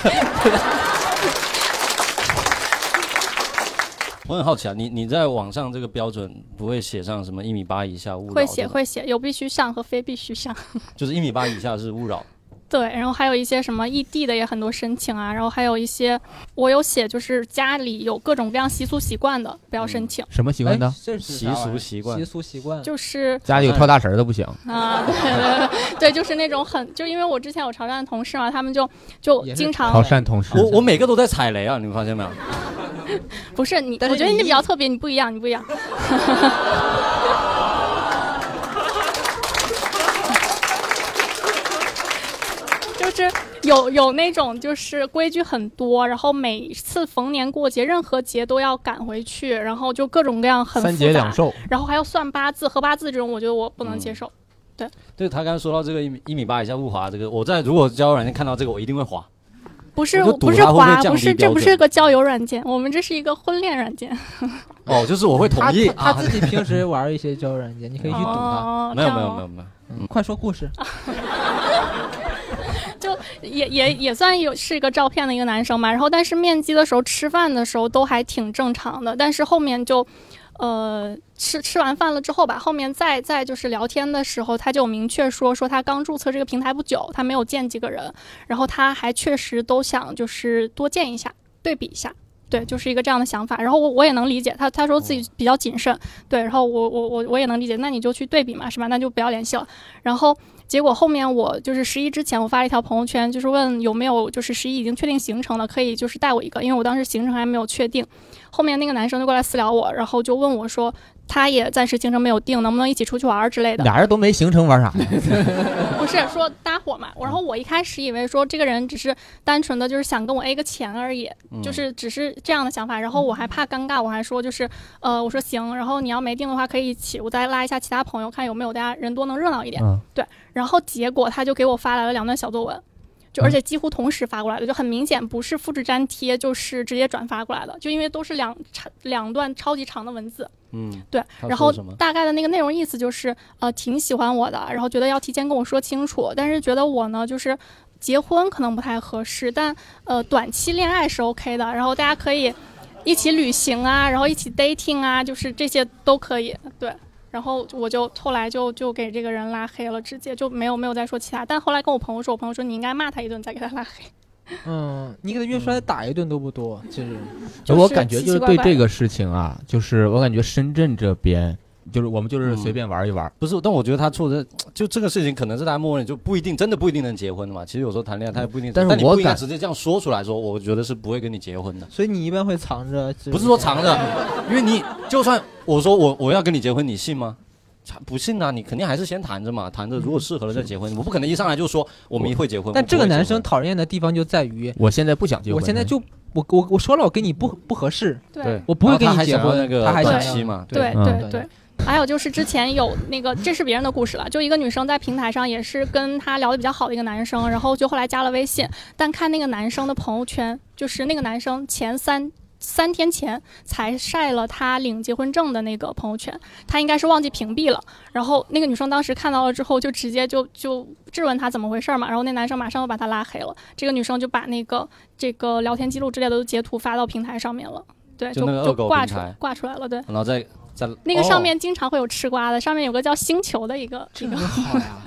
[SPEAKER 7] 我很好奇啊，你你在网上这个标准不会写上什么一米八以下勿扰？
[SPEAKER 4] 会写，会写，有必须上和非必须上。
[SPEAKER 7] 就是一米八以下是勿扰。
[SPEAKER 4] 对，然后还有一些什么异地的也很多申请啊，然后还有一些我有写，就是家里有各种各样习俗习惯的不要申请，
[SPEAKER 6] 什么习惯的？
[SPEAKER 2] 这是
[SPEAKER 7] 啊习
[SPEAKER 2] 啥玩意
[SPEAKER 7] 俗
[SPEAKER 2] 儿
[SPEAKER 7] 习惯
[SPEAKER 2] 习，俗习惯，
[SPEAKER 4] 就是
[SPEAKER 6] 家里有跳大神的不行，
[SPEAKER 4] 啊、对对 *laughs* 对对，就是那种很，就因为我之前有潮汕的同事嘛，他们就就
[SPEAKER 2] 也是
[SPEAKER 4] 经常
[SPEAKER 6] 潮汕同事。
[SPEAKER 7] 我我每个都在踩雷啊，你们发现没有？
[SPEAKER 4] 不是你，
[SPEAKER 2] 但是
[SPEAKER 4] 我觉得
[SPEAKER 2] 你
[SPEAKER 4] 你比较特别，你不一样，你不一样。 *laughs* 就是有有那种就是规矩很多，然后每次逢年过节，任何节都要赶回去，然后就各种各样很
[SPEAKER 6] 三
[SPEAKER 4] 复
[SPEAKER 6] 节两
[SPEAKER 4] 杂，
[SPEAKER 6] 寿，
[SPEAKER 4] 然后还要算八字、合八字这种，我觉得我不
[SPEAKER 7] 嗯
[SPEAKER 4] 能接受。
[SPEAKER 7] 对他刚刚说到这个一米一米八以下勿滑，这个我在如果交友软件看到这个，我一定会滑。
[SPEAKER 4] 不是
[SPEAKER 7] 我就赌
[SPEAKER 4] 不是
[SPEAKER 7] 它会不会
[SPEAKER 4] 滑，
[SPEAKER 7] 降
[SPEAKER 4] 不
[SPEAKER 7] 低
[SPEAKER 4] 是这
[SPEAKER 7] 标
[SPEAKER 4] 不是
[SPEAKER 7] 准
[SPEAKER 4] 个交友软件，我们这是一个婚恋软件。
[SPEAKER 7] 哦，就是我会同
[SPEAKER 2] 他
[SPEAKER 7] 意
[SPEAKER 2] 他
[SPEAKER 7] 啊
[SPEAKER 2] 他。自己平时玩一些交友软件，你可以去赌他。嗯
[SPEAKER 4] 哦，
[SPEAKER 7] 没有
[SPEAKER 4] 这
[SPEAKER 7] 没
[SPEAKER 4] 样
[SPEAKER 7] 有
[SPEAKER 4] 吗
[SPEAKER 7] 没有没有，
[SPEAKER 2] 快说故事，
[SPEAKER 4] 就也也也算有是一个照片的一个男生嘛，然后但是面基的时候吃饭的时候都还挺正常的，但是后面就，呃，吃吃完饭了之后吧，后面再再就是聊天的时候，他就明确说说他刚注册这个平台不久，他没有见几个人，然后他还确实都想就是多见一下，对比一下。对，就是一个这样的想法，然后我我也能理解他，他说自己比较谨慎，对，然后我我我我也能理解，那你就去对比嘛，是吧？那就不要联系了。然后结果后面我就是十一之前，我发了一条朋友圈，就是问有没有就是十一已经确定行程了，可以就是带我一个，因为我当时行程还没有确定。后面那个男生就过来私聊我，然后就问我说，他也暂时行程没有定，能不能一起出去玩儿之类的。
[SPEAKER 6] 俩人都没行程玩啥呀？
[SPEAKER 4] 不是说搭伙嘛，然后我一开始以为说这个人只是单纯的就是想跟我 A 个钱而已，
[SPEAKER 7] 嗯
[SPEAKER 4] 就是只是这样的想法。然后我还怕尴尬，我还说就是呃，我说行，然后你要没定的话可以一起，我再拉一下其他朋友，看有没有大家人多能热闹一点。
[SPEAKER 6] 嗯
[SPEAKER 4] 对，然后结果他就给我发来了两段小作文。就而且几乎同时发过来的，就很明显不是复制粘贴，就是直接转发过来的，就因为都是两长两段超级长的文字，
[SPEAKER 7] 嗯，
[SPEAKER 4] 对
[SPEAKER 7] 他说
[SPEAKER 4] 然后
[SPEAKER 7] 什么？
[SPEAKER 4] 大概的那个内容意思就是，呃，挺喜欢我的，然后觉得要提前跟我说清楚，但是觉得我呢，就是结婚可能不太合适，但呃，短期恋爱是 OK 的，然后大家可以一起旅行啊，然后一起 dating 啊，就是这些都可以，对。然后我就后来就就给这个人拉黑了，直接就没有没有再说其他。但后来跟我朋友说，我朋友说你应该骂他一顿，再给他拉黑。
[SPEAKER 2] 嗯，你给他约出来打一顿都不多，其实
[SPEAKER 4] 就是
[SPEAKER 6] 我感觉就是对
[SPEAKER 4] 奇奇怪怪的
[SPEAKER 6] 这个事情啊，就是我感觉深圳这边，就是我们就是
[SPEAKER 2] 嗯
[SPEAKER 6] 随便玩一玩。
[SPEAKER 7] 不是，但我觉得他做的就这个事情，可能是大家默认就不一定，真的不一定能结婚的嘛。其实有时候
[SPEAKER 2] 嗯
[SPEAKER 7] 谈恋爱他也不一定，
[SPEAKER 6] 但是
[SPEAKER 7] 你
[SPEAKER 6] 我
[SPEAKER 7] 不应该
[SPEAKER 6] 感
[SPEAKER 7] 直接这样说出来说，我觉得是不会跟你结婚的。
[SPEAKER 2] 所以你一般会藏着，就
[SPEAKER 7] 不是说藏着，因为你就算我说我我要跟你结婚，你信吗？才不信啊，你肯定还是先谈着嘛，谈着如果适合了再结婚。我不可能一上来就说我们一会结婚。
[SPEAKER 2] 但
[SPEAKER 7] 我
[SPEAKER 2] 这个
[SPEAKER 7] 不会结
[SPEAKER 2] 男
[SPEAKER 7] 婚
[SPEAKER 2] 生讨厌的地方就在于，
[SPEAKER 6] 我现在不想结婚，
[SPEAKER 2] 我现在就我我我说了，我跟你不不合适，
[SPEAKER 4] 对
[SPEAKER 7] 对，
[SPEAKER 2] 我不会跟
[SPEAKER 7] 然后他还
[SPEAKER 2] 你结
[SPEAKER 7] 想要
[SPEAKER 2] 婚，
[SPEAKER 7] 那个
[SPEAKER 2] 他还
[SPEAKER 7] 短
[SPEAKER 2] 想
[SPEAKER 7] 期
[SPEAKER 2] 要
[SPEAKER 7] 嘛，
[SPEAKER 4] 对
[SPEAKER 6] 嗯
[SPEAKER 4] 对对。还有就是之前有那个，这是别人的故事了。就一个女生在平台上也是跟她聊得比较好的一个男生，然后就后来加了微信，但看那个男生的朋友圈，就是那个男生前三三天前才晒了她领结婚证的那个朋友圈，她应该是忘记屏蔽了。然后那个女生当时看到了之后，就直接就就质问她怎么回事嘛。然后那男生马上就把她拉黑了。这个女生就把那个这个聊天记录之类的都截图发到平台上面了，对，
[SPEAKER 7] 就
[SPEAKER 4] 就
[SPEAKER 7] 那个恶狗
[SPEAKER 4] 挂
[SPEAKER 7] 平
[SPEAKER 4] 出
[SPEAKER 7] 台
[SPEAKER 4] 挂出来了，对。
[SPEAKER 7] 然后再再
[SPEAKER 4] 那个
[SPEAKER 7] 哦
[SPEAKER 4] 上面经常会有吃瓜的，上面有个叫星球的一个一
[SPEAKER 2] *laughs*
[SPEAKER 4] 个，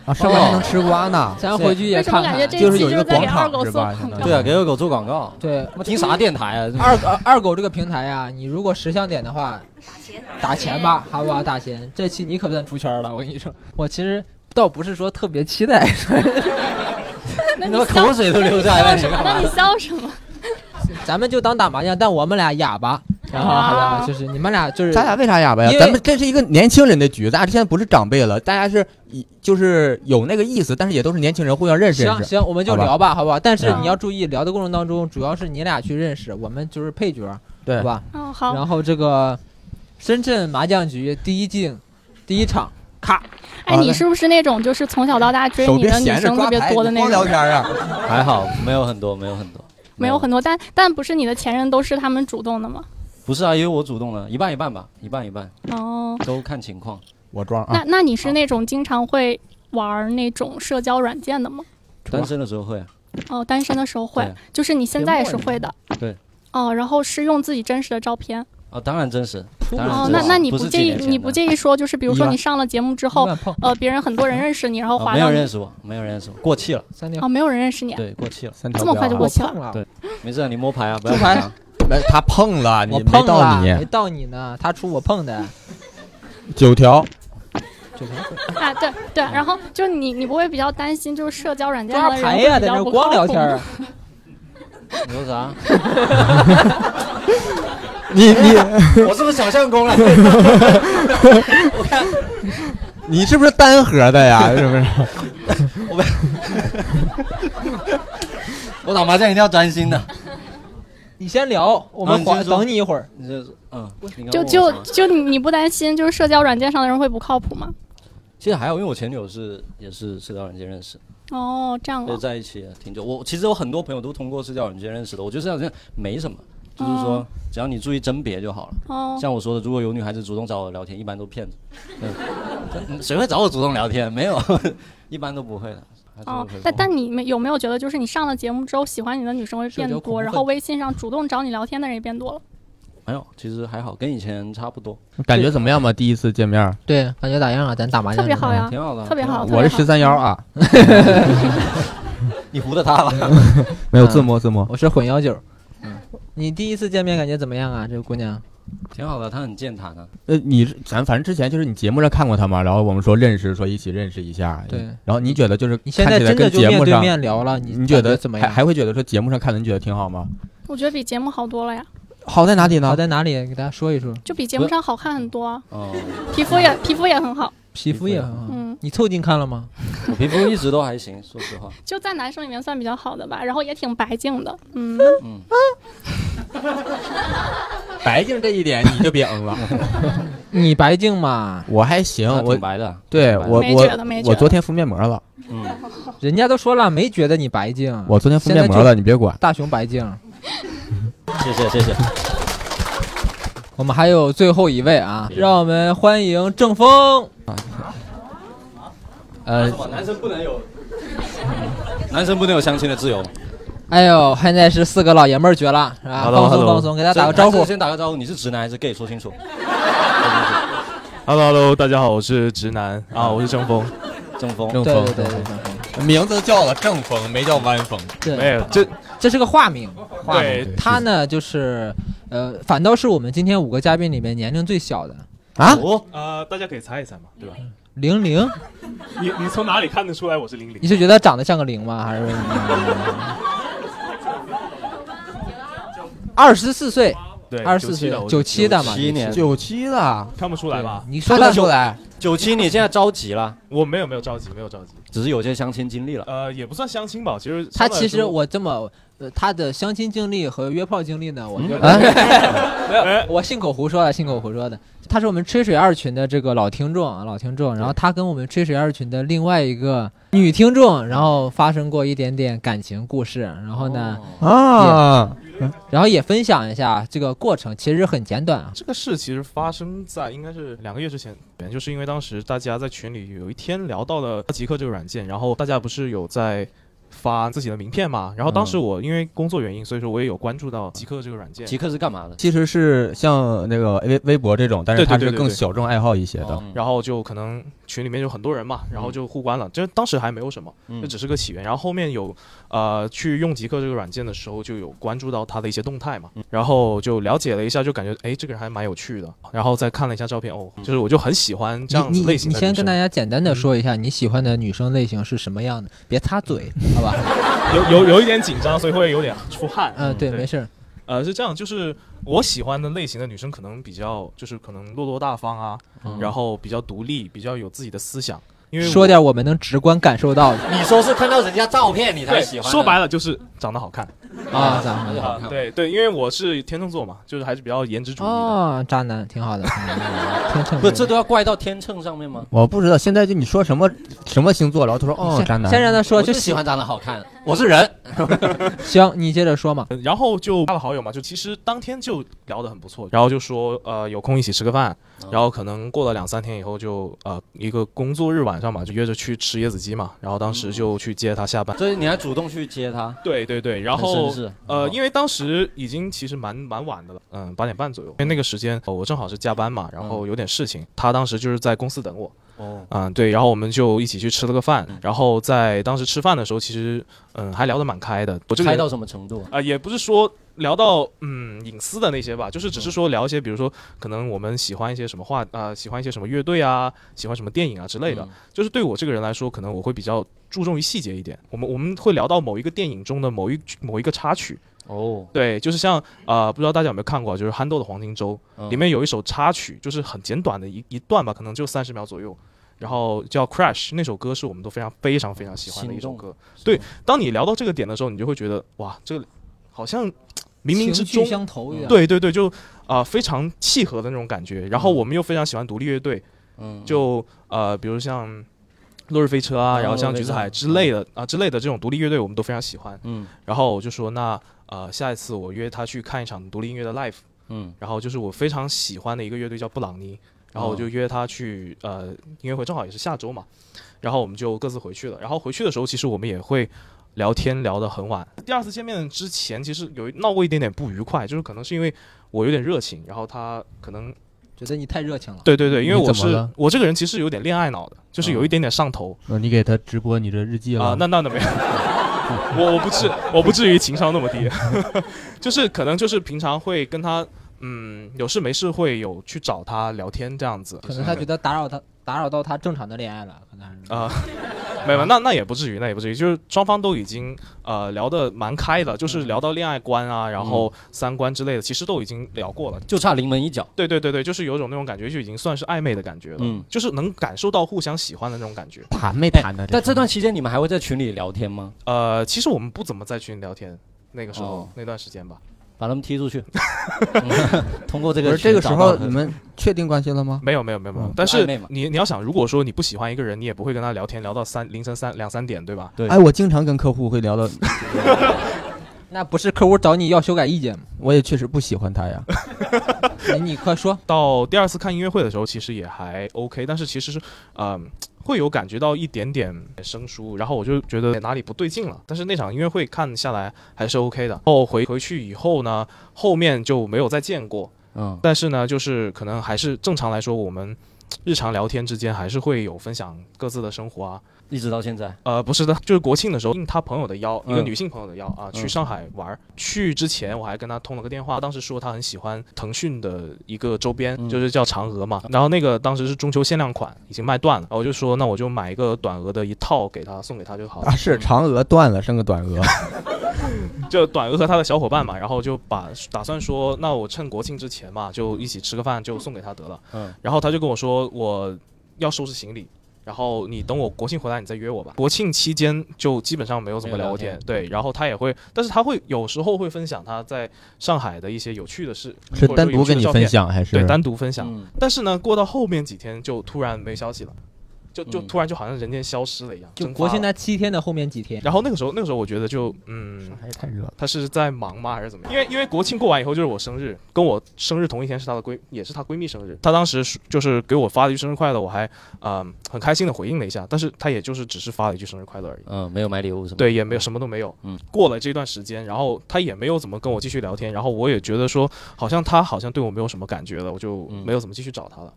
[SPEAKER 6] 啊，上面还能吃瓜呢，
[SPEAKER 2] 咱回去也
[SPEAKER 4] 为什么
[SPEAKER 2] 看
[SPEAKER 4] 感觉
[SPEAKER 2] 看。
[SPEAKER 4] 这
[SPEAKER 6] 啊就
[SPEAKER 4] 一
[SPEAKER 6] 是
[SPEAKER 4] 期
[SPEAKER 6] 有一个
[SPEAKER 4] 在
[SPEAKER 6] 广
[SPEAKER 4] 给二
[SPEAKER 6] 场
[SPEAKER 4] 狗
[SPEAKER 6] 是
[SPEAKER 4] 做
[SPEAKER 6] 吧？
[SPEAKER 4] 广
[SPEAKER 6] 相当于
[SPEAKER 4] 告？
[SPEAKER 7] 对啊，给恶狗做广告，
[SPEAKER 2] 对，
[SPEAKER 7] 我听啥电台
[SPEAKER 6] 嗯
[SPEAKER 7] 啊？
[SPEAKER 2] 二呃二狗这个平台啊，你如果十项点的话，打钱吧，好不好？打钱，这期你可算出圈了，我跟你说。我其实倒不是说特别期待， *laughs*
[SPEAKER 4] 那
[SPEAKER 7] 你
[SPEAKER 4] 你
[SPEAKER 7] 他妈口水都流下
[SPEAKER 6] 啊
[SPEAKER 7] 来了，你
[SPEAKER 4] 笑
[SPEAKER 7] 干
[SPEAKER 4] 那
[SPEAKER 7] 嘛
[SPEAKER 4] 你？笑什么？
[SPEAKER 2] 咱们就当打麻将，但我们俩哑巴，然后好不好？就是你们俩就是
[SPEAKER 6] 咱俩为啥哑巴
[SPEAKER 2] 因
[SPEAKER 6] 呀？
[SPEAKER 2] 为
[SPEAKER 6] 咱们这是一个年轻人的局，咱俩现在不是长辈了，大家是以就是有那个意思，但是也都是年轻人，互相认识认
[SPEAKER 2] 行
[SPEAKER 6] 识。
[SPEAKER 2] 行，我们就
[SPEAKER 6] 好吧
[SPEAKER 2] 聊吧，好不好？但是
[SPEAKER 4] 嗯
[SPEAKER 2] 你要注意，聊的过程当中，主要是你俩去认识，我们就是配角，
[SPEAKER 6] 对
[SPEAKER 2] 好吧？
[SPEAKER 4] 哦，好，
[SPEAKER 2] 然后这个深圳麻将局第一进第一场，咔，
[SPEAKER 4] 哎，你是不是那种就是从小到大追
[SPEAKER 6] 手
[SPEAKER 4] 你
[SPEAKER 6] 别
[SPEAKER 4] 的女
[SPEAKER 6] 闲着
[SPEAKER 4] 生特
[SPEAKER 6] 抓
[SPEAKER 4] 别
[SPEAKER 6] 牌，
[SPEAKER 4] 多的
[SPEAKER 6] 你
[SPEAKER 4] 那
[SPEAKER 6] 光聊
[SPEAKER 4] 种？
[SPEAKER 6] 天啊！
[SPEAKER 7] 还好没有很多，没有很多，
[SPEAKER 4] 没
[SPEAKER 6] 嗯
[SPEAKER 4] 有很多，但但不是你的前任都是他们主动的吗？
[SPEAKER 7] 不是啊，因为我主动了，一半一半吧，一半一半
[SPEAKER 4] 哦，
[SPEAKER 7] 都看情况。
[SPEAKER 6] 我装啊
[SPEAKER 4] 那，那你是那种经常会玩那种社交软件的吗？
[SPEAKER 7] 单身的时候会啊，
[SPEAKER 4] 哦，单身的时候会
[SPEAKER 7] 对，
[SPEAKER 4] 就是你现在也是会的。
[SPEAKER 7] 对。
[SPEAKER 4] 哦，然后是用自己真实的照片。
[SPEAKER 7] 啊当然真实，当然
[SPEAKER 4] 哦，
[SPEAKER 7] 真
[SPEAKER 4] 那
[SPEAKER 7] 实
[SPEAKER 4] 那你
[SPEAKER 7] 不
[SPEAKER 4] 不
[SPEAKER 7] 是
[SPEAKER 4] 介
[SPEAKER 7] 几
[SPEAKER 4] 意
[SPEAKER 7] 年前
[SPEAKER 4] 你
[SPEAKER 7] 的
[SPEAKER 4] 不介意说，就是比如说
[SPEAKER 6] 一万
[SPEAKER 4] 你上了节目之
[SPEAKER 2] 不
[SPEAKER 4] 后，
[SPEAKER 2] 乱碰
[SPEAKER 4] 呃，别人很多人认识你，然后
[SPEAKER 7] 啊
[SPEAKER 4] 滑
[SPEAKER 7] 没
[SPEAKER 4] 到
[SPEAKER 7] 有
[SPEAKER 4] 你
[SPEAKER 7] 认识我，没有认识我，过气了，
[SPEAKER 2] 三点
[SPEAKER 4] 哦，没有人认识你，
[SPEAKER 7] 对，过气了，
[SPEAKER 6] 三条
[SPEAKER 4] 这么快就过
[SPEAKER 6] 我
[SPEAKER 4] 期了。
[SPEAKER 2] 了
[SPEAKER 7] 对没事，你摸牌啊，不要
[SPEAKER 6] 出牌
[SPEAKER 7] 紧张
[SPEAKER 6] 没他碰了，你
[SPEAKER 2] 我
[SPEAKER 6] 没
[SPEAKER 2] 碰
[SPEAKER 6] 到
[SPEAKER 2] 了，
[SPEAKER 6] 你
[SPEAKER 2] 没到你呢，他出我碰的，
[SPEAKER 6] 九条，
[SPEAKER 2] 这条
[SPEAKER 4] 啊，对对，然后就你你不会比较担心，就是社交软件
[SPEAKER 2] 抓
[SPEAKER 4] 上的人
[SPEAKER 2] 牌
[SPEAKER 4] 会
[SPEAKER 2] 呀，
[SPEAKER 4] 比
[SPEAKER 2] 在
[SPEAKER 4] 较
[SPEAKER 2] 这
[SPEAKER 4] 不
[SPEAKER 2] 光
[SPEAKER 4] 靠
[SPEAKER 2] 聊
[SPEAKER 4] 谱
[SPEAKER 2] 天 *laughs* 儿，
[SPEAKER 7] 你说啥？ *laughs*
[SPEAKER 6] 你 *laughs* 你
[SPEAKER 10] 我是不是想象
[SPEAKER 7] 啊
[SPEAKER 10] 功了？
[SPEAKER 6] 你是不是单核的 *laughs* 呀？是不是？
[SPEAKER 7] *laughs* 我打麻将一定要专心的。
[SPEAKER 2] 你先聊，我
[SPEAKER 7] 啊
[SPEAKER 2] 们
[SPEAKER 6] 嗯
[SPEAKER 7] 你先
[SPEAKER 2] 缓
[SPEAKER 7] 说
[SPEAKER 2] 等你一会儿。
[SPEAKER 7] 你这是嗯，你刚
[SPEAKER 4] 就
[SPEAKER 7] 问我
[SPEAKER 4] 就
[SPEAKER 7] 什么
[SPEAKER 4] 就你你不担心，就是社交软件上的人会不靠谱吗？
[SPEAKER 7] 其实还好，因为我前女友是也是社交软件认识，
[SPEAKER 4] 哦，这样
[SPEAKER 7] 就
[SPEAKER 4] 啊，
[SPEAKER 7] 在一起挺久。我其实有很多朋友都通过社交软件认识的，我觉得社交软件没什么，就是说
[SPEAKER 4] 哦
[SPEAKER 7] 只要你注意甄别就好了。
[SPEAKER 4] 哦，
[SPEAKER 7] 像我说的，如果有女孩子主动找我聊天，一般都骗子。嗯，谁会找我主动聊天？没有， *laughs* 一般都不会的。还真
[SPEAKER 4] 哦
[SPEAKER 7] 不会，
[SPEAKER 4] 但但你们有没有觉得，就是你上了节目之后，喜欢你的女生会变
[SPEAKER 2] 交恐怖
[SPEAKER 4] 多，然
[SPEAKER 2] 分
[SPEAKER 4] 后微信上主动找你聊天的人也变多了？
[SPEAKER 7] 没有，其实还好，跟以前差不多，
[SPEAKER 6] 感觉怎么样嘛？第一次见面，
[SPEAKER 2] 对，感觉咋样啊？咱打麻
[SPEAKER 4] 特
[SPEAKER 2] 将
[SPEAKER 4] 别好呀，
[SPEAKER 7] 挺好的。
[SPEAKER 4] 特别好，特别
[SPEAKER 6] 我是十三幺啊，
[SPEAKER 7] *laughs* 你糊的他嗯吧？
[SPEAKER 6] *laughs* 没有自摸自摸。
[SPEAKER 2] 我是混幺九。
[SPEAKER 6] 嗯
[SPEAKER 2] 你第一次见面感觉怎么样啊？这个姑娘，
[SPEAKER 7] 挺好的，他很健谈啊。
[SPEAKER 6] 呃，你咱反正之前就是你节目上看过他嘛，然后我们说认识，说一起认识一下。
[SPEAKER 2] 对，
[SPEAKER 6] 然后你觉得就是
[SPEAKER 2] 你现
[SPEAKER 6] 看
[SPEAKER 2] 在
[SPEAKER 6] 起来
[SPEAKER 2] 真的
[SPEAKER 6] 跟
[SPEAKER 2] 就
[SPEAKER 6] 节
[SPEAKER 2] 面
[SPEAKER 6] 目
[SPEAKER 2] 对
[SPEAKER 6] 上，
[SPEAKER 2] 面聊了，
[SPEAKER 6] 你
[SPEAKER 2] 觉
[SPEAKER 6] 觉得
[SPEAKER 2] 怎么
[SPEAKER 6] 还
[SPEAKER 2] 样？
[SPEAKER 6] 还会觉得说节目上看的你觉得挺好吗？
[SPEAKER 4] 我觉得比节目好多了呀，
[SPEAKER 6] 好在哪里
[SPEAKER 2] 好
[SPEAKER 6] 呢？
[SPEAKER 2] 在哪里？给大家说一说。
[SPEAKER 4] 就比节目上好看很多啊，
[SPEAKER 7] 哦，
[SPEAKER 4] 皮肤也皮肤也很好，
[SPEAKER 2] 皮肤也很好。
[SPEAKER 4] 嗯，
[SPEAKER 2] 你凑近看了吗？
[SPEAKER 7] 我皮肤一直都还行，说实话。
[SPEAKER 4] 就在男生里面算比较好的吧，然后也挺白净的，嗯，
[SPEAKER 7] 嗯，
[SPEAKER 6] *laughs* 白净这一点你就别嗯了，啊
[SPEAKER 2] 你白净
[SPEAKER 4] *laughs*
[SPEAKER 2] 嘛，
[SPEAKER 6] *laughs* 我还行，
[SPEAKER 7] 他
[SPEAKER 6] 我
[SPEAKER 7] 挺白的。
[SPEAKER 6] 对
[SPEAKER 7] 挺白的
[SPEAKER 6] 我
[SPEAKER 4] 没
[SPEAKER 6] 我
[SPEAKER 4] 觉得没觉
[SPEAKER 6] 我
[SPEAKER 4] 得
[SPEAKER 6] 昨天敷面膜了，
[SPEAKER 7] 嗯，
[SPEAKER 2] 人家都说了没觉得你白净。
[SPEAKER 6] 我昨天敷面膜
[SPEAKER 2] 现在
[SPEAKER 6] 了，你别管。
[SPEAKER 2] 大熊白净。
[SPEAKER 7] 谢谢谢谢。
[SPEAKER 2] 我们还有最后一位啊，让我们欢迎郑峰。
[SPEAKER 11] 啊
[SPEAKER 6] 呃，
[SPEAKER 7] 男生不能有，嗯男生不能有相亲的自由。
[SPEAKER 2] 哎呦，现在是四个老爷们儿绝了，是吧？放松放松，给大家打个招
[SPEAKER 7] 男
[SPEAKER 2] 呼
[SPEAKER 7] 生。先打个招呼，你是直男还是 gay？说清楚。
[SPEAKER 11] Hello Hello，大家好，我是直男啊，我是郑峰。
[SPEAKER 7] 正风，
[SPEAKER 6] 正
[SPEAKER 2] 对
[SPEAKER 6] 风
[SPEAKER 2] 对对对，
[SPEAKER 6] 名字叫了正风，没叫弯风。
[SPEAKER 2] 对
[SPEAKER 11] 没
[SPEAKER 2] 对，
[SPEAKER 11] 有，这
[SPEAKER 2] 这是个化名。
[SPEAKER 6] 画
[SPEAKER 11] 对
[SPEAKER 6] 的
[SPEAKER 2] 他呢，就是呃，反倒是我们今天五个嘉宾里面年龄最小的，
[SPEAKER 6] 啊，
[SPEAKER 7] 哦，
[SPEAKER 11] 呃，大家可以猜一猜嘛，对吧？
[SPEAKER 2] 零零。
[SPEAKER 11] 你你从哪里看得出来我是零
[SPEAKER 2] 你
[SPEAKER 11] 零？
[SPEAKER 2] 是觉得长得像个零吗？还是？二十四岁，
[SPEAKER 11] 对，
[SPEAKER 2] 二十四岁
[SPEAKER 11] 的，，
[SPEAKER 2] 九七的嘛，
[SPEAKER 7] 七年，
[SPEAKER 6] 九七的，
[SPEAKER 11] 看不出来吧？
[SPEAKER 2] 你说
[SPEAKER 6] 看
[SPEAKER 2] 他
[SPEAKER 6] 得出来。
[SPEAKER 7] 九七，你现在着急了，
[SPEAKER 11] 我没有没有着急，没有着急。
[SPEAKER 7] 只是有些相亲经历了。
[SPEAKER 11] 呃，也不算相亲吧，其实
[SPEAKER 2] 他
[SPEAKER 11] 相对来
[SPEAKER 2] 其实
[SPEAKER 11] 说
[SPEAKER 2] 我这么，呃，他的相亲经历和约炮经历呢，
[SPEAKER 11] 嗯
[SPEAKER 2] 我就、
[SPEAKER 6] 啊，
[SPEAKER 11] 哎
[SPEAKER 2] 我信口胡说啊的，信口胡说的。他是我们吹水二群的这个老听众啊，老听众。然后他跟我们吹水二群的另外一个女听众，然后发生过一点点感情故事。然后呢，
[SPEAKER 7] 哦
[SPEAKER 6] 啊，
[SPEAKER 2] 然后也分享一下这个过程，其实很简短啊。
[SPEAKER 11] 这个事其实发生在应该是两个月之前，就是因为当时大家在群里有一天聊到了极客这个软件，然后大家不是有在发自己的名片嘛，然后当时我因为工作原因，所以说我也有关注到极客这个软件。
[SPEAKER 7] 极客是干嘛的？
[SPEAKER 6] 其实是像那个微微博这种，但是
[SPEAKER 11] 对对
[SPEAKER 6] 它
[SPEAKER 11] 对
[SPEAKER 6] 是
[SPEAKER 11] 对哦
[SPEAKER 6] 更
[SPEAKER 11] 对
[SPEAKER 6] 小众爱好一些的。
[SPEAKER 11] 然后就可能群里面有很多人嘛，然后就互关了。这当时还没有什么，
[SPEAKER 7] 嗯
[SPEAKER 11] 这只是个起源。然后后面有呃去用极客这个软件的时候，就有关注到他的一些动态嘛，然后就了解了一下，就感觉哎这个人还蛮有趣的。然后再看了一下照片，哦，就是我就很喜欢这样
[SPEAKER 2] 你
[SPEAKER 11] 子
[SPEAKER 2] 你
[SPEAKER 11] 类型
[SPEAKER 2] 你
[SPEAKER 11] 的女生。嗯
[SPEAKER 2] 先跟大家简单的说一下你喜欢的女生类型是什么样的，别擦嘴，好
[SPEAKER 11] *laughs*
[SPEAKER 2] 吧？
[SPEAKER 11] 有有有一点紧张，所以会有点出汗。
[SPEAKER 2] 嗯对没事儿。
[SPEAKER 11] 呃，是这样，就是我喜欢的类型的女生，可能比较就是可能落落大方啊，
[SPEAKER 2] 嗯
[SPEAKER 11] 然后比较独立，比较有自己的思想。因为
[SPEAKER 2] 说点我们能直观感受到的。
[SPEAKER 10] 你说是看到人家照片你才
[SPEAKER 11] 对
[SPEAKER 10] 喜欢的，
[SPEAKER 11] 说白了就是长得好看
[SPEAKER 2] 啊长得
[SPEAKER 10] 好看
[SPEAKER 11] 对对，因为我是天秤座嘛，就是还是比较颜值主义的。
[SPEAKER 2] 哦，渣男挺好的，天秤
[SPEAKER 7] 不是，这都要怪到天秤上面吗？
[SPEAKER 6] 我不知道现在就你说什么什么星座，然后他说哦渣男，
[SPEAKER 2] 先让他
[SPEAKER 11] 啊
[SPEAKER 2] 说，
[SPEAKER 7] 我就
[SPEAKER 2] 喜
[SPEAKER 7] 喜欢长得好看，我是人。
[SPEAKER 2] 行，你接着说嘛。
[SPEAKER 11] 然后就加了好友嘛，就其实当天就聊得很不错，然后就说呃有空一起吃个饭，
[SPEAKER 7] 哦
[SPEAKER 11] 然后可能过了两三天以后就呃一个工作日晚上嘛，就约着去吃椰子鸡嘛，然后当
[SPEAKER 7] 哦
[SPEAKER 11] 时就去接她下班。
[SPEAKER 7] 所以你还主动去接他？
[SPEAKER 11] 对对对，然
[SPEAKER 7] 很
[SPEAKER 11] 后
[SPEAKER 7] 绅士哦
[SPEAKER 11] 呃，因为当时已经其实蛮蛮晚的了，嗯，八点半左右，因为那个时间、呃我正好是加班嘛，然
[SPEAKER 7] 嗯
[SPEAKER 11] 后有点事情，她当时就是在公司等我，
[SPEAKER 7] 哦，
[SPEAKER 11] 嗯，对，然后我们就一起去吃了个饭，
[SPEAKER 7] 嗯
[SPEAKER 11] 然后在当时吃饭的时候，其实嗯还聊得蛮开的，我这个
[SPEAKER 7] 开到
[SPEAKER 11] 人
[SPEAKER 7] 什么程度？
[SPEAKER 11] 啊、也不是说聊到嗯隐私的那些吧，就是只
[SPEAKER 7] 嗯
[SPEAKER 11] 是说聊一些，比如说可能我们喜欢一些什么话啊、喜欢一些什么乐队啊，喜欢什么电影啊之类的。
[SPEAKER 7] 嗯
[SPEAKER 11] 就是对我这个人来说，可能我会比较注重于细节一点。我们我们会聊到某一个电影中的某一某一个插曲，
[SPEAKER 7] 哦，
[SPEAKER 11] 对，就是像呃，不知道大家有没有看过啊，就是憨豆的《黄金周》
[SPEAKER 7] 嗯
[SPEAKER 11] 里面有一首插曲，就是很简短的一一段吧，可能就三十秒左右。然后叫 Crash 那首歌是我们都非常非常非常喜欢的一首歌。对，当你聊到这个点的时候，你就会觉得哇，这个好像冥冥之
[SPEAKER 2] 情
[SPEAKER 11] 中
[SPEAKER 2] 绪相投一点
[SPEAKER 11] 对对对，就啊、非常契合的那种感觉。
[SPEAKER 2] 嗯
[SPEAKER 11] 然后我们又非常喜欢独立乐队，
[SPEAKER 7] 嗯，
[SPEAKER 11] 就呃，比如像落日飞车啊，
[SPEAKER 2] 哦
[SPEAKER 7] 啊
[SPEAKER 11] 然后像
[SPEAKER 7] 落日飞
[SPEAKER 11] 橘子
[SPEAKER 7] 车
[SPEAKER 11] 海之类
[SPEAKER 2] 嗯
[SPEAKER 11] 的啊之类的这种独立乐队，我们都非常喜欢。
[SPEAKER 7] 嗯，
[SPEAKER 11] 然后我就说那呃，下一次我约他去看一场独立音乐的 live，
[SPEAKER 7] 嗯，
[SPEAKER 11] 然后就是我非常喜欢的一个乐队叫布朗尼，然
[SPEAKER 6] 哦
[SPEAKER 11] 后我就约他去呃音乐会，正好也是下周嘛，然后我们就各自回去了。然后回去的时候，其实我们也会。聊天聊得很晚。第二次见面之前，其实有一闹过一点点不愉快，就是可能是因为我有点热情，然后他可能
[SPEAKER 2] 觉得你太热情了。
[SPEAKER 11] 对对对，因为
[SPEAKER 6] 你
[SPEAKER 11] 我
[SPEAKER 6] 怎么
[SPEAKER 11] 是
[SPEAKER 6] 了嗯
[SPEAKER 11] 我这个人其实有点恋爱脑的，就是有一点点上头
[SPEAKER 6] 呃你给他直播你的日记了
[SPEAKER 11] 啊、那那那没有， *laughs* 我我不至我不至于情商那么低， *laughs* 就是可能就是平常会跟他嗯有事没事会有去找他聊天这样子，
[SPEAKER 2] 可能他觉得打扰他，打扰到他正常的恋爱了，可能还是。
[SPEAKER 11] 啊、 *laughs* 没有，那那也不至于，那也不至于，就是双方都已经呃聊得蛮开的，就是聊到恋爱观啊，然后三观之类的，其实都已经聊过了。
[SPEAKER 7] 就差临门一脚。
[SPEAKER 11] 对对对对，就是有种那种感觉，就已经算是暧昧的感觉了，
[SPEAKER 7] 嗯
[SPEAKER 11] 就是能感受到互相喜欢的那种感觉。
[SPEAKER 6] 谈没谈
[SPEAKER 11] 哎
[SPEAKER 6] 呢？
[SPEAKER 7] 但这段期间你们还会在群里聊天吗？
[SPEAKER 11] 呃，其实我们不怎么在群里聊天，那个时候、
[SPEAKER 7] 哦
[SPEAKER 11] 那段时间吧，
[SPEAKER 7] 把他们踢出
[SPEAKER 11] *laughs*
[SPEAKER 7] 去。 *laughs* 通过这
[SPEAKER 6] 不
[SPEAKER 7] 个
[SPEAKER 6] 是
[SPEAKER 7] 渠
[SPEAKER 6] 这个时
[SPEAKER 7] 找到
[SPEAKER 6] 候
[SPEAKER 7] 他
[SPEAKER 6] 你们确定关系了吗？
[SPEAKER 11] 没有没有没有没有。
[SPEAKER 6] 嗯
[SPEAKER 11] 但
[SPEAKER 7] 暧
[SPEAKER 11] 是
[SPEAKER 7] 昧嘛
[SPEAKER 11] 你你要想，如果说你不喜欢一个人，你也不会跟他聊天聊到三凌晨三两三点，对吧？
[SPEAKER 7] 对
[SPEAKER 6] 哎，我经常跟客户会聊到， *laughs*
[SPEAKER 2] 那不是客户找你要修改意见吗？
[SPEAKER 6] 我也确实不喜欢他呀。
[SPEAKER 2] 你你快说，
[SPEAKER 11] 到第二次看音乐会的时候，其实也还 OK，但是其实是嗯、会有感觉到一点点生疏，然后我就觉得哎哪里不对劲了。但是那场音乐会看下来还是 OK 的。然后回回去以后呢，后面就没有再见过。
[SPEAKER 7] 嗯，
[SPEAKER 11] 但是呢，就是可能还是正常来说，我们日常聊天之间还是会有分享各自的生活啊，
[SPEAKER 7] 一直到现在。
[SPEAKER 11] 呃，不是的，就是国庆的时候应他朋友的邀，一个
[SPEAKER 7] 嗯
[SPEAKER 11] 女性朋友的邀啊，去
[SPEAKER 7] 嗯
[SPEAKER 11] 上海玩儿。去之前我还跟他通了个电话，当时说他很喜欢腾讯的一个周边，
[SPEAKER 7] 嗯
[SPEAKER 11] 就是叫嫦娥嘛。然后那个当时是中秋限量款，已经卖断了，然后我就说那我就买一个短额的一套给他送给他就好了
[SPEAKER 6] 啊，，是嫦娥断了，剩个短
[SPEAKER 11] *laughs*
[SPEAKER 6] 额。
[SPEAKER 11] 就短额和他的小伙伴嘛，然后就把打算说那我趁国庆之前嘛，就一起吃个饭就送给他得了。
[SPEAKER 7] 嗯，
[SPEAKER 11] 然后他就跟我说我要收拾行李，然后你等我国庆回来你再约我吧。国庆期间就基本上没有怎么聊过天，对。然后他也会，但是他会有时候会分享他在上海的一些有趣的事，
[SPEAKER 6] 是
[SPEAKER 11] 或者
[SPEAKER 6] 单
[SPEAKER 11] 说有
[SPEAKER 6] 独
[SPEAKER 11] 趣的
[SPEAKER 6] 跟你
[SPEAKER 11] 照
[SPEAKER 6] 分
[SPEAKER 11] 片，
[SPEAKER 6] 享还是？
[SPEAKER 11] 对，单独分享。
[SPEAKER 7] 嗯
[SPEAKER 11] 但是呢，过到后面几天就突然没消息了，就就
[SPEAKER 2] 嗯
[SPEAKER 11] 突然就好像人间消失了一样，
[SPEAKER 2] 就
[SPEAKER 11] 蒸发
[SPEAKER 2] 国庆
[SPEAKER 11] 了
[SPEAKER 2] 那七天的后面几天，
[SPEAKER 11] 然后那个时候，那个时候我觉得就嗯，
[SPEAKER 10] 还是太热了。
[SPEAKER 11] 他是在忙吗，还是怎么样？因为因为国庆过完以后就是我生日，跟我生日同一天是她的闺，也是她闺蜜生日。她当时是就是给我发了一句生日快乐，我还嗯、呃很开心的回应了一下，但是她也就是只是发了一句生日快乐而已。
[SPEAKER 7] 嗯，没有买礼物什么的。
[SPEAKER 11] 对，也没有什么都没有。
[SPEAKER 7] 嗯，
[SPEAKER 11] 过了这段时间，然后她也没有怎么跟我继续聊天，然后我也觉得说，好像她好像对我没有什么感觉了，我就没有怎么继续找她了。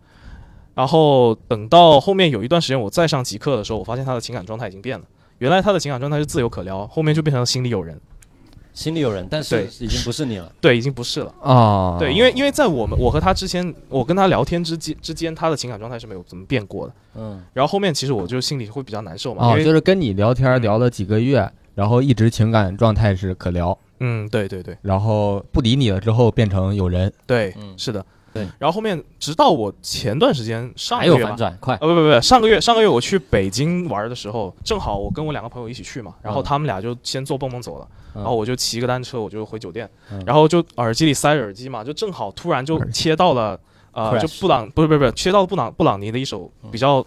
[SPEAKER 11] 然后等到后面有一段时间我再上极客的时候，我发现她的情感状态已经变了。原来她的情感状态是自由可聊，后面就变成了心里有人。
[SPEAKER 7] 心里有人，但是
[SPEAKER 11] 对
[SPEAKER 7] 已经不是你了。
[SPEAKER 11] 对，已经不是了
[SPEAKER 6] 哦
[SPEAKER 11] 对，因为因为在我们我和她之前，我跟她聊天之间之间，她的情感状态是没有怎么变过的。
[SPEAKER 7] 嗯，
[SPEAKER 11] 然后后面其实我就心里会比较难受嘛，
[SPEAKER 6] 哦，
[SPEAKER 11] 因为嗯
[SPEAKER 6] 就是跟你聊天聊了几个月，然后一直情感状态是可聊，
[SPEAKER 11] 嗯，对对对，
[SPEAKER 6] 然后不理你了之后变成有人，
[SPEAKER 11] 对，是的，对。然后后面直到我前段时间上个
[SPEAKER 7] 还有
[SPEAKER 11] 月吧
[SPEAKER 7] 反转快
[SPEAKER 11] 啊不不不，上个月上个月我去北京玩的时候，正好我跟我两个朋友一起去嘛，然后
[SPEAKER 7] 嗯
[SPEAKER 11] 他们俩就先坐蹦蹦走了，
[SPEAKER 7] 嗯
[SPEAKER 11] 然后我就骑个单车我就回酒店，
[SPEAKER 7] 嗯
[SPEAKER 11] 然后就耳机里塞着耳机嘛，就正好突然就切到了呃
[SPEAKER 7] Crash 嗯
[SPEAKER 11] 就布朗不是不是不是切到了布朗布朗尼的一首比较。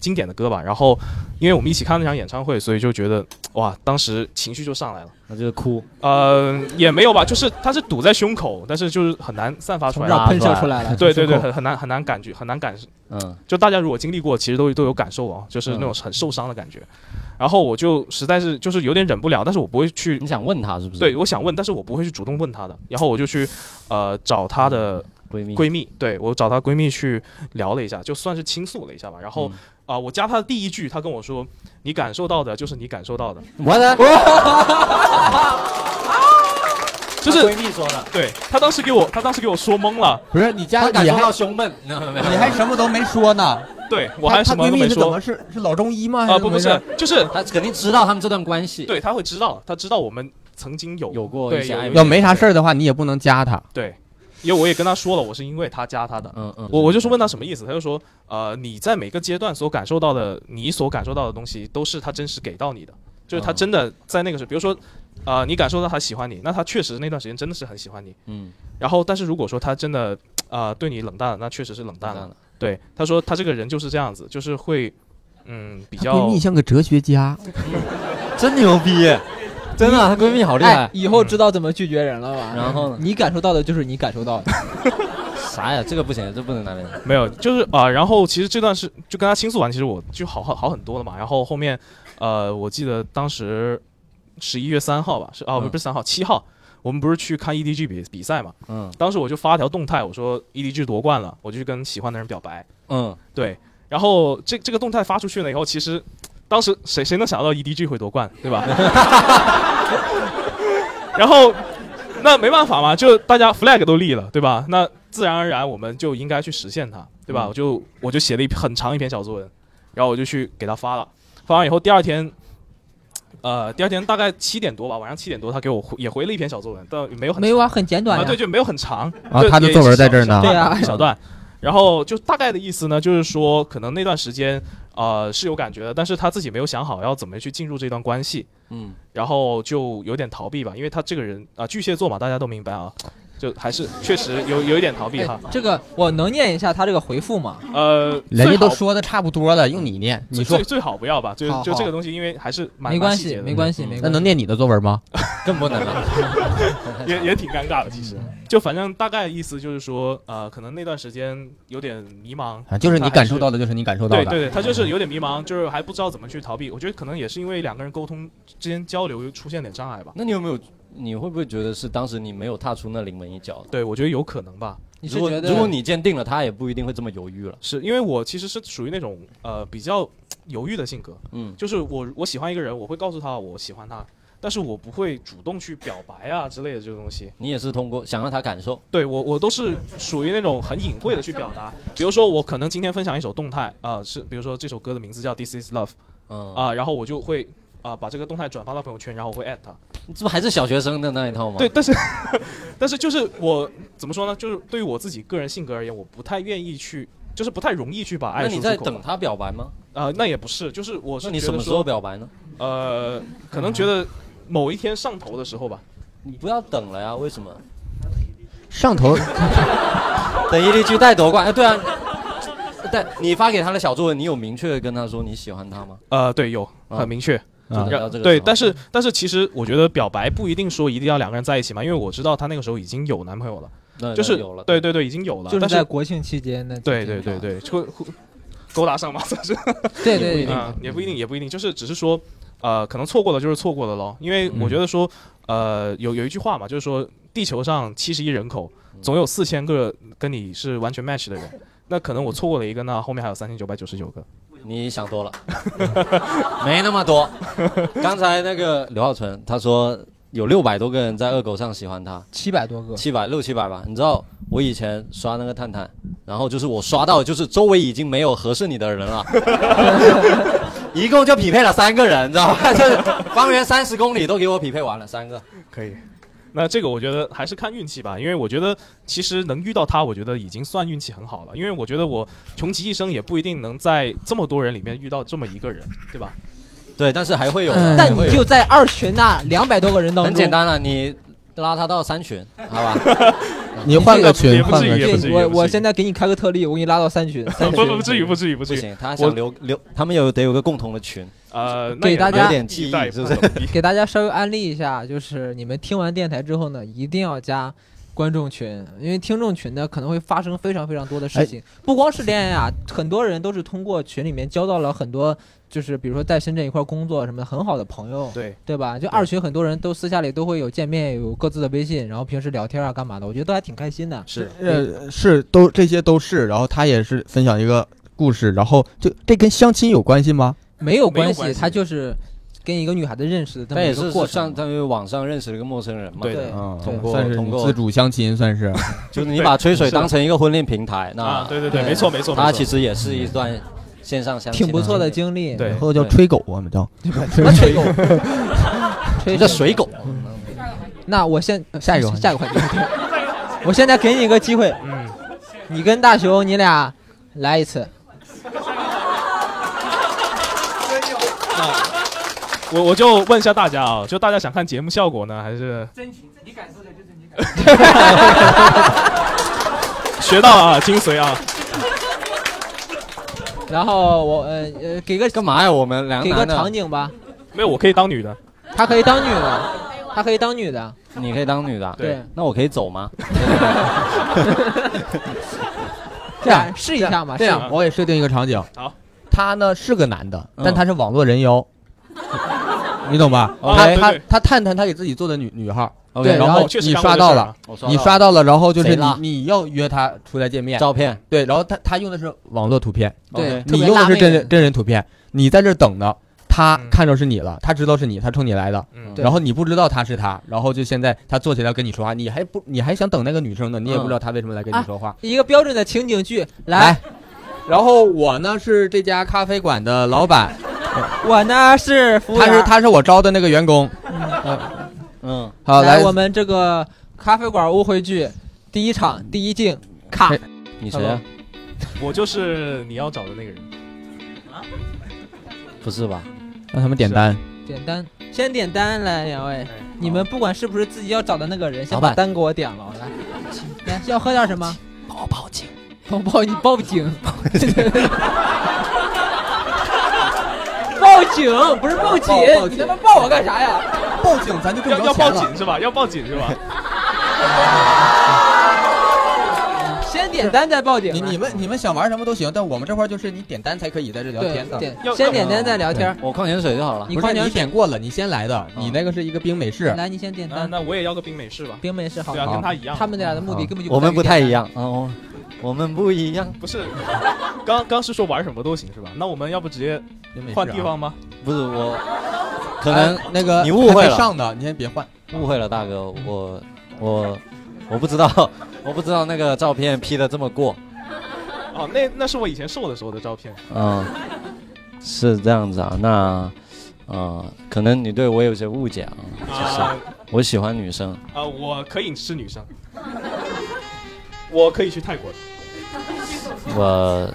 [SPEAKER 11] 经典的歌吧，然后因为我们一起看那场演唱会，所以就觉得哇，当时情绪就上来了。
[SPEAKER 7] 那就是哭。
[SPEAKER 11] 呃，也没有吧，就是它是堵在胸口，但是就是很难散发出来，
[SPEAKER 2] 从这儿喷射出来了
[SPEAKER 11] 对对
[SPEAKER 2] 从胸口
[SPEAKER 11] 对，很很难很难感觉，很难感受。
[SPEAKER 7] 嗯，
[SPEAKER 11] 就大家如果经历过，其实都都有感受啊，就是
[SPEAKER 6] 嗯
[SPEAKER 11] 那种很受伤的感觉。然后我就实在是就是有点忍不了，但是我不会去。
[SPEAKER 6] 嗯
[SPEAKER 7] 你想问他是不是？
[SPEAKER 11] 对，我想问，但是我不会去主动问她的。然后我就去呃找她的
[SPEAKER 7] 闺蜜
[SPEAKER 6] 嗯
[SPEAKER 11] 闺蜜，对我找她闺蜜去聊了一下，就算是倾诉了一下吧。然后
[SPEAKER 7] 嗯
[SPEAKER 11] 啊、我加她的第一句，她跟我说：“你感受到的就是你感受到的。”
[SPEAKER 7] 我的，
[SPEAKER 11] *laughs* 就是
[SPEAKER 10] 闺蜜说的，
[SPEAKER 11] 对他当时给我，他当时给我说懵了。
[SPEAKER 6] 不是你
[SPEAKER 10] 她
[SPEAKER 6] 家
[SPEAKER 10] 感
[SPEAKER 6] 你
[SPEAKER 10] 受
[SPEAKER 6] 还
[SPEAKER 10] 到胸闷，你
[SPEAKER 6] 哦你还什么都没说呢，
[SPEAKER 11] 对我还
[SPEAKER 6] 她
[SPEAKER 11] 什
[SPEAKER 6] 她
[SPEAKER 11] 么
[SPEAKER 6] 闺
[SPEAKER 11] 都
[SPEAKER 6] 蜜
[SPEAKER 11] 没
[SPEAKER 6] 是怎
[SPEAKER 11] 说
[SPEAKER 6] 么是是老中医吗？还
[SPEAKER 11] 啊，不不
[SPEAKER 6] 怎么
[SPEAKER 11] 是
[SPEAKER 6] 回事，
[SPEAKER 11] 就是
[SPEAKER 7] *laughs* 他肯定知道他们这段关系。
[SPEAKER 11] 对他会知道，他知道我们曾经有
[SPEAKER 7] 有过一
[SPEAKER 11] 对
[SPEAKER 7] 些
[SPEAKER 11] 有
[SPEAKER 7] 暧
[SPEAKER 11] 有
[SPEAKER 7] 昧
[SPEAKER 6] 要没啥事儿的话，你也不能加他。
[SPEAKER 11] 对，因为我也跟他说了，我是因为他加他的。
[SPEAKER 7] 嗯嗯，
[SPEAKER 11] 我我就是问他什么意思，他就说，呃，你在每个阶段所感受到的，你所感受到的东西，都是他真实给到你的，就是他
[SPEAKER 7] 嗯
[SPEAKER 11] 真的在那个时候，比如说，呃，你感受到他喜欢你，那他确实那段时间真的是很喜欢你，
[SPEAKER 7] 嗯，
[SPEAKER 11] 然后，但是如果说他真的呃对你冷淡了，那确实是冷淡了。
[SPEAKER 7] 冷淡了
[SPEAKER 11] 对，他说他这个人就是这样子，就是会嗯比
[SPEAKER 6] 她
[SPEAKER 11] 较
[SPEAKER 6] 闺蜜像个哲学家，
[SPEAKER 7] 真牛逼，真的，她闺蜜好厉
[SPEAKER 2] 哎
[SPEAKER 7] 害，。
[SPEAKER 2] 以后知道怎么拒绝人了吧？
[SPEAKER 7] 然后呢？
[SPEAKER 2] 嗯你感受到的就是你感受到的，
[SPEAKER 7] 啥呀？这个不行，这不能拿来。
[SPEAKER 11] 没有，就是啊、然后其实这段是就跟他倾诉完，其实我就好好好很多了嘛。然后后面呃，我记得当时十一月三号吧，是啊，
[SPEAKER 7] 嗯
[SPEAKER 11] 不是三号，七号。我们不是去看 EDG 比比赛嘛？
[SPEAKER 7] 嗯
[SPEAKER 11] 当时我就发条动态，我说哎 EDG 夺冠了，我就去跟喜欢的人表白。
[SPEAKER 7] 嗯，
[SPEAKER 11] 对，然后这这个动态发出去了以后，其实当时谁谁能想到 EDG 会夺冠，对吧？ *laughs* 然后那没办法嘛，就大家 flag 都立了，对吧？那自然而然我们就应该去实现它，对吧？
[SPEAKER 7] 嗯
[SPEAKER 11] 我就我就写了一篇很长一篇小作文，然后我就去给他发了，发完以后第二天。呃，第二天大概七点多吧，晚上七点多，他给我回也回了一篇小作文，但没有很
[SPEAKER 2] 没有啊，很简短
[SPEAKER 11] 啊，
[SPEAKER 2] 呀、
[SPEAKER 11] 对，就没有很长
[SPEAKER 6] 啊
[SPEAKER 11] 对
[SPEAKER 6] 他的
[SPEAKER 11] 也
[SPEAKER 6] 作文
[SPEAKER 11] 是
[SPEAKER 6] 在
[SPEAKER 11] 小
[SPEAKER 6] 这儿呢
[SPEAKER 11] 小段
[SPEAKER 2] 对啊
[SPEAKER 11] 一小段。然后就大概的意思呢，就是说可能那段时间呃是有感觉的，但是他自己没有想好要怎么去进入这段关系，
[SPEAKER 7] 嗯，
[SPEAKER 11] 然后就有点逃避吧，因为他这个人啊、巨蟹座嘛，大家都明
[SPEAKER 2] *laughs*
[SPEAKER 11] 白啊，就还是确实有有一点逃避哈。
[SPEAKER 2] 这个我能念一下他这个回复吗？
[SPEAKER 11] 呃，
[SPEAKER 6] 人家
[SPEAKER 11] 最
[SPEAKER 6] 都
[SPEAKER 11] 好
[SPEAKER 6] 说的差不多了，用你念，你说
[SPEAKER 11] 最最好不要吧，就
[SPEAKER 2] 好
[SPEAKER 11] 就
[SPEAKER 2] 好
[SPEAKER 11] 这个东西，因为还是蛮
[SPEAKER 2] 没关
[SPEAKER 11] 蛮细
[SPEAKER 2] 系，
[SPEAKER 11] 节的
[SPEAKER 2] 没关系，没
[SPEAKER 6] 那
[SPEAKER 2] 关系
[SPEAKER 6] 能。念你的作文吗？
[SPEAKER 7] 更不能了。
[SPEAKER 11] 也也挺尴尬的，其
[SPEAKER 2] 嗯
[SPEAKER 11] 实。就反正大概意思就是说，呃，可能那段时间有点迷茫
[SPEAKER 6] 啊，就是你感受
[SPEAKER 11] 到。
[SPEAKER 6] 到的，就是你感受到的。嗯
[SPEAKER 11] 对对对，他就是有点迷茫，就是还不知道怎么去逃避。我觉得可能也是因为两个人沟通之间交流出现点障碍吧。
[SPEAKER 7] 那你有没有？你会不会觉得是当时你没有踏出那临门一脚？
[SPEAKER 11] 对，我觉得有可能吧，
[SPEAKER 2] *laughs* 你是
[SPEAKER 7] 如果
[SPEAKER 2] 觉得
[SPEAKER 7] 如果你坚定了，他也不一定会这么犹豫了。
[SPEAKER 11] 是因为我其实是属于那种呃比较犹豫的性格，
[SPEAKER 7] 嗯
[SPEAKER 11] 就是我我喜欢一个人，我会告诉他我喜欢他，但是我不会主动去表白啊之类的这个东西。
[SPEAKER 7] 你也是通过想让他感受，
[SPEAKER 11] 对我我都是属于那种很隐晦的去表达，比如说我可能今天分享一首动态啊、是比如说这首歌的名字叫《This Is Love》
[SPEAKER 7] 嗯
[SPEAKER 11] 啊、然后我就会啊、把这个动态转发到朋友圈，然后我会艾特他。
[SPEAKER 7] 你这不还是小学生的那一套吗？
[SPEAKER 11] 对，，但是 *laughs* 但是就是我怎么说呢？就是对于我自己个人性格而言，我不太愿意去，就是不太容易去把爱
[SPEAKER 7] 那
[SPEAKER 11] 说出
[SPEAKER 7] 你
[SPEAKER 11] 口。
[SPEAKER 7] 在等他表白吗？
[SPEAKER 11] 啊、那也不是，就是我是
[SPEAKER 7] 那你
[SPEAKER 11] 觉
[SPEAKER 7] 什
[SPEAKER 11] 得
[SPEAKER 7] 么时
[SPEAKER 11] 说
[SPEAKER 7] 候表白呢？
[SPEAKER 11] 呃，可能觉得某一天上头的时候吧。
[SPEAKER 7] 你不要等了呀，为什么？
[SPEAKER 6] 上头
[SPEAKER 7] 等 EDG 带夺冠，哎，对啊， *laughs* 但你发给他的小作文，你有明确地跟他说你喜欢他吗？
[SPEAKER 11] 呃，对，有
[SPEAKER 7] 啊
[SPEAKER 11] 很明确。
[SPEAKER 7] 就聊到
[SPEAKER 11] 然
[SPEAKER 7] 这个
[SPEAKER 11] 对，
[SPEAKER 7] 时候
[SPEAKER 11] 但是但是其实我觉得表白不一定说一定要两个人在一起嘛，因为我知道她那个时候已经有男朋友
[SPEAKER 7] 对
[SPEAKER 11] 了，就是
[SPEAKER 7] 呃有了
[SPEAKER 11] 对对对，已经有了，
[SPEAKER 2] 就是
[SPEAKER 11] 但
[SPEAKER 2] 在国庆期间的。
[SPEAKER 11] 对对对
[SPEAKER 7] 嗯
[SPEAKER 11] 对，会会勾搭上嘛，算是。
[SPEAKER 2] 对对对
[SPEAKER 11] 啊也不一定，也不一定，就是只是说，呃，可能错过了就是错过了咯。因为我觉得说，呃，有有一句话嘛，就是说，地球上七十亿人口，总有四千个跟你是完全 match 的人。 *laughs* 那可能我错过了一个，那后面还有三千九百九十九个。
[SPEAKER 7] 你想
[SPEAKER 11] *laughs*
[SPEAKER 7] 多了，没那么多。刚才那个刘浩存他说有六百多个人在恶狗上喜欢他，
[SPEAKER 2] 七百多个，
[SPEAKER 7] 七百六七百吧。你知道我以前刷那个探探，然后就是我刷到就是周围已经没有合适你的人了， *laughs* 一共就匹配了三个人，你知道吧？ *laughs* 就是方圆三十公里都给我匹配完了三个。
[SPEAKER 11] 可以。那这个我觉得还是看运气吧，因为我觉得其实能遇到他，我觉得已经算运气很好了。因为我觉得我穷其一生也不一定能在这么多人里面遇到这么一个人，对吧？
[SPEAKER 7] 对，但是还会有的，
[SPEAKER 2] 嗯但
[SPEAKER 7] 还会
[SPEAKER 2] 你
[SPEAKER 7] 有
[SPEAKER 2] 就在二群那两百多个人当中，
[SPEAKER 7] 很简单了、你拉他到三群，好吧？
[SPEAKER 6] 你换个群
[SPEAKER 2] 对
[SPEAKER 6] 换个群
[SPEAKER 2] 对我我现在给你开个特例，我给你拉到三群，
[SPEAKER 11] *laughs*
[SPEAKER 2] 三群
[SPEAKER 11] 不至于，不至于，不至于。
[SPEAKER 7] 不行，他
[SPEAKER 11] 我
[SPEAKER 7] 想留留，他们有得有个共同的群。
[SPEAKER 11] 呃
[SPEAKER 2] 给大家
[SPEAKER 7] 有点记忆，是不是？
[SPEAKER 2] 给大家稍微安利一下，就是你们听完电台之后呢，一定要加观众群，因为听众群呢可能会发生非常非常多的
[SPEAKER 11] 哎
[SPEAKER 2] 事哎情，不光是恋爱啊，很多人都是通过群里面交到了很多，就是比如说在深圳一块工作什么的很好的朋友，
[SPEAKER 11] 对
[SPEAKER 2] 对吧？就二群很多人都私下里都会有见面，有各自的微信，然后平时聊天啊干嘛的，我觉得都还挺开心的。
[SPEAKER 11] 是
[SPEAKER 6] 呃，是都这些都是，然后他也是分享一个故事，然后就这跟相亲有关系吗？
[SPEAKER 2] 没有关
[SPEAKER 11] 没有关系
[SPEAKER 2] 他就是跟一个女孩子认识的这
[SPEAKER 7] 他
[SPEAKER 2] 么一
[SPEAKER 7] 也
[SPEAKER 2] 个
[SPEAKER 7] 是
[SPEAKER 2] 过程
[SPEAKER 7] 上，他就是网上认识了一个陌生人嘛。
[SPEAKER 11] 对的
[SPEAKER 2] 对
[SPEAKER 6] 嗯，
[SPEAKER 7] 通过
[SPEAKER 6] 算是
[SPEAKER 7] 通
[SPEAKER 6] 你
[SPEAKER 7] 过
[SPEAKER 6] 自主相亲，算是。
[SPEAKER 7] 就是你把吹水当成一个婚恋平台，那
[SPEAKER 11] 啊，对对对，没错没错。
[SPEAKER 7] 它
[SPEAKER 11] 没错
[SPEAKER 7] 其实也是一段线上相亲，
[SPEAKER 2] 挺不错的。经历。
[SPEAKER 11] 对
[SPEAKER 6] 以后叫
[SPEAKER 7] 对
[SPEAKER 6] 吹狗啊，我们叫。
[SPEAKER 2] 什么吹狗？吹
[SPEAKER 7] 这水狗，
[SPEAKER 2] 那我先呃
[SPEAKER 6] 下一个环节
[SPEAKER 2] 下一个环节。 *laughs* 我现在给你一个机会，
[SPEAKER 11] 嗯，
[SPEAKER 2] 你跟大雄你俩来一次， *laughs*
[SPEAKER 11] 我我就问一下大家啊，就大家想看节目效果呢，还是真情？你感受的就真情感受。学到啊，精髓啊！
[SPEAKER 2] 然后我呃呃给个
[SPEAKER 7] 干嘛呀？我们两
[SPEAKER 2] 给个
[SPEAKER 7] 男
[SPEAKER 2] 场
[SPEAKER 7] 的，
[SPEAKER 2] 景吧，
[SPEAKER 11] 没有，我可以当女的。
[SPEAKER 2] 她可以当女的，她可以当女的，
[SPEAKER 7] 你可以当女的啊，
[SPEAKER 2] 对，
[SPEAKER 7] 那我可以走吗？
[SPEAKER 2] 这样试一下嘛，
[SPEAKER 6] 这
[SPEAKER 2] 试一
[SPEAKER 6] 样
[SPEAKER 2] 下
[SPEAKER 6] 我也设定一个场景。
[SPEAKER 11] 啊好，
[SPEAKER 6] 他呢是个男的，
[SPEAKER 7] 嗯
[SPEAKER 6] 但他是网络人
[SPEAKER 11] *laughs*
[SPEAKER 6] 妖，你懂吧？
[SPEAKER 11] 啊
[SPEAKER 6] 他
[SPEAKER 11] 对
[SPEAKER 6] 他
[SPEAKER 11] 对
[SPEAKER 6] 他探探他给自己做的女女号，
[SPEAKER 7] OK，
[SPEAKER 6] 对
[SPEAKER 11] 然
[SPEAKER 6] 然
[SPEAKER 11] 后
[SPEAKER 6] 后
[SPEAKER 11] 我确实
[SPEAKER 6] 你
[SPEAKER 11] 干过
[SPEAKER 6] 刷
[SPEAKER 11] 这事
[SPEAKER 6] 到
[SPEAKER 11] 儿
[SPEAKER 6] 了
[SPEAKER 11] 啊，
[SPEAKER 7] 我
[SPEAKER 6] 你刷到了，然后就是
[SPEAKER 7] 谁
[SPEAKER 6] 你
[SPEAKER 7] 拉
[SPEAKER 6] 你要约他出来见面，
[SPEAKER 7] 照片，
[SPEAKER 6] 对，然后他他用的是网络图片，
[SPEAKER 2] 对
[SPEAKER 7] OK，
[SPEAKER 2] 特
[SPEAKER 6] 你
[SPEAKER 2] 别
[SPEAKER 6] 用的
[SPEAKER 2] 辣
[SPEAKER 6] 是
[SPEAKER 2] 妹
[SPEAKER 6] 真人真人图片，你在这儿等呢，他
[SPEAKER 11] 嗯
[SPEAKER 6] 看着是你了，他知道是你，他冲你来的，
[SPEAKER 11] 嗯，
[SPEAKER 2] 对
[SPEAKER 6] 然后你不知道他是他，然后就现在他坐起来跟你说话，你还不你还想等那个女生呢，你
[SPEAKER 11] 嗯
[SPEAKER 6] 也不知道他为什么来跟你
[SPEAKER 2] 啊
[SPEAKER 6] 说话。
[SPEAKER 2] 一个标准的情景剧，来
[SPEAKER 6] 来，然后我呢是这家咖啡馆的老板，
[SPEAKER 2] 我呢是服务
[SPEAKER 6] 他
[SPEAKER 2] 员
[SPEAKER 6] 是，他是我招的那个员工。
[SPEAKER 7] 嗯，
[SPEAKER 6] 好，
[SPEAKER 2] 来
[SPEAKER 6] 来
[SPEAKER 2] 我们这个咖啡馆误会剧第一场第一镜，卡
[SPEAKER 6] 哎
[SPEAKER 7] 你谁啊？
[SPEAKER 11] 我就是你要找的那个人。
[SPEAKER 7] 不是吧？
[SPEAKER 6] 让他们点单。
[SPEAKER 2] 点单，先点单来两
[SPEAKER 6] 哎
[SPEAKER 2] 位。
[SPEAKER 11] 哎
[SPEAKER 2] 你们不管是不是自己要找的那个人，先
[SPEAKER 7] 老
[SPEAKER 2] 把
[SPEAKER 7] 板
[SPEAKER 2] 单给我点了，来，来要喝点什么？ *laughs* 帮我报警，帮我报警，报警，不是报警
[SPEAKER 6] 报报，警
[SPEAKER 2] 你他妈报我干啥呀？
[SPEAKER 6] 报警咱就
[SPEAKER 11] 要要报警是吧？要报警
[SPEAKER 6] *laughs*
[SPEAKER 11] 是吧？
[SPEAKER 2] 先点单再报警
[SPEAKER 6] 你
[SPEAKER 2] 啊。
[SPEAKER 6] 你们你们想玩什么都行，但我们这块儿就是你点单才可以在这聊
[SPEAKER 2] 对
[SPEAKER 6] 天的。
[SPEAKER 2] 点
[SPEAKER 11] 要
[SPEAKER 2] 先点单再聊天。
[SPEAKER 7] 我矿泉水就好了
[SPEAKER 2] 你。
[SPEAKER 6] 不
[SPEAKER 2] 矿
[SPEAKER 6] 是
[SPEAKER 2] 泉
[SPEAKER 6] 你
[SPEAKER 2] 水
[SPEAKER 6] 点过了，你先来的，
[SPEAKER 7] 嗯
[SPEAKER 6] 你那个是一个冰美式。
[SPEAKER 2] 来，你先点
[SPEAKER 11] 那
[SPEAKER 2] 单。
[SPEAKER 11] 啊那我也要个冰美式吧。
[SPEAKER 2] 冰妹是好
[SPEAKER 11] 对，啊，
[SPEAKER 6] 好
[SPEAKER 11] 跟他一样。
[SPEAKER 2] 他们俩的目的根本就
[SPEAKER 7] 我们
[SPEAKER 2] 不
[SPEAKER 7] 不
[SPEAKER 2] 在
[SPEAKER 7] 太
[SPEAKER 2] 于
[SPEAKER 7] 一
[SPEAKER 2] 点单。
[SPEAKER 7] 样哦，我们不一样，
[SPEAKER 11] 不是， *laughs* 刚刚是说玩什么都行是吧？那我们要不直接
[SPEAKER 6] 冰美式啊
[SPEAKER 11] 换地方吗？
[SPEAKER 7] 不是我，可能
[SPEAKER 6] 哎那个
[SPEAKER 7] 你误会
[SPEAKER 6] 还没
[SPEAKER 7] 了
[SPEAKER 6] 上的，你先别换。
[SPEAKER 7] 误会了，大哥，我我我不知道， *laughs* 我不知道那个照片 P 的这么过，
[SPEAKER 11] 哦，那那是我以前瘦的时候的照片。
[SPEAKER 7] 嗯，是这样子啊，那啊、呃可能你对我有些误解啊，就是。
[SPEAKER 11] 啊
[SPEAKER 7] 我喜欢女生，
[SPEAKER 11] 啊，我可以是女生，我可以去泰国。
[SPEAKER 7] 我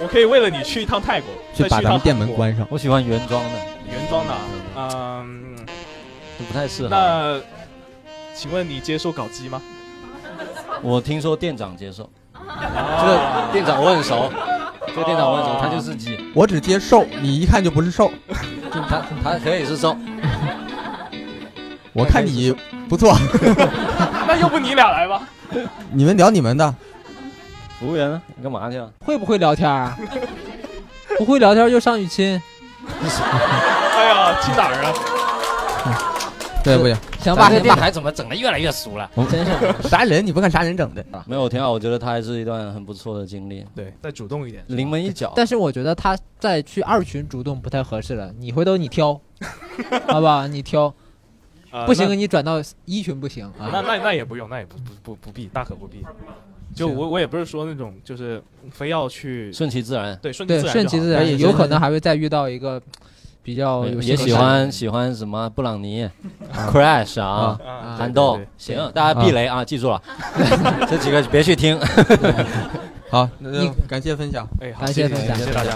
[SPEAKER 11] 我可以为了你去一趟泰国，
[SPEAKER 6] 去
[SPEAKER 11] 再
[SPEAKER 6] 把
[SPEAKER 11] 一
[SPEAKER 6] 咱
[SPEAKER 11] 趟
[SPEAKER 6] 们店
[SPEAKER 11] 韩
[SPEAKER 6] 门
[SPEAKER 11] 国。
[SPEAKER 6] 关上。
[SPEAKER 7] 我喜欢原装的，
[SPEAKER 11] 原装的啊，嗯，
[SPEAKER 7] 就不太适合。
[SPEAKER 11] 那请问你接受搞基吗？
[SPEAKER 7] 我听说店长接受，这
[SPEAKER 11] 啊
[SPEAKER 7] 个店长我很熟，这个店长我很熟，他就是鸡，
[SPEAKER 6] 我只接瘦，你一看就不是瘦。
[SPEAKER 7] 就他他可以是瘦，
[SPEAKER 6] 我看你不
[SPEAKER 2] 哎
[SPEAKER 6] 错，
[SPEAKER 11] 那要不你俩来吧。
[SPEAKER 6] 你们聊你们的。
[SPEAKER 7] 服务员呢？你干嘛去啊？
[SPEAKER 2] 会不会聊天啊？不会聊天就上雨亲，
[SPEAKER 11] 哎呀，去哪儿啊？
[SPEAKER 6] 对， *laughs* 不行，
[SPEAKER 2] 行
[SPEAKER 7] 咱
[SPEAKER 2] 吧，
[SPEAKER 7] 这
[SPEAKER 2] 行
[SPEAKER 7] 电
[SPEAKER 2] 吧，
[SPEAKER 7] 台怎么整的越来越俗了？
[SPEAKER 2] 真是。
[SPEAKER 6] 啥人？你不看啥人整的？
[SPEAKER 7] 没有，挺好，我觉得他还是一段很不错的经历，
[SPEAKER 11] 对，再主动一点。
[SPEAKER 7] 临门一脚。
[SPEAKER 2] 但是我觉得他再去二群主动不太合适了，你回头你挑，好吧，你挑，
[SPEAKER 11] 呃
[SPEAKER 2] 不行你转到一群不行
[SPEAKER 11] 那那
[SPEAKER 2] 啊。
[SPEAKER 11] 那那也不用，那也不不不不必，大可不必。就我我也不是说那种就是非要去
[SPEAKER 7] 顺其自然，
[SPEAKER 11] 对顺其
[SPEAKER 2] 对
[SPEAKER 11] 自，然
[SPEAKER 2] 顺其
[SPEAKER 11] 就好
[SPEAKER 2] 自
[SPEAKER 6] 可以
[SPEAKER 2] 然，有
[SPEAKER 6] 顺其
[SPEAKER 2] 可能还会再遇到一个比较哦有性
[SPEAKER 7] 也
[SPEAKER 2] 格
[SPEAKER 7] 喜
[SPEAKER 2] 的人
[SPEAKER 7] 欢喜欢什么布朗尼、Crash 啊、
[SPEAKER 11] 啊，
[SPEAKER 7] 憨
[SPEAKER 11] 对
[SPEAKER 7] 豆
[SPEAKER 11] 对，
[SPEAKER 7] 行，大家避雷啊，记住了，这几个别去听。
[SPEAKER 6] 好，那就感谢分享。
[SPEAKER 11] 对哎，好，
[SPEAKER 2] 感谢
[SPEAKER 11] 谢谢
[SPEAKER 2] 分
[SPEAKER 11] 感
[SPEAKER 2] 享
[SPEAKER 11] 谢大家。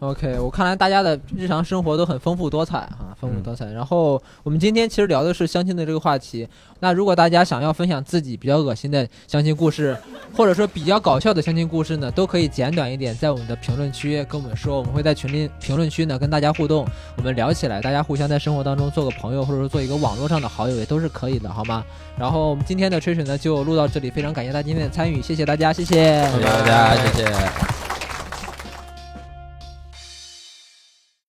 [SPEAKER 2] OK，我看来大家的日常生活都很丰富多彩哈、丰富多彩。然后我们今天其实聊的是相亲的这个话题。那如果大家想要分享自己比较恶心的相亲故事，或者说比较搞笑的相亲故事呢，都可以简短一点，在我们的评论区跟我们说，我们会在群里评论区呢跟大家互动，我们聊起来，大家互相在生活当中做个朋友，或者说做一个网络上的好友也都是可以的，好吗？然后我们今天的吹水呢就录到这里，非常感谢大家今天的参与，谢谢大家，谢谢
[SPEAKER 5] 谢谢大家，谢谢。